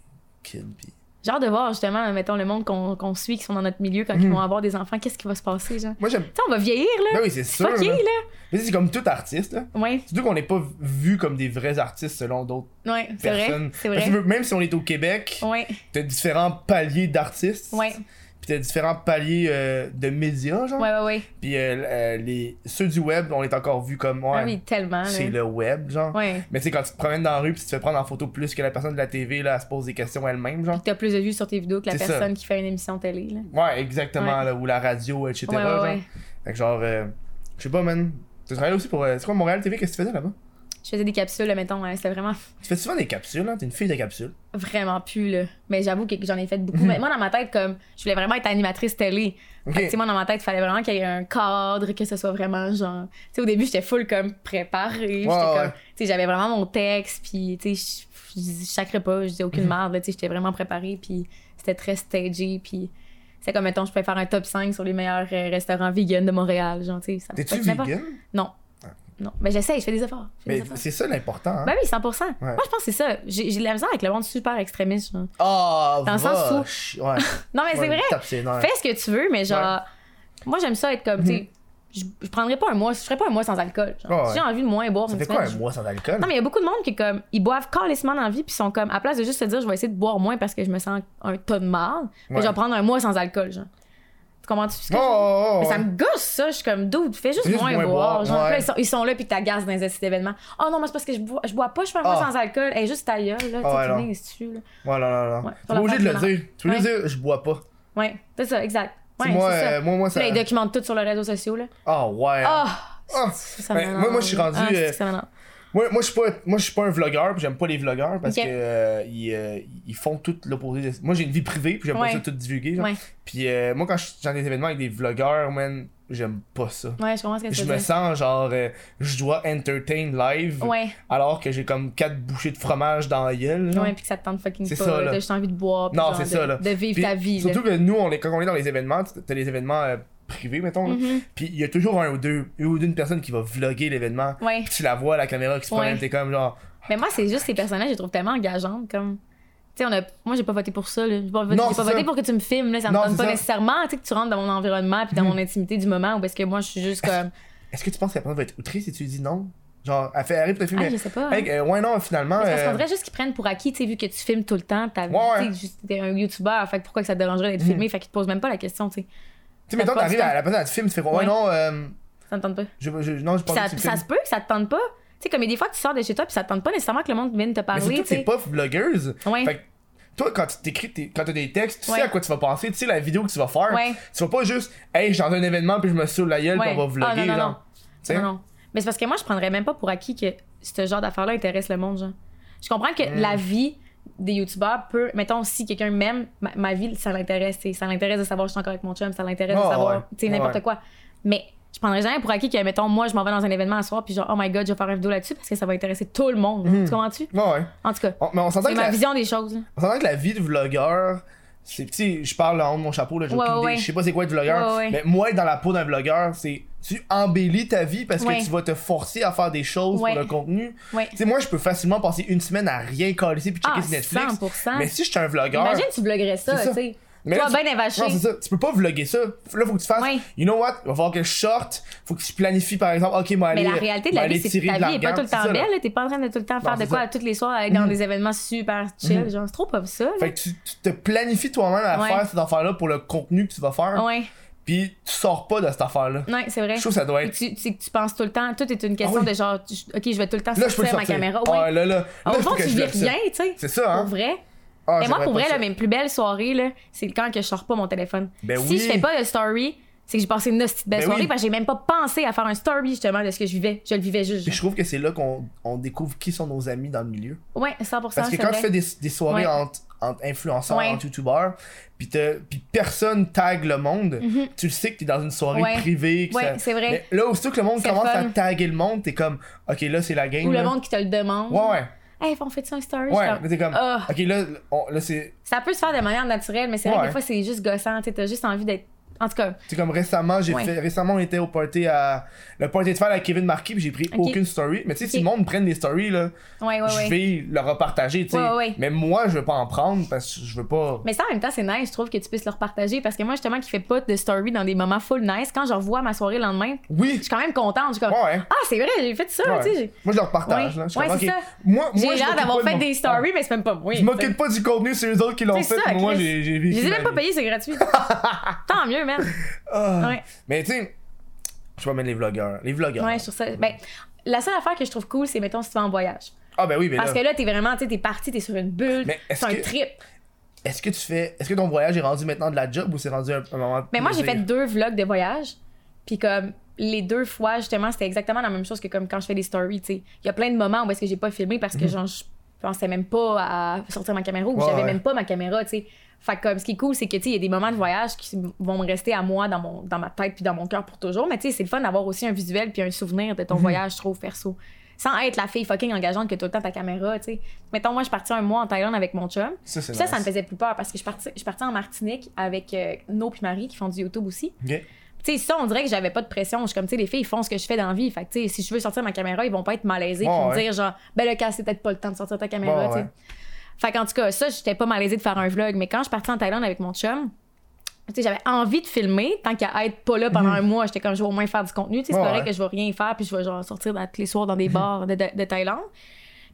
kids, pis. J'ai hâte de voir justement, mettons, le monde qu'on qu'on suit, qui sont dans notre milieu, quand ils Hmm. vont avoir des enfants, qu'est-ce qui va se passer, genre. Moi, j'aime. Tu sais, on va vieillir, là. Ben oui, c'est sûr. Fuck là. yeah, là. Mais c'est comme tout artiste, là. Ouais, Surtout qu'on n'est pas vu comme des vrais artistes selon d'autres ouais, c'est vrai. personnes. C'est Parce vrai. que même si on est au Québec, Ouais, t'as différents paliers d'artistes. ouais, Puis t'as différents paliers euh, de médias, genre. ouais, ouais, ouais. Puis euh, euh, les... ceux du web, on est encore vu comme. Ouais, Ah oui, tellement, c'est là. le web, genre. Ouais. Mais tu sais, quand tu te promènes dans la rue, puis tu te fais prendre en photo plus que la personne de la TV, là, elle se pose des questions elle-même, genre. Puis t'as plus de vues sur tes vidéos que la C'est ça. personne qui fait une émission télé, là. Ouais, exactement, Ouais. là, ou la radio, etc. Ouais, ouais, genre. ouais. Fait que genre, euh, je sais pas, man. Tu travailles aussi pour. euh, c'est quoi Montréal TV Qu'est-ce que tu faisais là-bas Je faisais des capsules, là, mettons, hein, c'était vraiment, Tu fais souvent des capsules, hein T'es une fille de capsules. vraiment plus, là. Mais j'avoue que j'en ai fait Hmm. beaucoup. Mais moi, dans ma tête, comme, je voulais vraiment être animatrice télé. Ok. Fait que, tu sais, moi, dans ma tête, il fallait vraiment qu'il y ait un cadre, que ce soit vraiment genre. Tu sais, au début, j'étais full comme préparée. J'étais ouais. comme. Tu sais, j'avais vraiment mon texte, puis, tu sais, je- je je sacrais pas, je disais Mhm. aucune merde, là, tu sais, j'étais vraiment préparée, puis c'était très stagé, puis. C'est comme, mettons, je pouvais faire un top 5 sur les meilleurs euh, restaurants vegan de Montréal, genre, tu sais. ça- T'es-tu ça- n'importe- vegan Non. non. Mais j'essaye, je fais des efforts. je fais des Mais efforts. c'est ça l'important. hein. Ben oui, 100%. Moi, je pense que c'est ça. J'ai j'ai de la misère avec le monde super extrémiste. genre. Ah, Dans le va, sens où- ch- Ouais. Non, mais Ouais, c'est vrai. tape ses nerfs. Fais ce que tu veux, mais genre, moi, j'aime ça être comme, tu sais, je, je prendrais pas un mois, je ferais pas un mois sans alcool. genre. Ouais, ouais. Si j'ai envie de moins boire, Ça une fait quoi semaine, un je- mois sans alcool? Non, mais il y a beaucoup de monde qui, comme, ils boivent carrément dans la vie, puis sont comme, à place de juste se dire, je vais essayer de boire moins parce que je me sens un tas de mal, mais Ouais. je vais prendre un mois sans alcool, genre. Tu comprends tu ce que Oh, je veux dire? oh, oh, Mais ça ouais. me gosse ça, je suis comme dude, fais juste, Juste moins, moins boire. boire, Genre, ouais. puis là, ils, sont, ils sont là puis t'agaces dans cet événement. Oh non, mais c'est parce que je bois, je bois pas, je fais un mois Ah. sans alcool. et juste ta gueule, là, Ah ouais, non. tu sais, tu niaises-tu, là. Ouais, non, non, non. Ouais, T'es sur obligé de le la dire. Tu veux Ouais. dire, je bois pas. Ouais, c'est ça, exact. Tu Ouais, sais, moi, c'est ça. euh, moi, moi, ça. Puis là, ils documentent tout sur les réseaux sociaux, là. Ah, ouais. Ah! Ah. c'est- ça Ben, m'énerve. moi, moi, je suis rendu, Ah, c'est euh, que ça m'énerve. Moi, moi, je suis pas, moi, je suis pas un vlogueur, puis j'aime pas les vlogueurs parce Ok. que euh, ils, euh, ils font tout l'opposé. de- Moi, j'ai une vie privée, puis j'aime Ouais. pas ça tout divulguer. genre. Ouais. Puis euh, moi, quand je suis dans des événements avec des vlogueurs, man, j'aime pas ça. Ouais, je comprends ce que tu Je veux me dire. sens genre, euh, je dois entertain live, Ouais, alors que j'ai comme quatre bouchées de fromage dans la gueule. genre. ouais, puis que ça te tente fucking C'est pas. ça, là. là. T'as juste envie de boire. puis Non, genre c'est de- ça, là. De vivre Puis, ta vie, là. Surtout que nous, on est, quand on est dans les événements, t'as- t'as les événements euh, privés, mettons, là, Mhm. puis il y a toujours un ou deux, une ou d'une personne qui va vlogger l'événement. Ouais. Puis Tu la vois à la caméra qui se Ouais. promène, t'es comme genre, Mais moi, c'est juste ces personnages, je les trouve tellement engageantes. Comme. Tu sais, on a... moi, j'ai pas voté pour ça. là. J'ai pas voté, Non, j'ai pas c'est ça. voté pour que tu me filmes. Là. Ça Non, me donne c'est pas ça. Mhm. nécessairement tu sais, que tu rentres dans mon environnement puis dans mon intimité du moment où parce que moi, je suis juste comme. est-ce que tu penses que la personne va être outrée si tu lui dis non Genre, elle fait arrive, t'as fait, Ah, je mais. sais pas. hein. Hey, euh, (laughs) ouais, non, finalement. Mais c'est parce euh, qu'on dirait juste qu'ils prennent pour acquis, tu sais, vu que tu filmes tout le temps, t'as Ouais, ouais. tu sais, juste- t'es un youtubeur, fait que pourquoi que ça te dérangerait d'être Mhm. filmé, fait qu'ils te posent même pas la question, tu sais. Tu sais, mettons, Ça passe t'arrives pas. à la personne, elle te filme, tu fais, ouais, Ouais. non, euh, Ça me tente pas. je, je, non, je Puis pense ça, que tu me ça se filmes. peut que ça te tente pas. Tu sais, comme il y a des fois que tu sors de chez toi, puis ça te tente pas nécessairement que le monde vienne te Mais parler, surtout, tu t'es sais. pas vlogueuse. Ouais. Fait que toi, quand tu t'écris, tes- quand t'as des textes, tu Ouais. sais à quoi tu vas penser, tu sais la vidéo que tu vas faire. Ouais. Tu vas pas juste, hey, je suis dans un événement, puis je me saoule la gueule, puis Ouais. on va vlogger, Ah, non, non, genre. non. Tu sais? Non, non. Mais c'est parce que moi, je prendrais même pas pour acquis que ce genre d'affaires-là intéresse le monde, genre. Je comprends que la vie des youtubeurs peut. Mettons, si quelqu'un m'aime, ma, ma vie, ça l'intéresse. tu sais. Ça l'intéresse de savoir que je suis encore avec mon chum, ça l'intéresse Ah, de savoir, ouais. tu sais, n'importe Ouais. quoi. Mais je prendrais jamais pour acquis que, mettons, moi, je m'en vais dans un événement à soir, puis genre, oh my god, je vais faire une vidéo là-dessus parce que ça va intéresser tout le monde. Hmm. Tu comprends-tu? Ouais, ouais. En tout cas, On- mais on s'entend c'est que, ma la- vision des choses. là. on s'entend que la vie de vlogueur, c'est petit, je parle en haut de mon chapeau, là, j'ai Ouais, aucune idée. ouais. Je sais pas c'est quoi être vlogueur. Ouais, ouais. Mais moi, être dans la peau d'un vlogueur, c'est tu embellis ta vie parce que Ouais. tu vas te forcer à faire des choses Ouais. pour le contenu. Ouais. Tu sais, moi, je peux facilement passer une semaine à rien coller puis checker Ah, sur Netflix. 100%. Mais si je suis un vlogueur. Imagine, tu bloguerais ça, C'est tu ça. sais. Mais Toi, là, tu- ben avaché. Non, c'est ça. Tu peux pas vlogger ça. Là, faut que tu fasses. Ouais. You know what? Il va falloir que je sorte. Faut que tu planifies, par exemple. Ok, moi, Mais aller. la réalité de la moi, aller vie, c'est que tirer ta de la vie est pas garde, tout le c'est temps ça, là. belle. là. T'es pas en train de tout le temps faire c'est de quoi ça. Mm-hmm. à tous les soirs être dans des événements super chill. Genre, c'est trop pas ça. là. Fait que tu, tu te planifies toi-même à Ouais. faire cette affaire-là pour le contenu que tu vas faire. Ouais, Puis tu sors pas de cette affaire-là. ouais, c'est vrai. hein, Je trouve que ça doit Puis être. Tu, tu, tu penses tout le temps, tout est une question Ah oui. de genre, tu- ok, je vais tout le temps Là, je peux sortir le sortir. ma caméra. Ah, Ouais. là, là. Ah, Là, au faut fond, que tu je vis bloque ça. bien, tu sais. C'est ça, hein. Pour vrai. Ah, Mais moi, j'aimerais pour pas vrai, ça. là, mes plus belles soirées, là, c'est quand que je sors pas mon téléphone. Ben si oui. je fais pas de story, c'est que j'ai passé une hostie de belle Ben soirée oui. parce que j'ai même pas pensé à faire un story justement de ce que je vivais. Je le vivais juste. Puis je trouve que c'est là qu'on on découvre qui sont nos amis dans le milieu. Ouais, 100%. Parce que c'est quand vrai. tu fais des, des soirées Ouais. entre, entre influenceurs, Ouais. entre youtubeurs, pis, te- pis personne tag le monde, tu le sais que t'es dans une soirée Mhm. Ouais. privée. que Ouais, ça- c'est vrai. Mais là, aussitôt que le monde C'est commence à fun. taguer le monde, t'es comme, ok, là, c'est la game. Ou le là. monde qui te le demande. Ouais, ouais. Hey, on fait ça un story? Ouais, Je suis là, t'es comme, Ah. ok, là, on- là, c'est. Ça peut se faire de manière naturelle, mais c'est vrai que Ouais. des fois, c'est juste gossant. Tu sais, t'as juste envie d'être. En tout cas, C'est comme récemment, j'ai Ouais. fait. Récemment, on était au party à. Le party de fer à Kevin Marquis, pis j'ai pris Ok. aucune story. Mais tu sais, si Ok. le monde prenne des stories, là, ouais, ouais, ouais. je vais le repartager, tu sais. Ouais, ouais, ouais. Mais moi, je veux pas en prendre parce que je veux pas. Mais ça, en même temps, c'est nice, je trouve que tu puisses le repartager parce que moi, justement, qui fais pas de story dans des moments full nice, quand je revois ma soirée le lendemain, Oui! je suis quand même contente. Je suis comme, Ouais, ouais. ah, c'est vrai, j'ai fait ça, Ouais. tu sais. j'ai- Moi, je le repartage. Ouais. là. Je suis Ouais, comme, c'est ok. ça. Moi, moi, J'ai je l'air m'occupe d'avoir pas de fait mon- des Ouais. stories, mais c'est même pas moi. Je m'occupe pas du contenu, c'est eux autres qui l'ont C'est fait. ça, moi, Chris. j'ai j'ai Je vécu. les ai ma même pas vie. payés, (laughs) c'est gratuit. Tant mieux, man. Ah. Ouais. Mais tu sais, je vais mettre les vlogueurs. Les vlogueurs. Ouais, je trouve ça. Ben, la seule affaire que je trouve cool, c'est mettons si tu vas en voyage. Ah, ben oui, mais là. Parce que là, t'es vraiment, tu sais, t'es parti, t'es sur une bulle, Mais est-ce c'est un que- trip. Est-ce que tu fais. Est-ce que ton voyage est rendu maintenant de la job ou c'est rendu un, un moment. Mais moi, j'ai fait plaisir? deux vlogs de voyage. Puis comme les deux fois, justement, c'était exactement la même chose que comme quand je fais des stories, tu sais. Il y a plein de moments où est-ce que j'ai pas filmé parce que genre, je pensais même pas à sortir ma caméra ou Mhm. Ouais, j'avais ouais. même pas ma caméra, tu sais. Fait que comme ce qui est cool, c'est que tu sais, il y a des moments de voyage qui vont me rester à moi dans mon dans ma tête puis dans mon cœur pour toujours, mais tu sais, c'est le fun d'avoir aussi un visuel puis un souvenir Mhm. de ton voyage, je trouve perso. Sans être la fille fucking engageante que tout le temps ta caméra, tu sais. Mettons, moi, je suis partie un mois en Thaïlande avec mon chum. Ça, c'est Puis ça, ça me nice. faisait plus peur parce que je partais, je partais en Martinique avec euh, No puis Marie qui font du YouTube aussi. Ok. Puis Tu sais, ça, on dirait que j'avais pas de pression. Je suis comme, tu sais, les filles, ils font ce que je fais dans la vie. Fait que, tu sais, si je veux sortir ma caméra, ils vont pas être malaisés Ouais, pour me ouais. dire, genre, ben le cas, c'est peut-être pas le temps de sortir ta caméra, Ouais, tu sais. ouais. Fait qu'en tout cas, ça, j'étais pas malaisée de faire un vlog. Mais quand je suis partie en Thaïlande avec mon chum, tu sais, j'avais envie de filmer tant qu'à être pas là pendant un mois. J'étais comme, je vais au moins faire du contenu. Tu sais, Mhm. c'est Ouais, pas vrai ouais. que je vais rien faire puis je vais genre sortir dans- tous les soirs dans des bars de, de- de Thaïlande.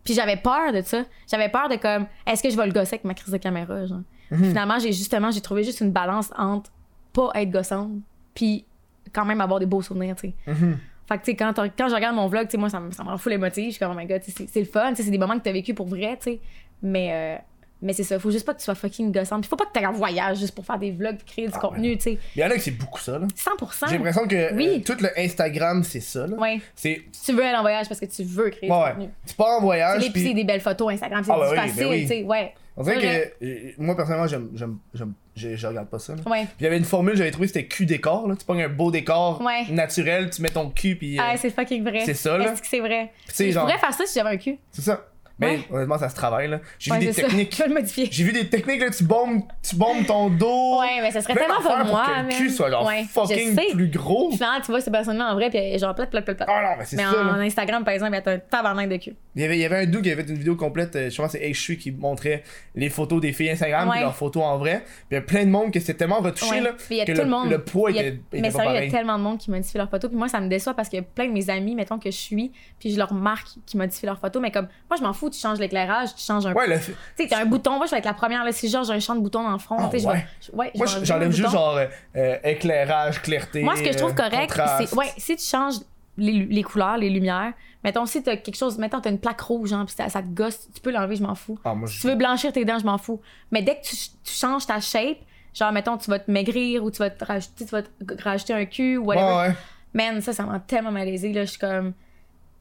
Puis j'avais peur de ça. J'avais peur de comme, est-ce que je vais le gosser avec ma crise de caméra, genre. Mhm. Finalement, j'ai justement, j'ai trouvé juste une balance entre pas être gossante puis quand même avoir des beaux souvenirs, tu sais. Mm-hmm. Fait que, tu sais, quand, t'en- quand je regarde mon vlog, tu sais, moi, ça, me- ça me rend fou les motifs. Je suis comme, oh my god, tu sais, c'est c'est le fun, tu sais, c'est des moments que t'as vécu pour vrai, tu sais. Mais, euh, mais c'est ça, faut juste pas que tu sois fucking gossante. Puis faut pas que t'ailles en voyage juste pour faire des vlogs, puis créer du contenu, tu sais. Il y en a qui c'est beaucoup ça, là. 100 Ah, J'ai l'impression que Oui. euh, tout le Instagram, c'est ça, là. Ouais. C'est. Tu veux aller en voyage parce que tu veux créer Ouais, du ouais. contenu. Tu pars en Tu voyage. sais, puis c'est puis- des belles photos Instagram, c'est Ah, du bah oui, facile, ben oui. tu sais, ouais. On dirait Vrai. que. euh, Moi, personnellement, j'aime. j'aime, j'aime je, je regarde pas ça, là. Ouais. Puis il y avait une formule que j'avais trouvé, c'était cul décor, là. Tu pognes un beau décor Ouais. naturel, tu mets ton cul, puis. euh, Ah, c'est fucking vrai. c'est ça, là. Est-ce que c'est vrai? sais, Je genre- pourrais faire ça si j'avais un cul. c'est ça. Mais Ouais. honnêtement, ça se travaille, là. J'ai Ouais, vu des c'est ça. techniques. (laughs) Je vais le modifier. J'ai vu des techniques, là. Tu bombes, tu bombes ton dos. Ouais, mais ça serait Plein tellement d'affaires pas pour moi, que le man. cul soit genre Ouais, je sais. fucking plus gros. Puis Finalement, tu vois cette personne-là en vrai, puis elle est genre plate, plate, plate, plate. Ah non, mais c'est mais ça, en là. Instagram, par exemple, elle est un tabarnak de cul. Il y, avait, il y avait un dude qui avait fait une vidéo complète, euh, je pense que c'est HU qui montrait les photos des filles Instagram puis Ouais. leurs photos en vrai. Puis il y a plein de monde que c'était tellement retouché Ouais. là, Mais il y a que tout le, le monde. le poids Il y a- était, était mais pas sérieux, il y pareil. a tellement de monde qui modifie leurs photos. Puis moi, ça me déçoit parce qu'il y a plein de mes amis, mettons que je suis, puis je leur marque qui modifient leurs photos. Mais comme, moi, je m'en fous, tu changes l'éclairage, tu changes un. Ouais, le- Tu sais, t'as un bouton. Moi, je vais être la première. Là, si genre, j'ai un champ de boutons dans le front, Ah, tu sais, je ouais. vais. je- Ouais, je moi vais enlever j'enlève le juste bouton. genre euh, euh, éclairage, clarté. Moi, ce que je trouve euh, correct, contraste. c'est ouais, si tu changes les, les couleurs, les lumières, mettons si t'as quelque chose, mettons t'as une plaque rouge, hein, puis ça, ça te gosse, tu peux l'enlever, je m'en fous. Ah, moi, Si je- tu veux blanchir tes dents, je m'en fous. Mais dès que tu, tu changes ta shape, genre mettons tu vas te maigrir ou tu vas te rajouter, tu vas te rajouter un cul ou whatever. Ouais, ouais. Man, ça, ça m'a tellement malaisé là, je suis comme.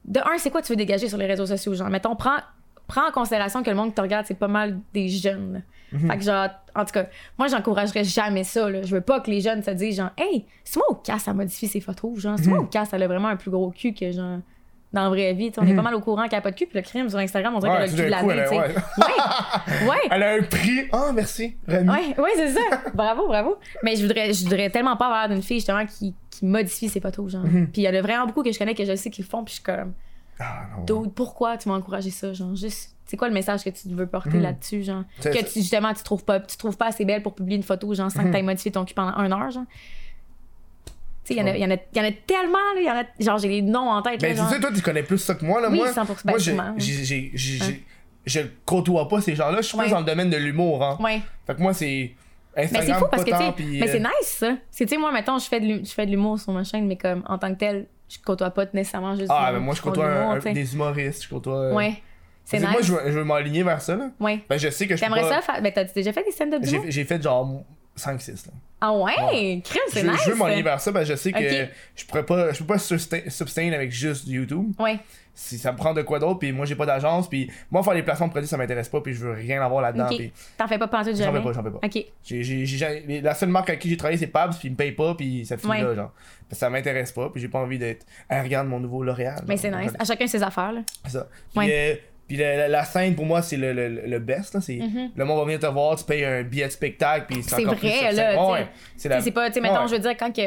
De un, c'est quoi tu veux dégager sur les réseaux sociaux, genre mettons prends prends en considération que le monde qui te regarde, c'est pas mal des jeunes. Mhm. Fait que genre, en tout cas, moi, j'encouragerais jamais ça. Là. Je veux pas que les jeunes se disent genre, hey, c'est moi au cas, ça modifie ses photos. Genre, c'est Mhm. moi au cas, elle a vraiment un plus gros cul que genre. Dans la vraie vie, Tu sais, on est pas mal au courant qu'elle a pas de cul, puis le crime sur Instagram, on dirait Mhm. Ouais, qu'elle a le tout cul d'un de la coup, vie, elle tu sais. a- Ouais, ouais. (laughs) Elle a un prix. Ah, merci. Rami. Ouais, ouais, (laughs) c'est ça. Bravo, bravo. Mais je voudrais, je voudrais tellement pas avoir l'air d'une fille justement qui, qui modifie ses photos, genre. Mhm. Puis il y en a vraiment beaucoup que je connais que je sais qu'ils le font, puis je suis comme, Ah, non. Dude, pourquoi tu m'as encouragé ça, genre Juste, c'est quoi le message que tu veux porter là-dessus, genre Mhm. C'est- Mhm. Que tu, justement tu trouves pas, tu trouves pas assez belle pour publier une photo, genre sans que t'aies modifié ton cul pendant un heure, genre. Tu sais, il y, en a- il y en a il y en a tellement, là, il y en a, genre j'ai les noms en tête, là, Ben, c'est genre. ça, toi, tu connais plus ça que moi, là. Oui, moi, 100%, moi, ben, j'ai- sûrement, oui. j'ai- j'ai- j'ai- Hein. j'ai- je côtoie pas ces gens-là. Je suis plus Ouais. dans le domaine de l'humour, hein. Ouais. Fait que moi, c'est Mais c'est Instagram, fou pas parce que, tu tant, sais, puis, mais euh, c'est nice, ça. C'est, tu sais, moi, mettons, je fais de l'hu- je fais de l'humour sur ma chaîne, mais comme, en tant que tel, je côtoie pas nécessairement juste. Ah, ben du monde moi, qui je font de côtoie un- l'humour, un- tu sais. des humoristes, je côtoie. euh, Ouais. C'est parce que nice. Moi, je veux, je veux m'aligner vers ça, là. Ouais. Ben, je sais que je suis T'aimerais pas- ça faire. Ben, t'as t'as déjà fait des stand-up du J'ai j'ai fait genre 5-6, là. Ah ouais, crime, Je, c'est je nice. hein. veux m'aligner vers ça, ben, je sais que Ok. je pourrais pas, je peux pas sustain- sustain avec juste du YouTube. Ouais. Si ça me prend de quoi d'autre, puis moi, j'ai pas d'agence, puis moi, faire les placements de produits, ça m'intéresse pas, puis je veux rien avoir là-dedans, Ok. puis T'en fais pas penser j'en jamais. fais pas, j'en fais pas. Ok. J'ai- j'ai- j'ai jamais- la seule marque à qui j'ai travaillé, c'est Pabs, puis ils me payent pas, puis ça finit Ouais. là, genre. Parce que ça m'intéresse pas, puis j'ai pas envie d'être, Ah, regarde mon nouveau L'Oréal. Mais genre. c'est nice. À chacun ses affaires, là. C'est ça. Puis, Ouais. euh, puis la, la- la scène, pour moi, c'est le, le, le best. Là. c'est Le monde va venir te voir, tu payes un billet de spectacle, puis c'est Mhm. C'est encore plus vrai, sur scène. là, Ouais, t'sais. ouais. C'est Tu sais, c'est pas, tu sais, mettons, je veux dire, quand que,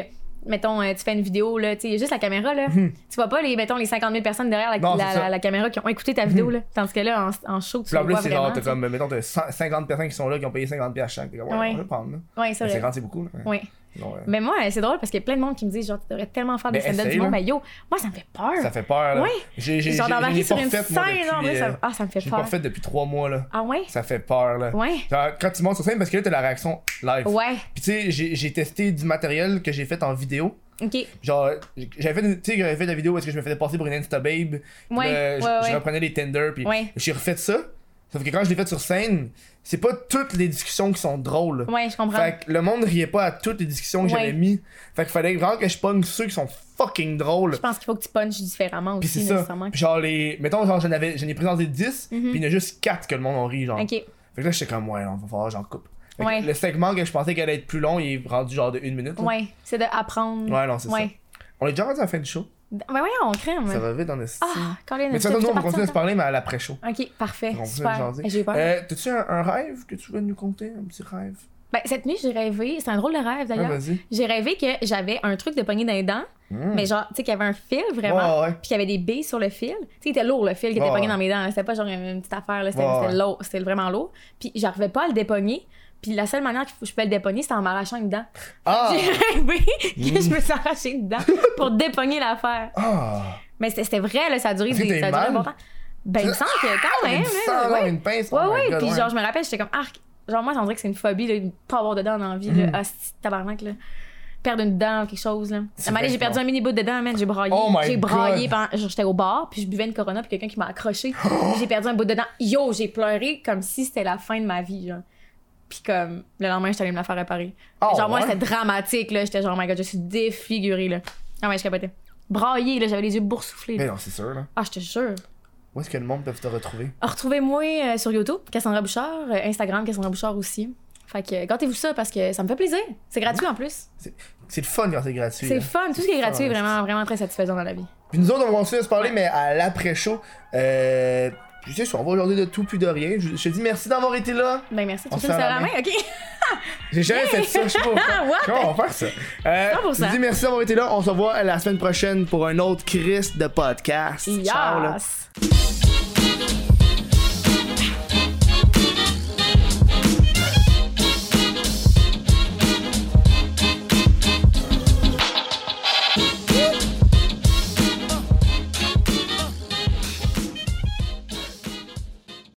mettons, euh, tu fais une vidéo, là, tu sais, il y a juste la caméra, là. Tu vois pas les, mettons, les 50 000 personnes derrière la, Hmm. Non, la- c'est ça. Hmm. la- la caméra qui ont écouté ta vidéo, là. Tandis que là, en, en show, tu Puis en le plus, vois c'est genre, vraiment. t'as tu sais. comme, mettons, t'as 100 50 personnes qui sont là, qui ont payé 50 pièces chaque. T'es comme, ouais, Ouais. on va le prendre. Là. Ouais, c'est Mais vrai. 50, c'est beaucoup. Là. Ouais. Non, ouais. Mais moi, c'est drôle parce qu'il y a plein de monde qui me disent genre, tu devrais tellement faire des Ben, stand-up essaye, du monde. là. Mais yo, moi, ça me fait peur. Ça fait peur. Là. Ouais. J'ai, j'ai, genre j'ai- d'embarquer j'ai sur pas une refait, moi, scène, genre, depuis, moi, ça- euh, ah, ça me fait J'ai pas peur. refait depuis 3 mois. là. Ah ouais? Ça fait peur. là. Ouais. Genre, quand tu montes sur scène, parce que là, t'as la réaction live. Ouais. Puis tu sais, j'ai, j'ai testé du matériel que j'ai fait en vidéo. OK. Genre, j'avais fait, une- tu sais, j'avais fait la vidéo où est-ce que je me faisais passer pour une Insta Babe. Puis Ouais, là, je, ouais, je ouais. reprenais les Tinder, puis Ouais. j'ai refait ça. Sauf que quand je l'ai fait sur scène, c'est pas toutes les discussions qui sont drôles. Ouais, je comprends. Fait que le monde riait pas à toutes les discussions que Ouais. j'avais mis. Fait qu'il fallait vraiment que je pogne ceux qui sont fucking drôles. Je pense qu'il faut que tu punches différemment Puis aussi, c'est ça. nécessairement. Mhm. Puis genre les. Mettons, genre j'en avais. J'en ai présenté 10, puis il y en a juste 4 que le monde en rit, genre. OK. Fait que là j'étais comme ouais, on va falloir que j'en coupe. Fait que Ouais. Le segment que je pensais qu'elle allait être plus long, il est rendu genre de 1 minute. là. Ouais, c'est d'apprendre. Ouais, non, c'est Ouais. ça. On est déjà rendu à la fin du show. Ben voyons, on crème. Ça va vite dans le style. Ah, Colin, Mais de est-ce toute façon, que nous, on tu va es continuer à se parti parler, mais à l'après-show. en- OK, parfait. On continue à Super. Eh, Ben, jaser. J'ai eu peur. Euh, T'as-tu un, un rêve que tu veux nous conter? Un petit rêve? Ben, cette nuit, j'ai rêvé, c'est un drôle de rêve Ah, d'ailleurs. vas-y. j'ai rêvé que j'avais un truc de poignée dans les dents, mais genre, tu sais, qu'il y avait un fil vraiment, Hmm. Ouais, ouais. puis qu'il y avait des billes sur le fil. Tu sais, il était lourd le fil qui était Ouais, pogné ouais. dans mes dents. hein. C'était pas genre une petite affaire, là. c'était Ouais, c'était ouais. lourd, c'était vraiment lourd. Puis j'arrivais pas à le dépogner. Puis la seule manière que je pouvais le dépogner, c'était en m'arrachant une dent. Ah! (laughs) Hmm. J'ai rêvé que je me suis arraché une dent pour dépogner l'affaire. Ah! Mais c'était c'était vrai, là, ça a duré, T'as des, eu ça a des duré un bon mal? temps. Ben, il me semble que quand même. du hein, sang, (laughs) ouais. genre, une pince. Ouais, oh my ouais. God, Puis ouais. genre, je me rappelle, j'étais comme, arc. Genre, moi, on dirait que c'est une phobie, là, de pas avoir de dents dans la vie, Mm. là. Hostie de tabarnak, là. Perdre une dent ou quelque chose, là. C'est À un moment donné, j'ai vrai, perdu un mini bout de dent, man. J'ai braillé. Oh my j'ai braillé God. pendant. genre, J'étais au bar, puis je buvais une corona, puis quelqu'un qui m'a (gasps) accroché. puis j'ai perdu un bout de dent. Yo, j'ai pleuré comme si c'était la fin de ma vie, genre. Puis comme, le lendemain, j'étais allée me la faire réparer. Oh, genre, moi, ouais? c'était dramatique, là. J'étais genre, oh my god, je suis défigurée, là. Ah ouais, je capotais. Braillé, là. J'avais les yeux boursouflés, là. Mais non, c'est sûr, là. Ah, je te jure. Où est-ce que le monde peut te retrouver? Retrouvez-moi euh, sur YouTube, Cassandra Bouchard, euh, Instagram, Cassandra Bouchard aussi. Fait que euh, gâtez-vous ça parce que ça me fait plaisir. C'est gratuit en plus. C'est le fun quand c'est gratuit. C'est hein. fun. Tout ce qui est gratuit est Ouais. vraiment, vraiment très satisfaisant dans la vie. Puis nous autres, on va continuer à se parler, mais à l'après-show. Euh. Tu sais, on va aujourd'hui de tout, plus de rien. Je, je te dis merci d'avoir été là. Ben merci. Tu On me se fais une serre la serre à la main, ok? J'ai jamais fait ça, je sais pas. Ah, (laughs) what? Comment on va faire ça? Euh, C'est pas pour je vous ça. dis merci d'avoir été là. On se revoit la semaine prochaine pour un autre Chris de podcast. Ciao, là. Yes!